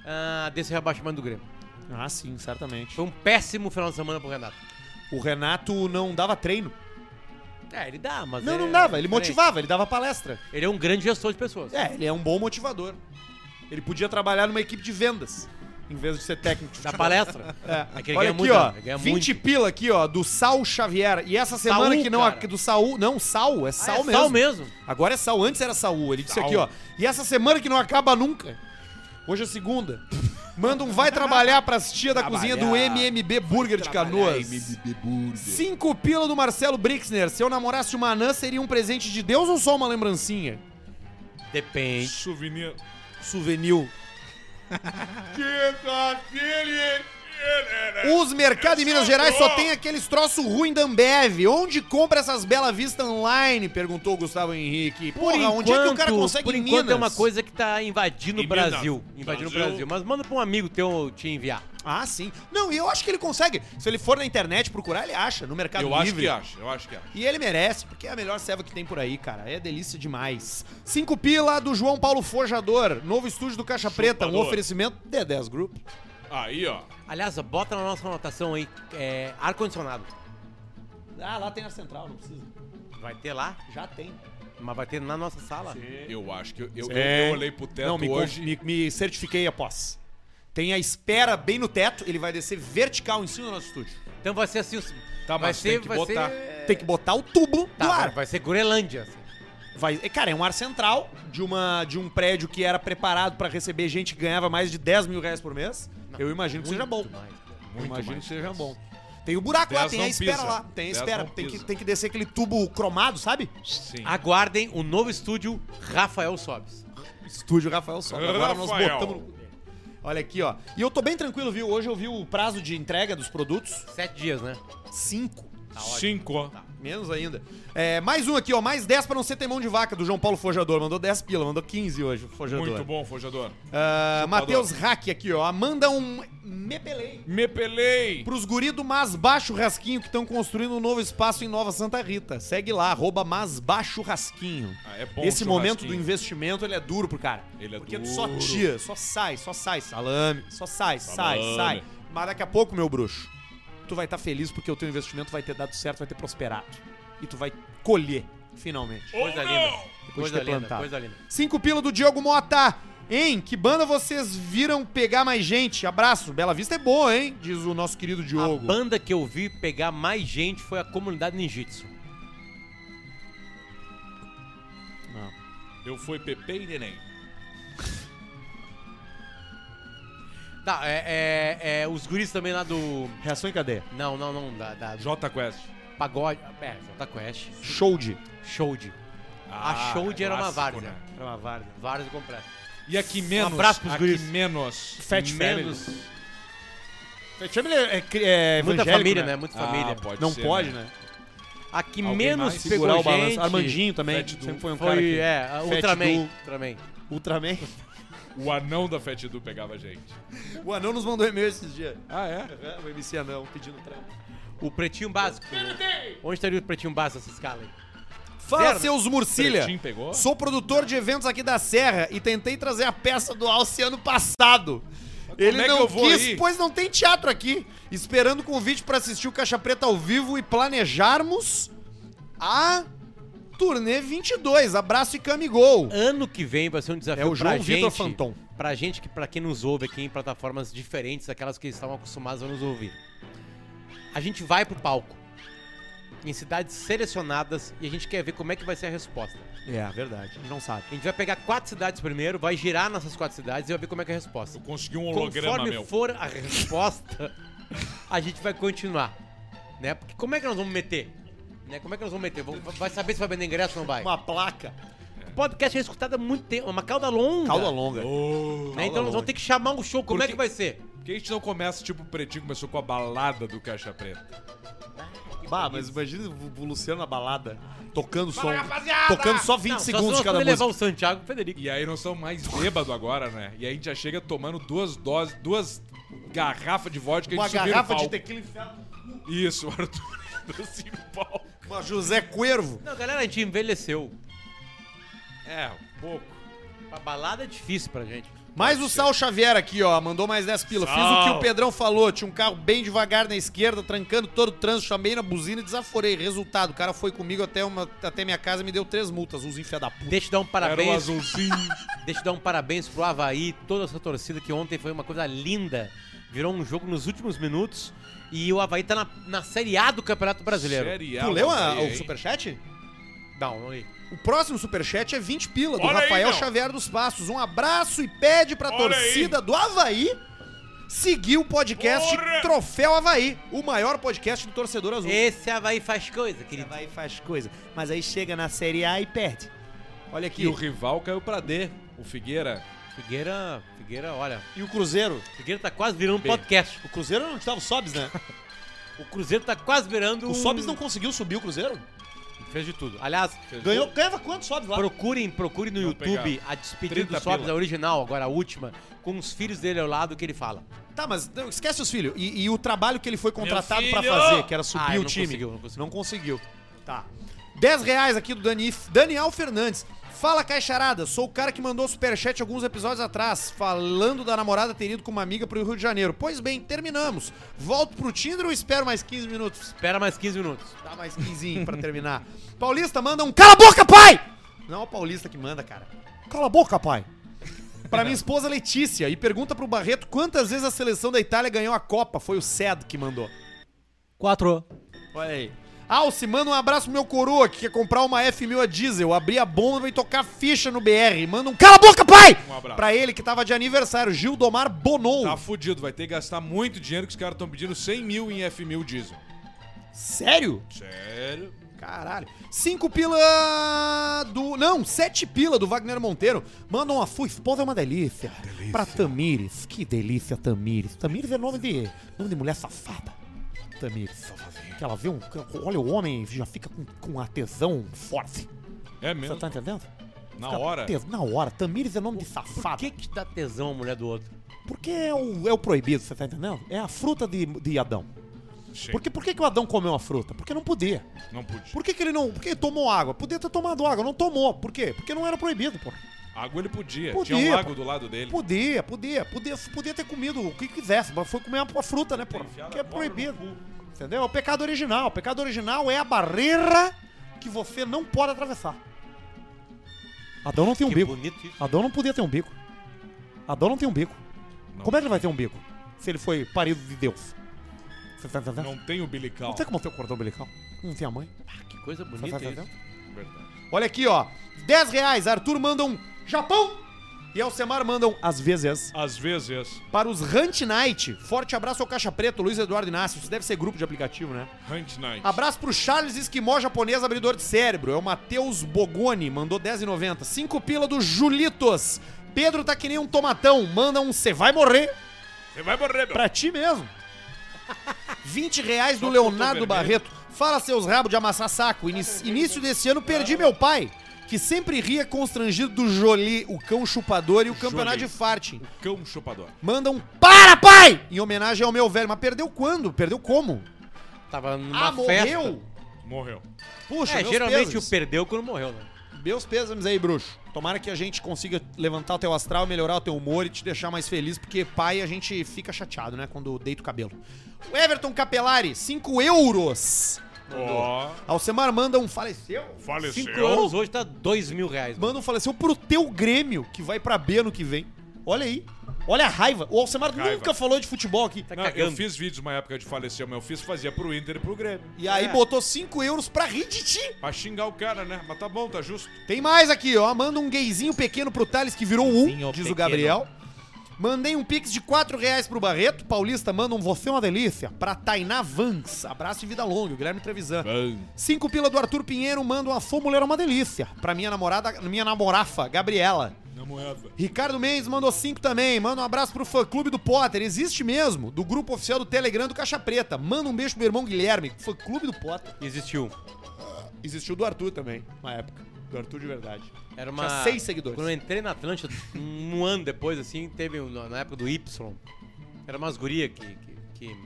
Speaker 3: ah, desse rebaixamento do Grêmio.
Speaker 1: Ah, sim, certamente.
Speaker 3: Foi um péssimo final de semana pro Renato.
Speaker 1: O Renato não dava treino.
Speaker 3: É, ele dá, mas.
Speaker 1: Não,
Speaker 3: é
Speaker 1: não dava. Ele
Speaker 3: diferente.
Speaker 1: motivava, ele dava palestra.
Speaker 3: Ele é um grande gestor de pessoas.
Speaker 1: É, ele é um bom motivador. Ele podia trabalhar numa equipe de vendas, em vez de ser técnico de
Speaker 3: Da
Speaker 1: futebol.
Speaker 3: palestra.
Speaker 1: É.
Speaker 3: É que ele
Speaker 1: Olha
Speaker 3: ganha
Speaker 1: aqui,
Speaker 3: muito,
Speaker 1: ó.
Speaker 3: né? Ele ganha
Speaker 1: 20 pila aqui, ó, do Sal Xavier. E essa semana
Speaker 3: Saul,
Speaker 1: que não.
Speaker 3: cara.
Speaker 1: Do Saul. Não, Sal. É Sal
Speaker 3: Ah, é
Speaker 1: mesmo.
Speaker 3: Sal mesmo.
Speaker 1: Agora é Saul, antes era Saul. Ele disse
Speaker 2: Saul.
Speaker 1: aqui, ó. E essa semana que não acaba nunca. Hoje é segunda. Manda um vai trabalhar pras tia da cozinha do MMB Burger de Canoas. Cinco pila do Marcelo Brixner. Se eu namorasse uma anã, seria um presente de Deus ou só uma lembrancinha?
Speaker 3: Depende.
Speaker 2: Souvenir.
Speaker 1: Souvenir.
Speaker 2: Quinta-feira.
Speaker 1: Os mercados em Minas Gerais só tem aqueles troço ruim da Ambev. Onde compra essas Bela Vista online? Perguntou o Gustavo Henrique. Porra, onde é que o cara consegue
Speaker 3: por
Speaker 1: em
Speaker 3: enquanto
Speaker 1: Minas?
Speaker 3: é uma coisa que tá invadindo
Speaker 2: Em
Speaker 3: o Brasil.
Speaker 2: Minas.
Speaker 3: Invadindo o
Speaker 2: Brasil.
Speaker 3: Brasil. Mas manda pra um amigo teu te enviar.
Speaker 1: Ah, sim. Não, e eu acho que ele consegue. Se ele for na internet procurar, ele acha. No Mercado
Speaker 2: Eu acho
Speaker 1: Livre.
Speaker 2: que acho, eu acho que acho.
Speaker 1: E ele merece, porque é a melhor ceva que tem por aí, cara. É delícia demais. Cinco pila do João Paulo Forjador, novo estúdio do Caixa Preta, um
Speaker 2: Chupador.
Speaker 1: oferecimento de 10 Group.
Speaker 2: Aí, ó.
Speaker 3: Aliás, bota na nossa anotação aí, é, ar-condicionado.
Speaker 1: Ah, lá tem a central, não precisa.
Speaker 3: Vai ter lá,
Speaker 1: Já tem.
Speaker 3: mas vai ter na nossa sala.
Speaker 2: Eu acho que eu, eu,
Speaker 1: É.
Speaker 2: eu olhei pro teto
Speaker 1: não, me,
Speaker 2: hoje.
Speaker 1: hoje... me, me certifiquei após. Tem a espera bem no teto, ele vai descer vertical em cima do nosso estúdio.
Speaker 3: Então vai ser assim. os-
Speaker 2: Tá,
Speaker 3: vai
Speaker 2: mas tem que botar.
Speaker 1: Tem que botar o tubo
Speaker 3: Tá,
Speaker 1: do ar.
Speaker 3: vai ser Groenlândia. assim.
Speaker 1: Vai, é, cara, é um ar central de, uma, de um prédio que era preparado pra receber gente que ganhava mais de 10 mil reais por mês. Eu imagino que seja bom. Eu imagino que seja bom. Tem o buraco lá,
Speaker 2: 10
Speaker 1: tem a
Speaker 2: não
Speaker 1: espera
Speaker 2: pisa.
Speaker 1: lá. Tem a
Speaker 2: 10
Speaker 1: espera.
Speaker 2: não
Speaker 1: Tem que,
Speaker 2: pisa.
Speaker 1: tem que descer aquele tubo cromado, sabe?
Speaker 2: Sim.
Speaker 3: Ah, Aguardem o novo estúdio Rafael Sobes.
Speaker 1: Estúdio Rafael Sobe. Agora nós
Speaker 2: Rafael.
Speaker 1: botamos. no- Olha aqui, ó. E eu tô bem tranquilo, viu? Hoje eu vi o prazo de entrega dos produtos.
Speaker 3: Sete dias, né?
Speaker 1: Cinco.
Speaker 2: Cinco.
Speaker 1: Tá. Menos ainda. É, mais um aqui, ó. Mais 10 pra não ser temão de vaca do João Paulo Fojador. Mandou 10 pila, mandou 15 hoje, o Fojador.
Speaker 2: Muito bom, Fojador.
Speaker 1: Ah, Matheus Hack aqui, ó. Manda um Mepelei
Speaker 2: Me pelei.
Speaker 1: pros guri do Mais Baixo Rasquinho que estão construindo um novo espaço em Nova Santa Rita. Segue lá, arroba Mais Baixo Rasquinho.
Speaker 2: Ah, é bom
Speaker 1: Esse
Speaker 2: o
Speaker 1: momento
Speaker 2: churrasquinho.
Speaker 1: do investimento, ele é duro pro cara.
Speaker 2: Ele é
Speaker 1: Porque tu
Speaker 2: duro.
Speaker 1: só tira, só sai, só sai, salame, só sai, sai,
Speaker 2: Salame.
Speaker 1: sai. Mas daqui a pouco, meu bruxo, tu vai estar feliz porque o teu investimento vai ter dado certo, vai ter prosperado. E tu vai colher, finalmente.
Speaker 2: Oh,
Speaker 3: Coisa linda.
Speaker 1: Depois de
Speaker 3: Coisa
Speaker 1: ter
Speaker 3: linda,
Speaker 1: plantado.
Speaker 3: coisa linda.
Speaker 1: Cinco pila do Diogo Mota. Hein, que banda vocês viram pegar mais gente? Abraço. Bela Vista é boa, hein? Diz o nosso querido
Speaker 3: A
Speaker 1: Diogo.
Speaker 3: banda que eu vi pegar mais gente foi a comunidade ninjitsu.
Speaker 2: Eu fui Pepe e Neném.
Speaker 3: Tá, é, é- é, os guris também lá do.
Speaker 1: Reação em cadeia.
Speaker 3: Não, não, não. Da, da
Speaker 2: J Quest.
Speaker 3: Pagode. É, Jota Quest.
Speaker 1: Show de.
Speaker 3: Shold.
Speaker 1: Ah,
Speaker 3: a Shold era uma
Speaker 2: Ah, clássico,
Speaker 3: várzea.
Speaker 2: né?
Speaker 1: Pra uma várzea.
Speaker 3: Várzea completa.
Speaker 2: E aqui menos.
Speaker 3: abraço pros
Speaker 2: aqui
Speaker 3: guris.
Speaker 2: menos.
Speaker 1: Fat
Speaker 3: Menos.
Speaker 1: Family. Fat Family é, cri- é
Speaker 3: Muita
Speaker 1: evangélico,
Speaker 3: família, né?
Speaker 1: né?
Speaker 3: Muita
Speaker 2: Ah,
Speaker 3: família.
Speaker 2: pode
Speaker 1: Não
Speaker 2: ser,
Speaker 1: pode, né?
Speaker 3: Aqui
Speaker 2: Alguém
Speaker 3: menos
Speaker 2: mais?
Speaker 3: pegou
Speaker 1: Segurar o
Speaker 3: gente.
Speaker 1: balanço. Armandinho também.
Speaker 2: Fat Du.
Speaker 1: Sempre foi um cara
Speaker 3: Foi,
Speaker 1: que...
Speaker 3: é, a
Speaker 1: Fat
Speaker 3: Ultraman.
Speaker 1: Du.
Speaker 3: Ultraman.
Speaker 1: Ultraman.
Speaker 2: O anão da Fat Edu pegava gente.
Speaker 1: o Anão nos mandou e-mail esses dias.
Speaker 2: Ah, é?
Speaker 1: É, O MC Anão pedindo trampo.
Speaker 3: O pretinho básico. Onde estaria o pretinho básico nessa escala aí?
Speaker 1: Fala,
Speaker 3: Zero.
Speaker 1: seus Murcilha.
Speaker 2: Pretinho pegou?
Speaker 1: Sou produtor de eventos aqui da Serra e tentei trazer a peça do Alce ano passado. Ele
Speaker 2: é que
Speaker 1: não
Speaker 2: eu vou
Speaker 1: quis,
Speaker 2: ir?
Speaker 1: pois não tem teatro aqui. Esperando o convite pra assistir o Caixa Preta ao vivo e planejarmos a turnê 22. Abraço e camigol.
Speaker 3: Ano que vem vai ser um desafio
Speaker 1: É o
Speaker 3: pra
Speaker 1: João Vitor
Speaker 3: gente-
Speaker 1: Fanton.
Speaker 3: Pra gente, que pra quem nos ouve aqui em plataformas diferentes daquelas que estavam acostumados a nos ouvir. A gente vai pro palco. Em cidades selecionadas e a gente quer ver como é que vai ser a resposta.
Speaker 1: É, verdade. A gente não sabe.
Speaker 3: A gente vai pegar quatro cidades primeiro, vai girar nessas quatro cidades e vai ver como é que é a resposta.
Speaker 2: Eu consegui um holograma,
Speaker 3: Conforme
Speaker 2: meu.
Speaker 3: for a resposta, a gente vai continuar. Né? Porque como é que nós vamos meter? Né? Como é que nós vamos meter? Vamos- Vai saber se vai vender ingresso ou não vai?
Speaker 1: Uma placa.
Speaker 3: O podcast é escutado há muito tempo, é uma cauda longa.
Speaker 2: Tá
Speaker 1: Calda longa.
Speaker 2: Oh.
Speaker 3: Né? Então nós vamos ter que chamar um show. Como
Speaker 2: Porque-
Speaker 3: é que vai ser?
Speaker 2: Por que a gente não começa, tipo, o Pretinho começou com a balada do Caixa Preta?
Speaker 1: Bah, mas imagina o o Luciano na balada, tocando som.
Speaker 2: rapaziada!
Speaker 1: Tocando só 20
Speaker 3: Não, só se
Speaker 1: segundos
Speaker 3: nós
Speaker 1: cada
Speaker 3: for
Speaker 1: música.
Speaker 3: levar o Santiago e o Federico.
Speaker 2: E aí nós estamos mais bêbado agora, né? E aí a gente já chega tomando duas doses, duas garrafas de vodka e a
Speaker 1: Uma
Speaker 2: gente subir no
Speaker 1: garrafa de
Speaker 2: palco.
Speaker 1: tequila enfiada.
Speaker 2: Isso, o Arthur entra assim no palco.
Speaker 1: Uma José Cuervo.
Speaker 3: Não, galera, a gente envelheceu.
Speaker 2: É, um pouco.
Speaker 3: A balada é difícil pra gente.
Speaker 1: Mais o Sal Xavier aqui, ó. Mandou mais 10 pila. Fiz o
Speaker 2: Sal.
Speaker 1: que o Pedrão falou. Tinha um carro bem devagar na esquerda, trancando todo o trânsito. Chamei na buzina e desaforei. Resultado, o cara foi comigo até, uma, até minha casa e me deu três multas. Os enfia da puta.
Speaker 3: Deixa eu dar um
Speaker 2: Era o
Speaker 3: parabéns.
Speaker 2: azulzinho.
Speaker 3: Deixa eu dar um parabéns pro Havaí, toda essa torcida que ontem foi uma coisa linda. Virou um jogo nos últimos minutos. E o Havaí tá na, na Série A do Campeonato Brasileiro.
Speaker 2: Série A,
Speaker 1: Tu leu a-
Speaker 2: Havaí, hein?
Speaker 1: o superchat?
Speaker 3: Não, não li.
Speaker 1: O próximo superchat é 20 pila, do
Speaker 2: Olha aí,
Speaker 1: Rafael
Speaker 2: meu.
Speaker 1: Xavier dos Passos. Um abraço e pede pra
Speaker 2: Olha
Speaker 1: torcida do Havaí seguir o podcast
Speaker 2: Porra!
Speaker 1: Troféu Havaí, o maior podcast do torcedor azul.
Speaker 3: Esse Havaí faz coisa, querido.
Speaker 1: Havaí faz coisa, mas aí chega na Série A e perde. Olha aqui.
Speaker 2: E o rival caiu pra D. O Figueira.
Speaker 3: Figueira, Figueira, olha.
Speaker 1: E o Cruzeiro?
Speaker 3: Figueira tá quase virando um
Speaker 2: Bem.
Speaker 3: podcast.
Speaker 1: O Cruzeiro não estava o Sobs, né?
Speaker 3: O Cruzeiro tá quase virando um...
Speaker 1: O Sobs não conseguiu subir o Cruzeiro?
Speaker 3: Fez de tudo. Aliás,
Speaker 1: Ganhou, ganhava quanto Sobs lá?
Speaker 3: Procurem, procurem no
Speaker 2: Vou
Speaker 3: YouTube
Speaker 2: pegar.
Speaker 3: a despedida
Speaker 2: 30
Speaker 3: do Sobs,
Speaker 2: pila.
Speaker 3: a original, agora a última, com os filhos dele ao lado que ele fala.
Speaker 1: Tá, mas não, esquece os filhos. E, e o trabalho que ele foi contratado pra
Speaker 2: filho!
Speaker 1: fazer, que era subir
Speaker 3: Ah,
Speaker 1: o
Speaker 3: não
Speaker 1: time.
Speaker 3: conseguiu, não conseguiu.
Speaker 1: Não conseguiu. Tá. 10 reais aqui do Dani, Daniel Fernandes. Fala, Caixarada. Sou o cara que mandou superchat alguns episódios atrás, falando da namorada ter ido com uma amiga pro Rio de Janeiro. Pois bem, terminamos. Volto pro Tinder ou espero mais 15 minutos?
Speaker 3: Espera mais 15 minutos.
Speaker 1: Dá mais 15 pra terminar. Paulista manda um cala a boca, pai! Não é o Paulista que manda, cara. Cala a boca, pai. Pra minha esposa Letícia. E pergunta pro Barreto quantas vezes a seleção da Itália ganhou a Copa. Foi o Sed que mandou.
Speaker 4: Quatro.
Speaker 1: Olha aí. Alce, manda um abraço pro meu coroa que quer comprar uma F1000 a diesel. Abrir a bomba e tocar ficha no BR. Manda um cala a boca, pai!
Speaker 2: Um abraço.
Speaker 1: pra ele que tava de aniversário, Gildomar Bonou.
Speaker 2: Tá fudido, vai ter que gastar muito dinheiro que os caras estão pedindo 100 mil em F1000 diesel.
Speaker 1: Sério?
Speaker 2: Sério?
Speaker 1: Caralho. Cinco pila do. Não, sete pila do Wagner Monteiro. Manda uma fui. Esposa é uma delícia. Pra Tamires. Que delícia, Tamires. Tamires é nome de. nome de mulher safada. Tamires. Que ela vê um. Olha, o homem já fica com, com a tesão forte.
Speaker 2: É
Speaker 1: Você
Speaker 2: mesmo?
Speaker 1: tá entendendo?
Speaker 2: Na
Speaker 1: Fica
Speaker 2: hora?
Speaker 1: tes- Na hora. Tamires é nome de safada.
Speaker 3: Por que que dá tesão a mulher do outro?
Speaker 1: Porque é o, é o proibido, você tá entendendo? É a fruta de, de Adão.
Speaker 2: Sim,
Speaker 1: Porque, por que, que o Adão comeu a fruta? Porque não podia.
Speaker 2: Não pude.
Speaker 1: Por que, que ele não. Por que ele tomou água? Podia ter tomado água, não tomou. Por quê? Porque não era proibido, pô.
Speaker 2: Água ele podia.
Speaker 1: Podia,
Speaker 2: Tinha um lago
Speaker 1: pô.
Speaker 2: do lado dele.
Speaker 1: Podia, podia, podia, podia ter comido o que quisesse, mas foi comer uma fruta, né, pô?
Speaker 2: Enfiada
Speaker 1: Que é
Speaker 2: a cobra no
Speaker 1: proibido.
Speaker 2: cu.
Speaker 1: Entendeu? É o pecado original. O pecado original é a barreira que você não pode atravessar. Adão não tem um
Speaker 3: Que
Speaker 1: bico.
Speaker 3: bonito isso.
Speaker 1: Adão não podia ter um bico. Adão não tem um bico.
Speaker 2: Não.
Speaker 1: Como é que ele vai ter um bico? Se ele foi parido de Deus. Você tá entendendo?
Speaker 2: Não tem umbilical.
Speaker 1: Não tem como ter o cordão umbilical. Não tem a mãe.
Speaker 3: Ah, que coisa
Speaker 1: Você
Speaker 3: bonita
Speaker 1: tá entendendo?
Speaker 3: isso.
Speaker 2: Verdade.
Speaker 1: Olha aqui, ó. 10 reais. Arthur manda um Japão. E Alcemar mandam, às vezes,
Speaker 2: Às vezes,
Speaker 1: para os Hunt Night. Forte abraço ao Caixa Preto, Luiz Eduardo Inácio. Isso deve ser grupo de aplicativo, né?
Speaker 2: Hunt Night.
Speaker 1: Abraço pro Charles Esquimó, japonês abridor de cérebro. É o Matheus Bogoni, mandou 10,90. 5 pila do Julitos. Pedro tá que nem um tomatão. Manda um Cê vai morrer
Speaker 2: Você vai morrer, meu.
Speaker 1: pra ti mesmo. 20 reais do
Speaker 2: Só
Speaker 1: Leonardo
Speaker 2: ponto vermelho.
Speaker 1: Barreto. Fala seus rabos de amassar saco. Ini- início desse ano perdi meu pai, que sempre ria constrangido do Jolie, o cão chupador e o campeonato de
Speaker 2: Jolie.
Speaker 1: farting.
Speaker 2: Cão chupador.
Speaker 1: Manda um para, pai! Em homenagem ao meu velho. Mas perdeu quando? Perdeu como?
Speaker 3: Tava numa
Speaker 1: ah,
Speaker 3: festa.
Speaker 1: morreu?
Speaker 2: Morreu.
Speaker 1: Puxa,
Speaker 3: É,
Speaker 1: meus
Speaker 3: geralmente
Speaker 1: pêsames.
Speaker 3: o perdeu quando morreu, né?
Speaker 1: Meus pêsames aí, bruxo. Tomara que a gente consiga levantar o teu astral, melhorar o teu humor e te deixar mais feliz, porque pai, a gente fica chateado, né? Quando deita o cabelo. O Everton Capelari, 5 euros.
Speaker 2: Ó,
Speaker 1: Alcemar manda um faleceu.
Speaker 2: faleceu.
Speaker 3: Cinco anos hoje tá dois mil reais. mano.
Speaker 1: Manda um faleceu pro teu Grêmio, que vai pra B ano que vem. Olha aí. Olha a raiva. O Alcemar
Speaker 2: Raiva.
Speaker 1: nunca falou de futebol aqui.
Speaker 3: Tá
Speaker 2: Não, eu
Speaker 3: cagando.
Speaker 2: fiz vídeos uma época de faleceu, mas eu fiz fazia pro Inter e pro Grêmio.
Speaker 1: E aí
Speaker 3: É.
Speaker 1: botou 5 euros pra rir de ti.
Speaker 2: Pra xingar o cara, né? Mas tá bom, tá justo.
Speaker 1: Tem mais aqui, ó. Manda um gayzinho pequeno pro Thales que virou um,
Speaker 3: Gayzinho
Speaker 1: diz o
Speaker 3: pequeno.
Speaker 1: Gabriel. Mandei um pix de 4 reais pro Barreto. Paulista, manda um Você é uma Delícia pra Tainá Vans. Abraço e vida longa, o Guilherme Trevisan. Cinco pila do Arthur Pinheiro manda uma Sou Mulher é uma Delícia pra minha namorada, minha namorafa, Gabriela.
Speaker 2: Na moeda.
Speaker 1: Ricardo Mendes mandou cinco também. Manda um abraço pro fã clube do Potter. Existe mesmo, do grupo oficial do Telegram do Caixa Preta. Manda um beijo pro meu irmão Guilherme, fã clube do Potter.
Speaker 3: Existiu.
Speaker 1: Existiu do Arthur também, na época. Do Arthur de verdade.
Speaker 3: Era uma.
Speaker 1: Tinha seis seguidores.
Speaker 3: Quando eu entrei na Atlântida, um ano depois, assim, teve um- na época do Y. Era umas gurias que, que, que,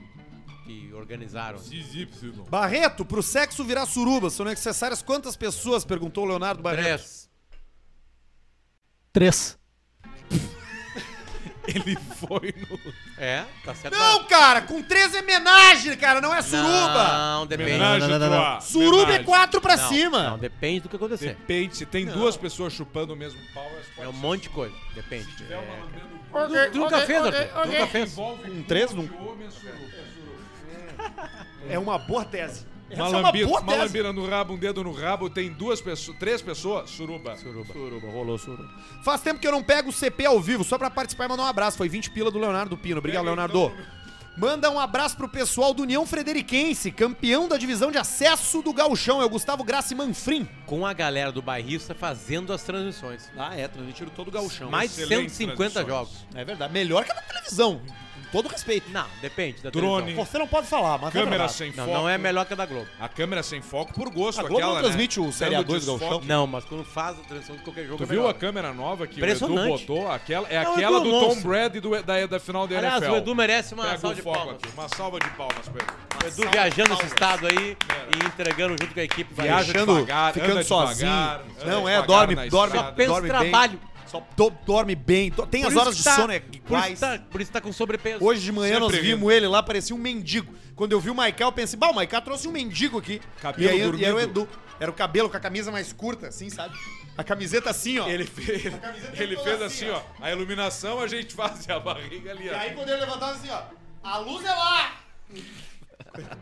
Speaker 3: que organizaram.
Speaker 1: Barreto, pro sexo virar suruba, são necessárias quantas pessoas? Perguntou o Leonardo Barreto.
Speaker 3: Três.
Speaker 4: Três.
Speaker 2: Ele foi no.
Speaker 3: É, tá certo.
Speaker 1: Não, cara, com três é homenagem, cara, não é suruba.
Speaker 3: Não, depende.
Speaker 2: Homenagem
Speaker 4: não, não,
Speaker 2: tua.
Speaker 4: não.
Speaker 1: Suruba é
Speaker 2: Homenagem.
Speaker 1: quatro pra
Speaker 3: Não,
Speaker 1: cima.
Speaker 3: Não, depende do que acontecer.
Speaker 2: Depende, se tem duas pessoas chupando o mesmo pau, as
Speaker 3: É um
Speaker 2: pode
Speaker 3: monte de coisa. Depende.
Speaker 2: se tiver uma
Speaker 3: É.
Speaker 2: lambendo o cu,
Speaker 3: Tu, tu nunca fez, Arthur? Tu nunca fez?
Speaker 2: envolve um
Speaker 1: três,
Speaker 2: grupo
Speaker 1: não?
Speaker 2: de homem, é suruba, é suruba.
Speaker 1: É uma boa tese. Essa
Speaker 2: Uma,
Speaker 1: é
Speaker 2: lambida,
Speaker 1: uma
Speaker 2: uma
Speaker 1: boa tese.
Speaker 2: lambida no rabo, um dedo no rabo, tem duas pessoas, três pessoas, suruba.
Speaker 3: Suruba.
Speaker 1: Suruba, rolou suruba. Faz tempo que eu não pego o CP ao vivo, só pra participar e mandar um abraço. Foi 20 pila do Leonardo Pino. Obrigado,
Speaker 2: Pega,
Speaker 1: Leonardo.
Speaker 2: então.
Speaker 1: Manda um abraço pro pessoal do União Frederiquense, campeão da divisão de acesso do Gauchão. É o Gustavo Graça e Manfrim.
Speaker 3: Com a galera do bairrista fazendo as transmissões.
Speaker 1: Ah, é, transmitiram todo o Gauchão.
Speaker 3: Mais de
Speaker 2: excelentes
Speaker 3: 150
Speaker 2: transmissões.
Speaker 3: jogos.
Speaker 1: É verdade. Melhor que a da televisão. Com todo respeito.
Speaker 3: Não, depende da
Speaker 2: Drone.
Speaker 3: televisão.
Speaker 1: Você não pode falar, mas. é
Speaker 2: Câmera
Speaker 1: verdade.
Speaker 2: sem
Speaker 3: Não,
Speaker 2: foco.
Speaker 3: não é melhor que a da Globo.
Speaker 2: A câmera sem foco por gosto,
Speaker 1: A Globo
Speaker 2: aquela,
Speaker 1: não transmite
Speaker 2: né?
Speaker 1: o Série A dois
Speaker 2: Dando
Speaker 1: Gauchão?
Speaker 2: desfoque.
Speaker 3: Não, mas quando faz a transmissão de qualquer jogo
Speaker 2: Tu
Speaker 3: é
Speaker 2: viu
Speaker 3: melhor.
Speaker 2: a câmera nova que o Edu
Speaker 3: Impressionante.
Speaker 2: botou? Aquela, é
Speaker 3: Não, o
Speaker 2: aquela
Speaker 3: Edu é
Speaker 2: do
Speaker 3: um
Speaker 2: Tom
Speaker 3: monstro.
Speaker 2: Brady do- da, da final da
Speaker 3: Aliás,
Speaker 2: NFL.
Speaker 3: o Edu merece uma
Speaker 2: Pega
Speaker 3: salva
Speaker 2: o
Speaker 3: de
Speaker 2: foco
Speaker 3: palmas.
Speaker 2: aqui, uma salva de palmas pra ele.
Speaker 3: O Edu viajando esse estado aí e entregando junto com a equipe.
Speaker 2: Viaja
Speaker 1: Ficando-
Speaker 2: devagar,
Speaker 1: ficando
Speaker 2: anda
Speaker 1: sozinho.
Speaker 2: devagar, anda
Speaker 1: Não, é,
Speaker 2: devagar
Speaker 1: dorme-
Speaker 2: na
Speaker 1: dorme-
Speaker 3: Só
Speaker 1: dorme
Speaker 2: estrada.
Speaker 3: pensa em
Speaker 1: bem.
Speaker 3: trabalho.
Speaker 1: Só do- dorme bem. to- Tem
Speaker 3: Por
Speaker 1: as
Speaker 3: isso
Speaker 1: horas
Speaker 3: que
Speaker 1: de
Speaker 3: tá-
Speaker 1: sono é
Speaker 3: Por isso,
Speaker 1: iguais.
Speaker 3: que tá, por isso que tá com sobrepeso.
Speaker 1: Hoje de manhã nós
Speaker 2: Sempre
Speaker 1: vimos ele lá, parecia um mendigo. Quando eu vi o Maiká, eu pensei, bah, o Maiká trouxe um mendigo aqui. e,
Speaker 2: Cabelo
Speaker 1: aí, e era o
Speaker 2: dormido.
Speaker 1: Edu. Era o cabelo com a camisa mais curta, assim, sabe? A camiseta assim, ó.
Speaker 2: Ele fez,
Speaker 1: camiseta
Speaker 2: ele
Speaker 1: ficou
Speaker 2: fez
Speaker 1: assim,
Speaker 2: assim, ó. A iluminação a gente fazia a barriga ali,
Speaker 1: E aí
Speaker 2: ó.
Speaker 1: quando ele levantava assim, ó. A luz é lá!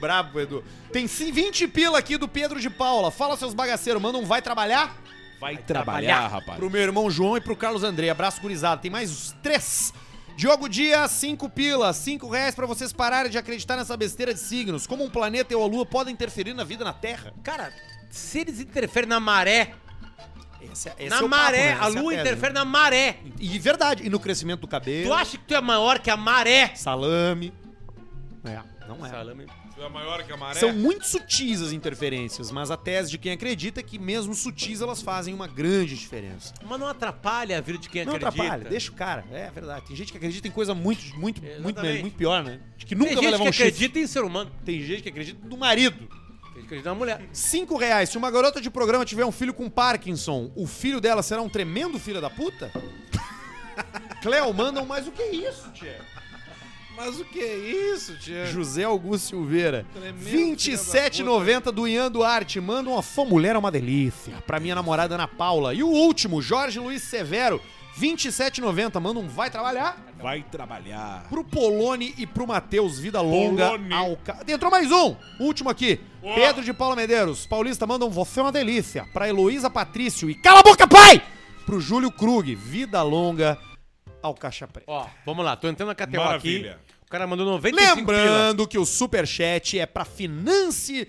Speaker 1: Brabo, Edu. Tem sim 20 pila aqui do Pedro de Paula. Fala, seus bagaceiros, manda um vai trabalhar
Speaker 2: Vai
Speaker 3: trabalhar,
Speaker 2: rapaz.
Speaker 1: pro meu irmão João e pro Carlos André. Abraço gurizada. Tem mais os três. Diogo Dias, 5 pila, 5 reais pra vocês pararem de acreditar nessa besteira de signos. Como um planeta ou a lua podem interferir na vida na Terra?
Speaker 3: Cara, se eles interferem na maré,
Speaker 1: Esse, é- esse
Speaker 3: na
Speaker 1: é o papo,
Speaker 3: maré,
Speaker 1: né? Essa
Speaker 3: a
Speaker 1: é
Speaker 3: lua
Speaker 1: tese,
Speaker 3: interfere na maré.
Speaker 1: né? E verdade, e no crescimento do cabelo,
Speaker 3: Tu acha que tu é maior que a maré?
Speaker 1: salame. É, não é.
Speaker 3: Salame.
Speaker 2: É maior que a maré.
Speaker 1: São muito sutis as interferências, mas a tese de quem acredita é que mesmo sutis elas fazem uma grande diferença.
Speaker 3: Mas não atrapalha a vida de quem
Speaker 1: Não
Speaker 3: acredita.
Speaker 1: atrapalha, deixa o cara. É verdade. Tem gente que acredita em coisa muito, muito, muito,
Speaker 3: Exatamente.
Speaker 1: muito pior, né? De que
Speaker 3: Tem
Speaker 1: nunca vai
Speaker 3: gente
Speaker 1: levar
Speaker 3: que
Speaker 1: um chifre.
Speaker 3: acredita em ser humano.
Speaker 1: Tem gente que acredita no marido.
Speaker 3: Tem gente que acredita na mulher.
Speaker 1: Cinco reais. Se uma garota de programa tiver um filho com Parkinson, o filho dela será um tremendo filho da puta? Cléo, mandam mais o que é isso, tia?
Speaker 5: Mas o que é isso, tia?
Speaker 1: José Augusto Silveira.
Speaker 5: Tremendo filho da
Speaker 1: 27,90 do Ian Duarte. Manda uma fã mulher é uma delícia. Pra minha namorada Ana Paula. E o último, Jorge Luiz Severo. 27,90. Manda um vai trabalhar.
Speaker 2: Vai trabalhar.
Speaker 1: Pro Polone e pro Matheus, vida longa.
Speaker 2: Polone.
Speaker 1: Ao ca... Entrou mais um, último aqui. Pedro de Paula Medeiros. Paulista manda um você é uma delícia. Pra Heloísa Patrício e cala a boca, pai! Pro Júlio Krug, vida longa ao Caixa Preta.
Speaker 3: Ó, vamos lá, tô entrando na KTO
Speaker 2: Maravilha.
Speaker 3: aqui. O cara mandou 95 pila.
Speaker 1: Lembrando que o Superchat é pra Finance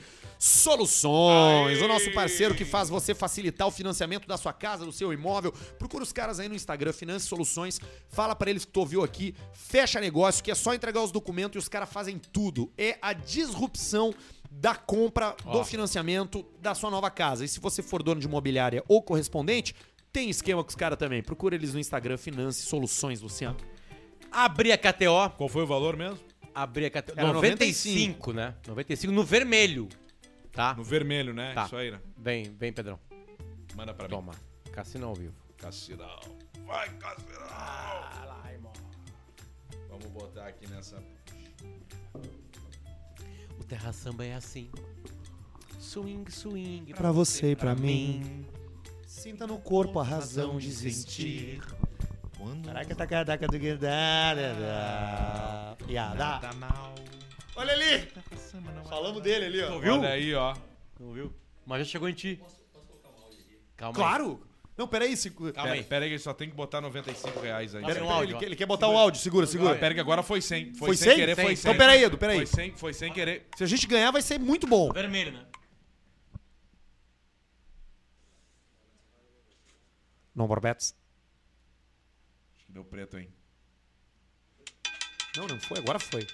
Speaker 1: Soluções, o nosso parceiro que faz você facilitar o financiamento da sua casa, do seu imóvel. Procura os caras aí no Instagram, Finance Soluções, fala pra eles que tu ouviu aqui, fecha negócio, que é só entregar os documentos e os caras fazem tudo. É a disrupção da compra, do financiamento da sua nova casa. E se você for dono de imobiliária ou correspondente, tem esquema com os caras também. Procura eles no Instagram, Finance Soluções, Luciano.
Speaker 3: Abri a KTO.
Speaker 2: Qual foi o valor mesmo?
Speaker 3: Abri a KTO.
Speaker 1: Era
Speaker 3: 95, né? 95 no vermelho. Tá?
Speaker 2: No vermelho, né?
Speaker 3: Tá.
Speaker 2: Isso aí, né?
Speaker 3: Vem, vem, Pedrão.
Speaker 2: Manda pra mim.
Speaker 3: Toma. Cassino ao vivo.
Speaker 2: Cassinal. Vai, Cassinal. Vamos botar aqui nessa...
Speaker 3: O Terra Samba é assim. Swing, swing.
Speaker 1: Pra você e pra mim. Sinta no corpo a razão de existir. Caraca, tacadaca do guindara. Iada. Olha ali! Falamos dele ali, ó.
Speaker 2: Viu? Olha aí, ó.
Speaker 3: Não viu? Mas já chegou em ti. Calma aí.
Speaker 1: Claro! Não, peraí, segura.
Speaker 3: Calma aí.
Speaker 2: Pera, pera aí que ele só tem que botar 95 reais aí.
Speaker 3: Tá
Speaker 1: Pera-
Speaker 3: sem
Speaker 1: pera-
Speaker 3: áudio,
Speaker 1: ele,
Speaker 3: ó.
Speaker 1: quer- ele quer botar o áudio, segura,
Speaker 2: Ah,
Speaker 1: segura.
Speaker 2: pera que agora foi 100. Foi,
Speaker 1: Foi
Speaker 2: sem
Speaker 1: 100?
Speaker 2: querer, foi 100.
Speaker 3: Cem.
Speaker 1: Então peraí, Edu,
Speaker 2: Foi
Speaker 1: peraí.
Speaker 2: sem, foi sem querer.
Speaker 1: Se a gente ganhar, vai ser muito bom.
Speaker 3: Vermelho, né?
Speaker 1: Não, Borbets.
Speaker 2: Acho que deu preto, hein?
Speaker 1: Não, não foi, agora foi.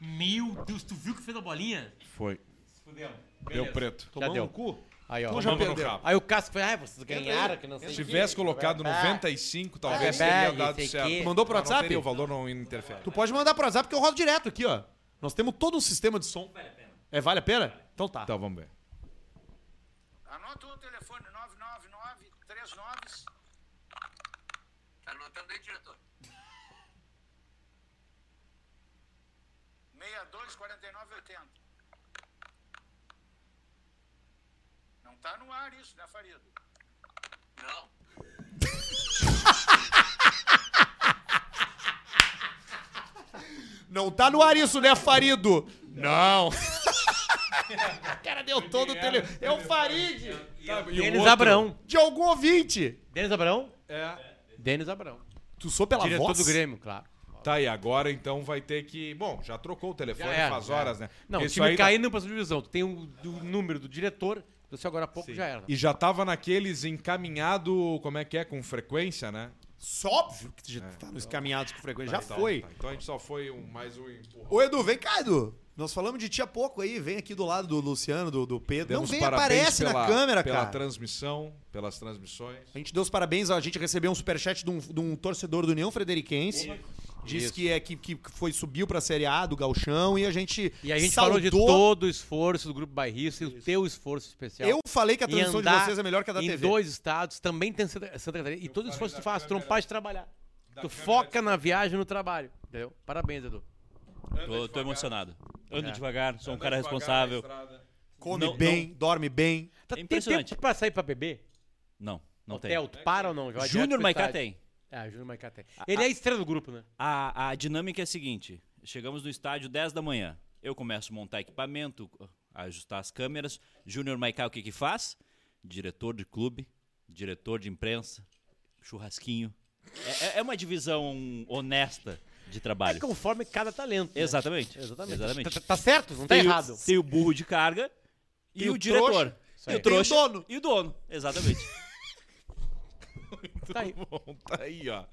Speaker 3: Meu Deus, tu viu que fez a bolinha?
Speaker 2: Foi.
Speaker 3: Fudeu.
Speaker 2: Deu preto.
Speaker 1: Tomamos
Speaker 3: deu.
Speaker 1: no cu?
Speaker 3: Aí, ó.
Speaker 1: Então já
Speaker 2: Vamos no
Speaker 1: perdeu.
Speaker 2: rabo.
Speaker 3: Aí o Casco foi, ah, vocês ganharam, que não sei
Speaker 2: Se
Speaker 3: o quê.
Speaker 2: tivesse colocado 95, talvez
Speaker 3: vai,
Speaker 2: teria
Speaker 3: vai,
Speaker 2: dado
Speaker 3: esse
Speaker 2: certo.
Speaker 3: aqui.
Speaker 1: Mandou pro
Speaker 2: Mas não
Speaker 1: WhatsApp?
Speaker 2: teria, O valor não interfere.
Speaker 1: Tu pode mandar pro WhatsApp porque eu rodo direto aqui, ó. Nós temos todo um sistema de som. Vale a pena. É, vale a pena? Então tá.
Speaker 2: Então, vamos ver.
Speaker 6: Anota o telefone, 999-39... Tá anotando aí, diretor? 624980. Não tá no ar isso, né, Farido? Não.
Speaker 1: Não tá no ar isso, né, Farido? Não. o cara deu todo o telefone. É o Farid.
Speaker 3: Denis Abrão.
Speaker 1: De algum ouvinte.
Speaker 3: Denis Abrão?
Speaker 2: É.
Speaker 3: Denis Abrão.
Speaker 1: Tu sou pela
Speaker 3: Diretor
Speaker 1: voz?
Speaker 3: do Grêmio, claro.
Speaker 2: Tá, e agora então vai ter que. Bom, já trocou o telefone
Speaker 3: Já era,
Speaker 2: faz
Speaker 3: já
Speaker 2: horas, né?
Speaker 3: era. Não,
Speaker 2: Isso
Speaker 3: o time
Speaker 2: aí
Speaker 3: caindo pra segunda divisão. Tu tem o do número do diretor, que você agora há pouco já era.
Speaker 2: E já tava naqueles encaminhado, como é que é, com frequência, né?
Speaker 1: Só óbvio que tu tá nos caminhados com frequência. Já
Speaker 2: Então,
Speaker 1: foi.
Speaker 2: tá, então a gente só foi um, mais um empurrão.
Speaker 1: Ô, Edu, vem cá, Edu. Nós falamos de ti há pouco aí. Vem aqui do lado do Luciano, do, do Pedro.
Speaker 2: Demos
Speaker 1: Não vem,
Speaker 2: parabéns
Speaker 1: aparece
Speaker 2: pela-
Speaker 1: na câmera,
Speaker 2: pela
Speaker 1: cara.
Speaker 2: transmissão, pelas transmissões.
Speaker 1: A gente deu os parabéns, ó, a gente recebeu um superchat de um, de um torcedor do União Frederiquense. Diz
Speaker 3: Isso.
Speaker 1: que é que, que foi subiu pra Série A do Galchão e a gente
Speaker 3: E a gente falou de
Speaker 1: saudou-
Speaker 3: todo o esforço do Grupo Bairrista e o teu esforço especial.
Speaker 1: Eu falei que a
Speaker 3: em
Speaker 1: transmissão de
Speaker 3: andar
Speaker 1: vocês é melhor que a da
Speaker 3: em
Speaker 1: TV.
Speaker 3: dois estados, também tem Santa Santa Catarina. E todo o esforço que tu faz, tu não para de trabalhar. Tu foca na viagem e no trabalho. Entendeu? Parabéns, Edu.
Speaker 7: Tô, tô emocionado. Ando
Speaker 3: É.
Speaker 7: devagar, sou um
Speaker 1: né?
Speaker 7: cara responsável.
Speaker 1: Come
Speaker 7: Não-
Speaker 1: bem, dorme bem.
Speaker 3: Tá, tem
Speaker 7: impressionante.
Speaker 3: tempo pra sair pra beber?
Speaker 7: Não, não
Speaker 3: Hotel,
Speaker 7: tem.
Speaker 3: tu É, para ou não? Já vai direto
Speaker 7: Júnior
Speaker 3: pro
Speaker 7: Maicá
Speaker 3: estádio.
Speaker 7: tem.
Speaker 3: Ah, Júnior Maicá tem. Ele é a estrela do grupo, né?
Speaker 7: A, a dinâmica é a seguinte: chegamos no estádio 10 da manhã. Eu começo a montar equipamento, a ajustar as câmeras. Júnior Maical, o que que faz? Diretor de clube, diretor de imprensa, churrasquinho. É- É, é uma divisão honesta de
Speaker 3: É
Speaker 7: trabalho.
Speaker 3: conforme cada talento. né?
Speaker 7: Exatamente.
Speaker 3: Exatamente.
Speaker 7: Exatamente.
Speaker 3: Tá, tá certo? Não tá
Speaker 7: Tem o-
Speaker 3: errado.
Speaker 7: Tem o burro de carga e,
Speaker 1: E
Speaker 7: o,
Speaker 1: o
Speaker 7: diretor.
Speaker 1: trouxa.
Speaker 7: E
Speaker 1: Tem
Speaker 7: o
Speaker 1: o
Speaker 7: trouxa.
Speaker 1: dono.
Speaker 7: E o dono, exatamente.
Speaker 3: Tá aí.
Speaker 2: Bom, tá aí, ó.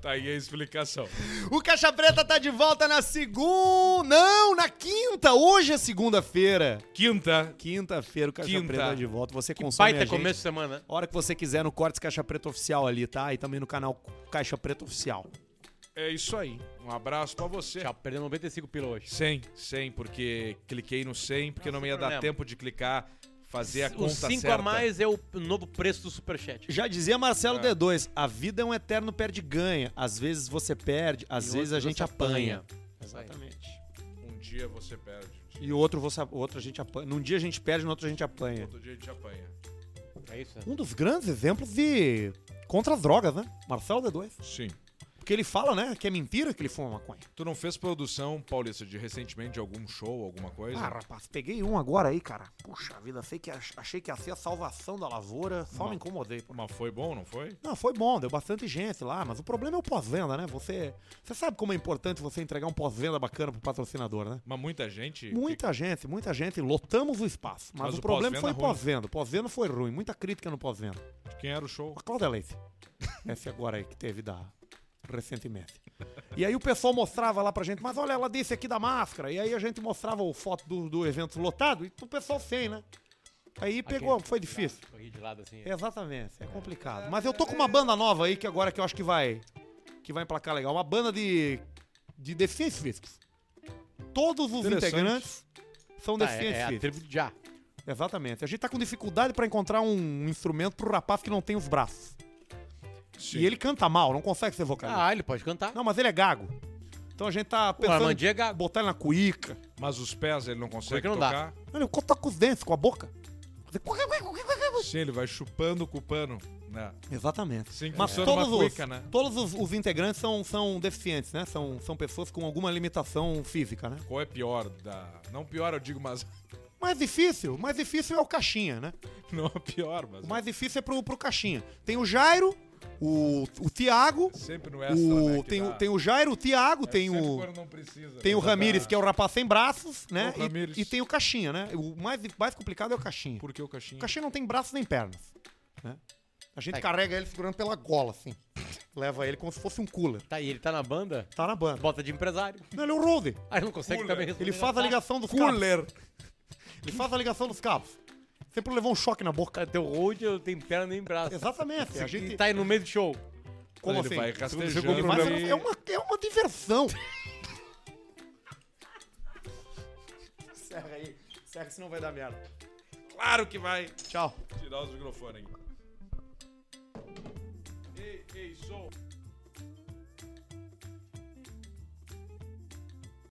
Speaker 2: Tá aí a explicação.
Speaker 1: O Caixa Preta tá de volta na segunda. Não, na quinta. Hoje é segunda-feira.
Speaker 2: Quinta,
Speaker 1: Quinta-feira o Caixa
Speaker 2: Quinta.
Speaker 1: Preta tá de volta. Você consome a
Speaker 3: Baita
Speaker 1: gente.
Speaker 3: começo de semana. né?
Speaker 1: A hora que você quiser no Cortes Caixa Preta Oficial ali, tá? E também no canal Caixa Preta Oficial.
Speaker 2: é isso aí. Um abraço pra você.
Speaker 3: Tchau, perdeu 95 pila hoje.
Speaker 2: 100, 100, porque cliquei no 100, porque não, me ia dar
Speaker 3: problema.
Speaker 2: tempo de clicar, fazer a conta
Speaker 3: Os 5
Speaker 2: certa.
Speaker 3: a mais é o novo preço do superchat.
Speaker 1: Já dizia Marcelo D2, a vida é um eterno perde-ganha. Às vezes você perde, às vezes a
Speaker 3: outras
Speaker 1: gente
Speaker 3: você apanha.
Speaker 1: apanha.
Speaker 3: Exatamente.
Speaker 2: Um dia você perde, um dia,
Speaker 1: E outro, você, outro a gente apanha. Num dia a gente perde, no outro a gente apanha.
Speaker 2: outro dia a gente apanha.
Speaker 3: É isso, né?
Speaker 1: Um dos grandes exemplos de contra as drogas, né? Marcelo D2.
Speaker 2: Sim.
Speaker 1: Porque ele fala, né, que é mentira que ele fuma maconha.
Speaker 2: Tu não fez produção, Paulista, de recentemente de algum show, alguma coisa?
Speaker 1: Ah, rapaz, peguei um agora aí, cara. Puxa vida, achei que, achei que ia ser a salvação da lavoura, só me incomodei. pô.
Speaker 2: Mas foi bom, não foi?
Speaker 1: Não, foi bom, deu bastante gente lá, mas o problema é o pós-venda, né? Você, você sabe como é importante você entregar um pós-venda bacana pro patrocinador, né?
Speaker 2: Mas muita gente.
Speaker 1: Muita gente, muita gente, lotamos o espaço. Mas,
Speaker 2: Mas
Speaker 1: o,
Speaker 2: o
Speaker 1: problema
Speaker 2: pós-venda
Speaker 1: foi
Speaker 2: é
Speaker 1: o
Speaker 2: ruim.
Speaker 1: pós-venda. O pós-venda foi ruim, muita crítica no pós-venda.
Speaker 2: Quem era o show?
Speaker 1: A Cláudia Leite. Esse agora aí que teve da. recentemente. E aí o pessoal mostrava lá pra gente, mas olha, ela disse aqui da máscara. E aí a gente mostrava o foto do, do evento lotado e o pessoal sem, né? Aí pegou, foi difícil.
Speaker 3: Sorri de lado assim.
Speaker 1: Exatamente, é complicado. Mas eu tô com uma banda nova aí que agora que eu acho que vai. que vai emplacar legal. Uma banda de. de deficientes físicos. Todos os
Speaker 2: Interessante.
Speaker 1: integrantes são
Speaker 3: Tá, é,
Speaker 1: deficientes
Speaker 3: é a
Speaker 1: físicos.
Speaker 3: tribo de Já.
Speaker 1: Exatamente. A gente tá com dificuldade pra encontrar um instrumento pro rapaz que não tem os braços.
Speaker 2: Sim.
Speaker 1: E ele canta mal, não consegue ser vocalista.
Speaker 3: Ah, ele pode cantar.
Speaker 1: Tá Não, mas ele é gago. Então a gente tá
Speaker 3: o
Speaker 1: pensando
Speaker 3: Armandinho é
Speaker 1: em
Speaker 3: gago.
Speaker 1: botar ele na cuíca.
Speaker 2: Mas os pés ele não consegue
Speaker 3: que
Speaker 1: é
Speaker 3: não dá?
Speaker 2: tocar.
Speaker 1: Ele tá com os dentes, com a boca.
Speaker 2: Sim, ele vai chupando com o pano. Né?
Speaker 1: Exatamente.
Speaker 2: Sim,
Speaker 1: Mas
Speaker 2: funciona uma
Speaker 1: todos, os,
Speaker 2: cuica, né?
Speaker 1: todos os, os integrantes são, são deficientes, né? São, são pessoas com alguma limitação física, né?
Speaker 2: Qual é pior? Da... Não pior, eu digo, mas.
Speaker 1: Mais difícil, o mais difícil é o Caixinha, né?
Speaker 2: Não é pior, mas.
Speaker 1: O mais difícil é pro, pro Caixinha. Tem o Jairo, o, o Tiago,
Speaker 2: Sempre no extra. né,
Speaker 1: o,
Speaker 2: que
Speaker 1: tem, o-
Speaker 2: dá. É
Speaker 1: tem o Jairo, o Tiago, tem
Speaker 2: Sempre
Speaker 1: o...
Speaker 2: quando não precisa,
Speaker 1: Tem o
Speaker 2: quando dá-
Speaker 1: Ramires, que é o rapaz sem braços, né?
Speaker 2: O
Speaker 1: E-
Speaker 2: Ramírez.
Speaker 1: E, tem o Caixinha, né? O mais, mais complicado é o Caixinha.
Speaker 2: Por que o cachinho?
Speaker 1: O Caixinha não tem braços nem pernas, né? A gente carrega ele segurando pela gola, assim. Leva ele como se fosse um cooler.
Speaker 3: Tá aí, ele tá na banda,
Speaker 1: Tá na banda.
Speaker 3: bota de empresário.
Speaker 1: Não, ele é o Rose.
Speaker 3: Aí não consegue também responder.
Speaker 1: Ele faz a ligação dos Cooler. cabos. Ele faz a ligação dos cabos. Sempre levou um choque na boca.
Speaker 3: Cara, teu road eu tenho perna nem braço.
Speaker 1: Exatamente. A
Speaker 3: E
Speaker 1: gente...
Speaker 3: tá aí no meio do show.
Speaker 1: Como
Speaker 2: ele
Speaker 1: assim?
Speaker 2: vai rastejando. né?
Speaker 1: Ele faz-
Speaker 2: ali.
Speaker 1: é, uma, é uma diversão. Serra aí. Serra, senão vai dar merda.
Speaker 2: Claro que vai
Speaker 1: Tchau.
Speaker 2: tirar os microfones aí. Ei, ei, som.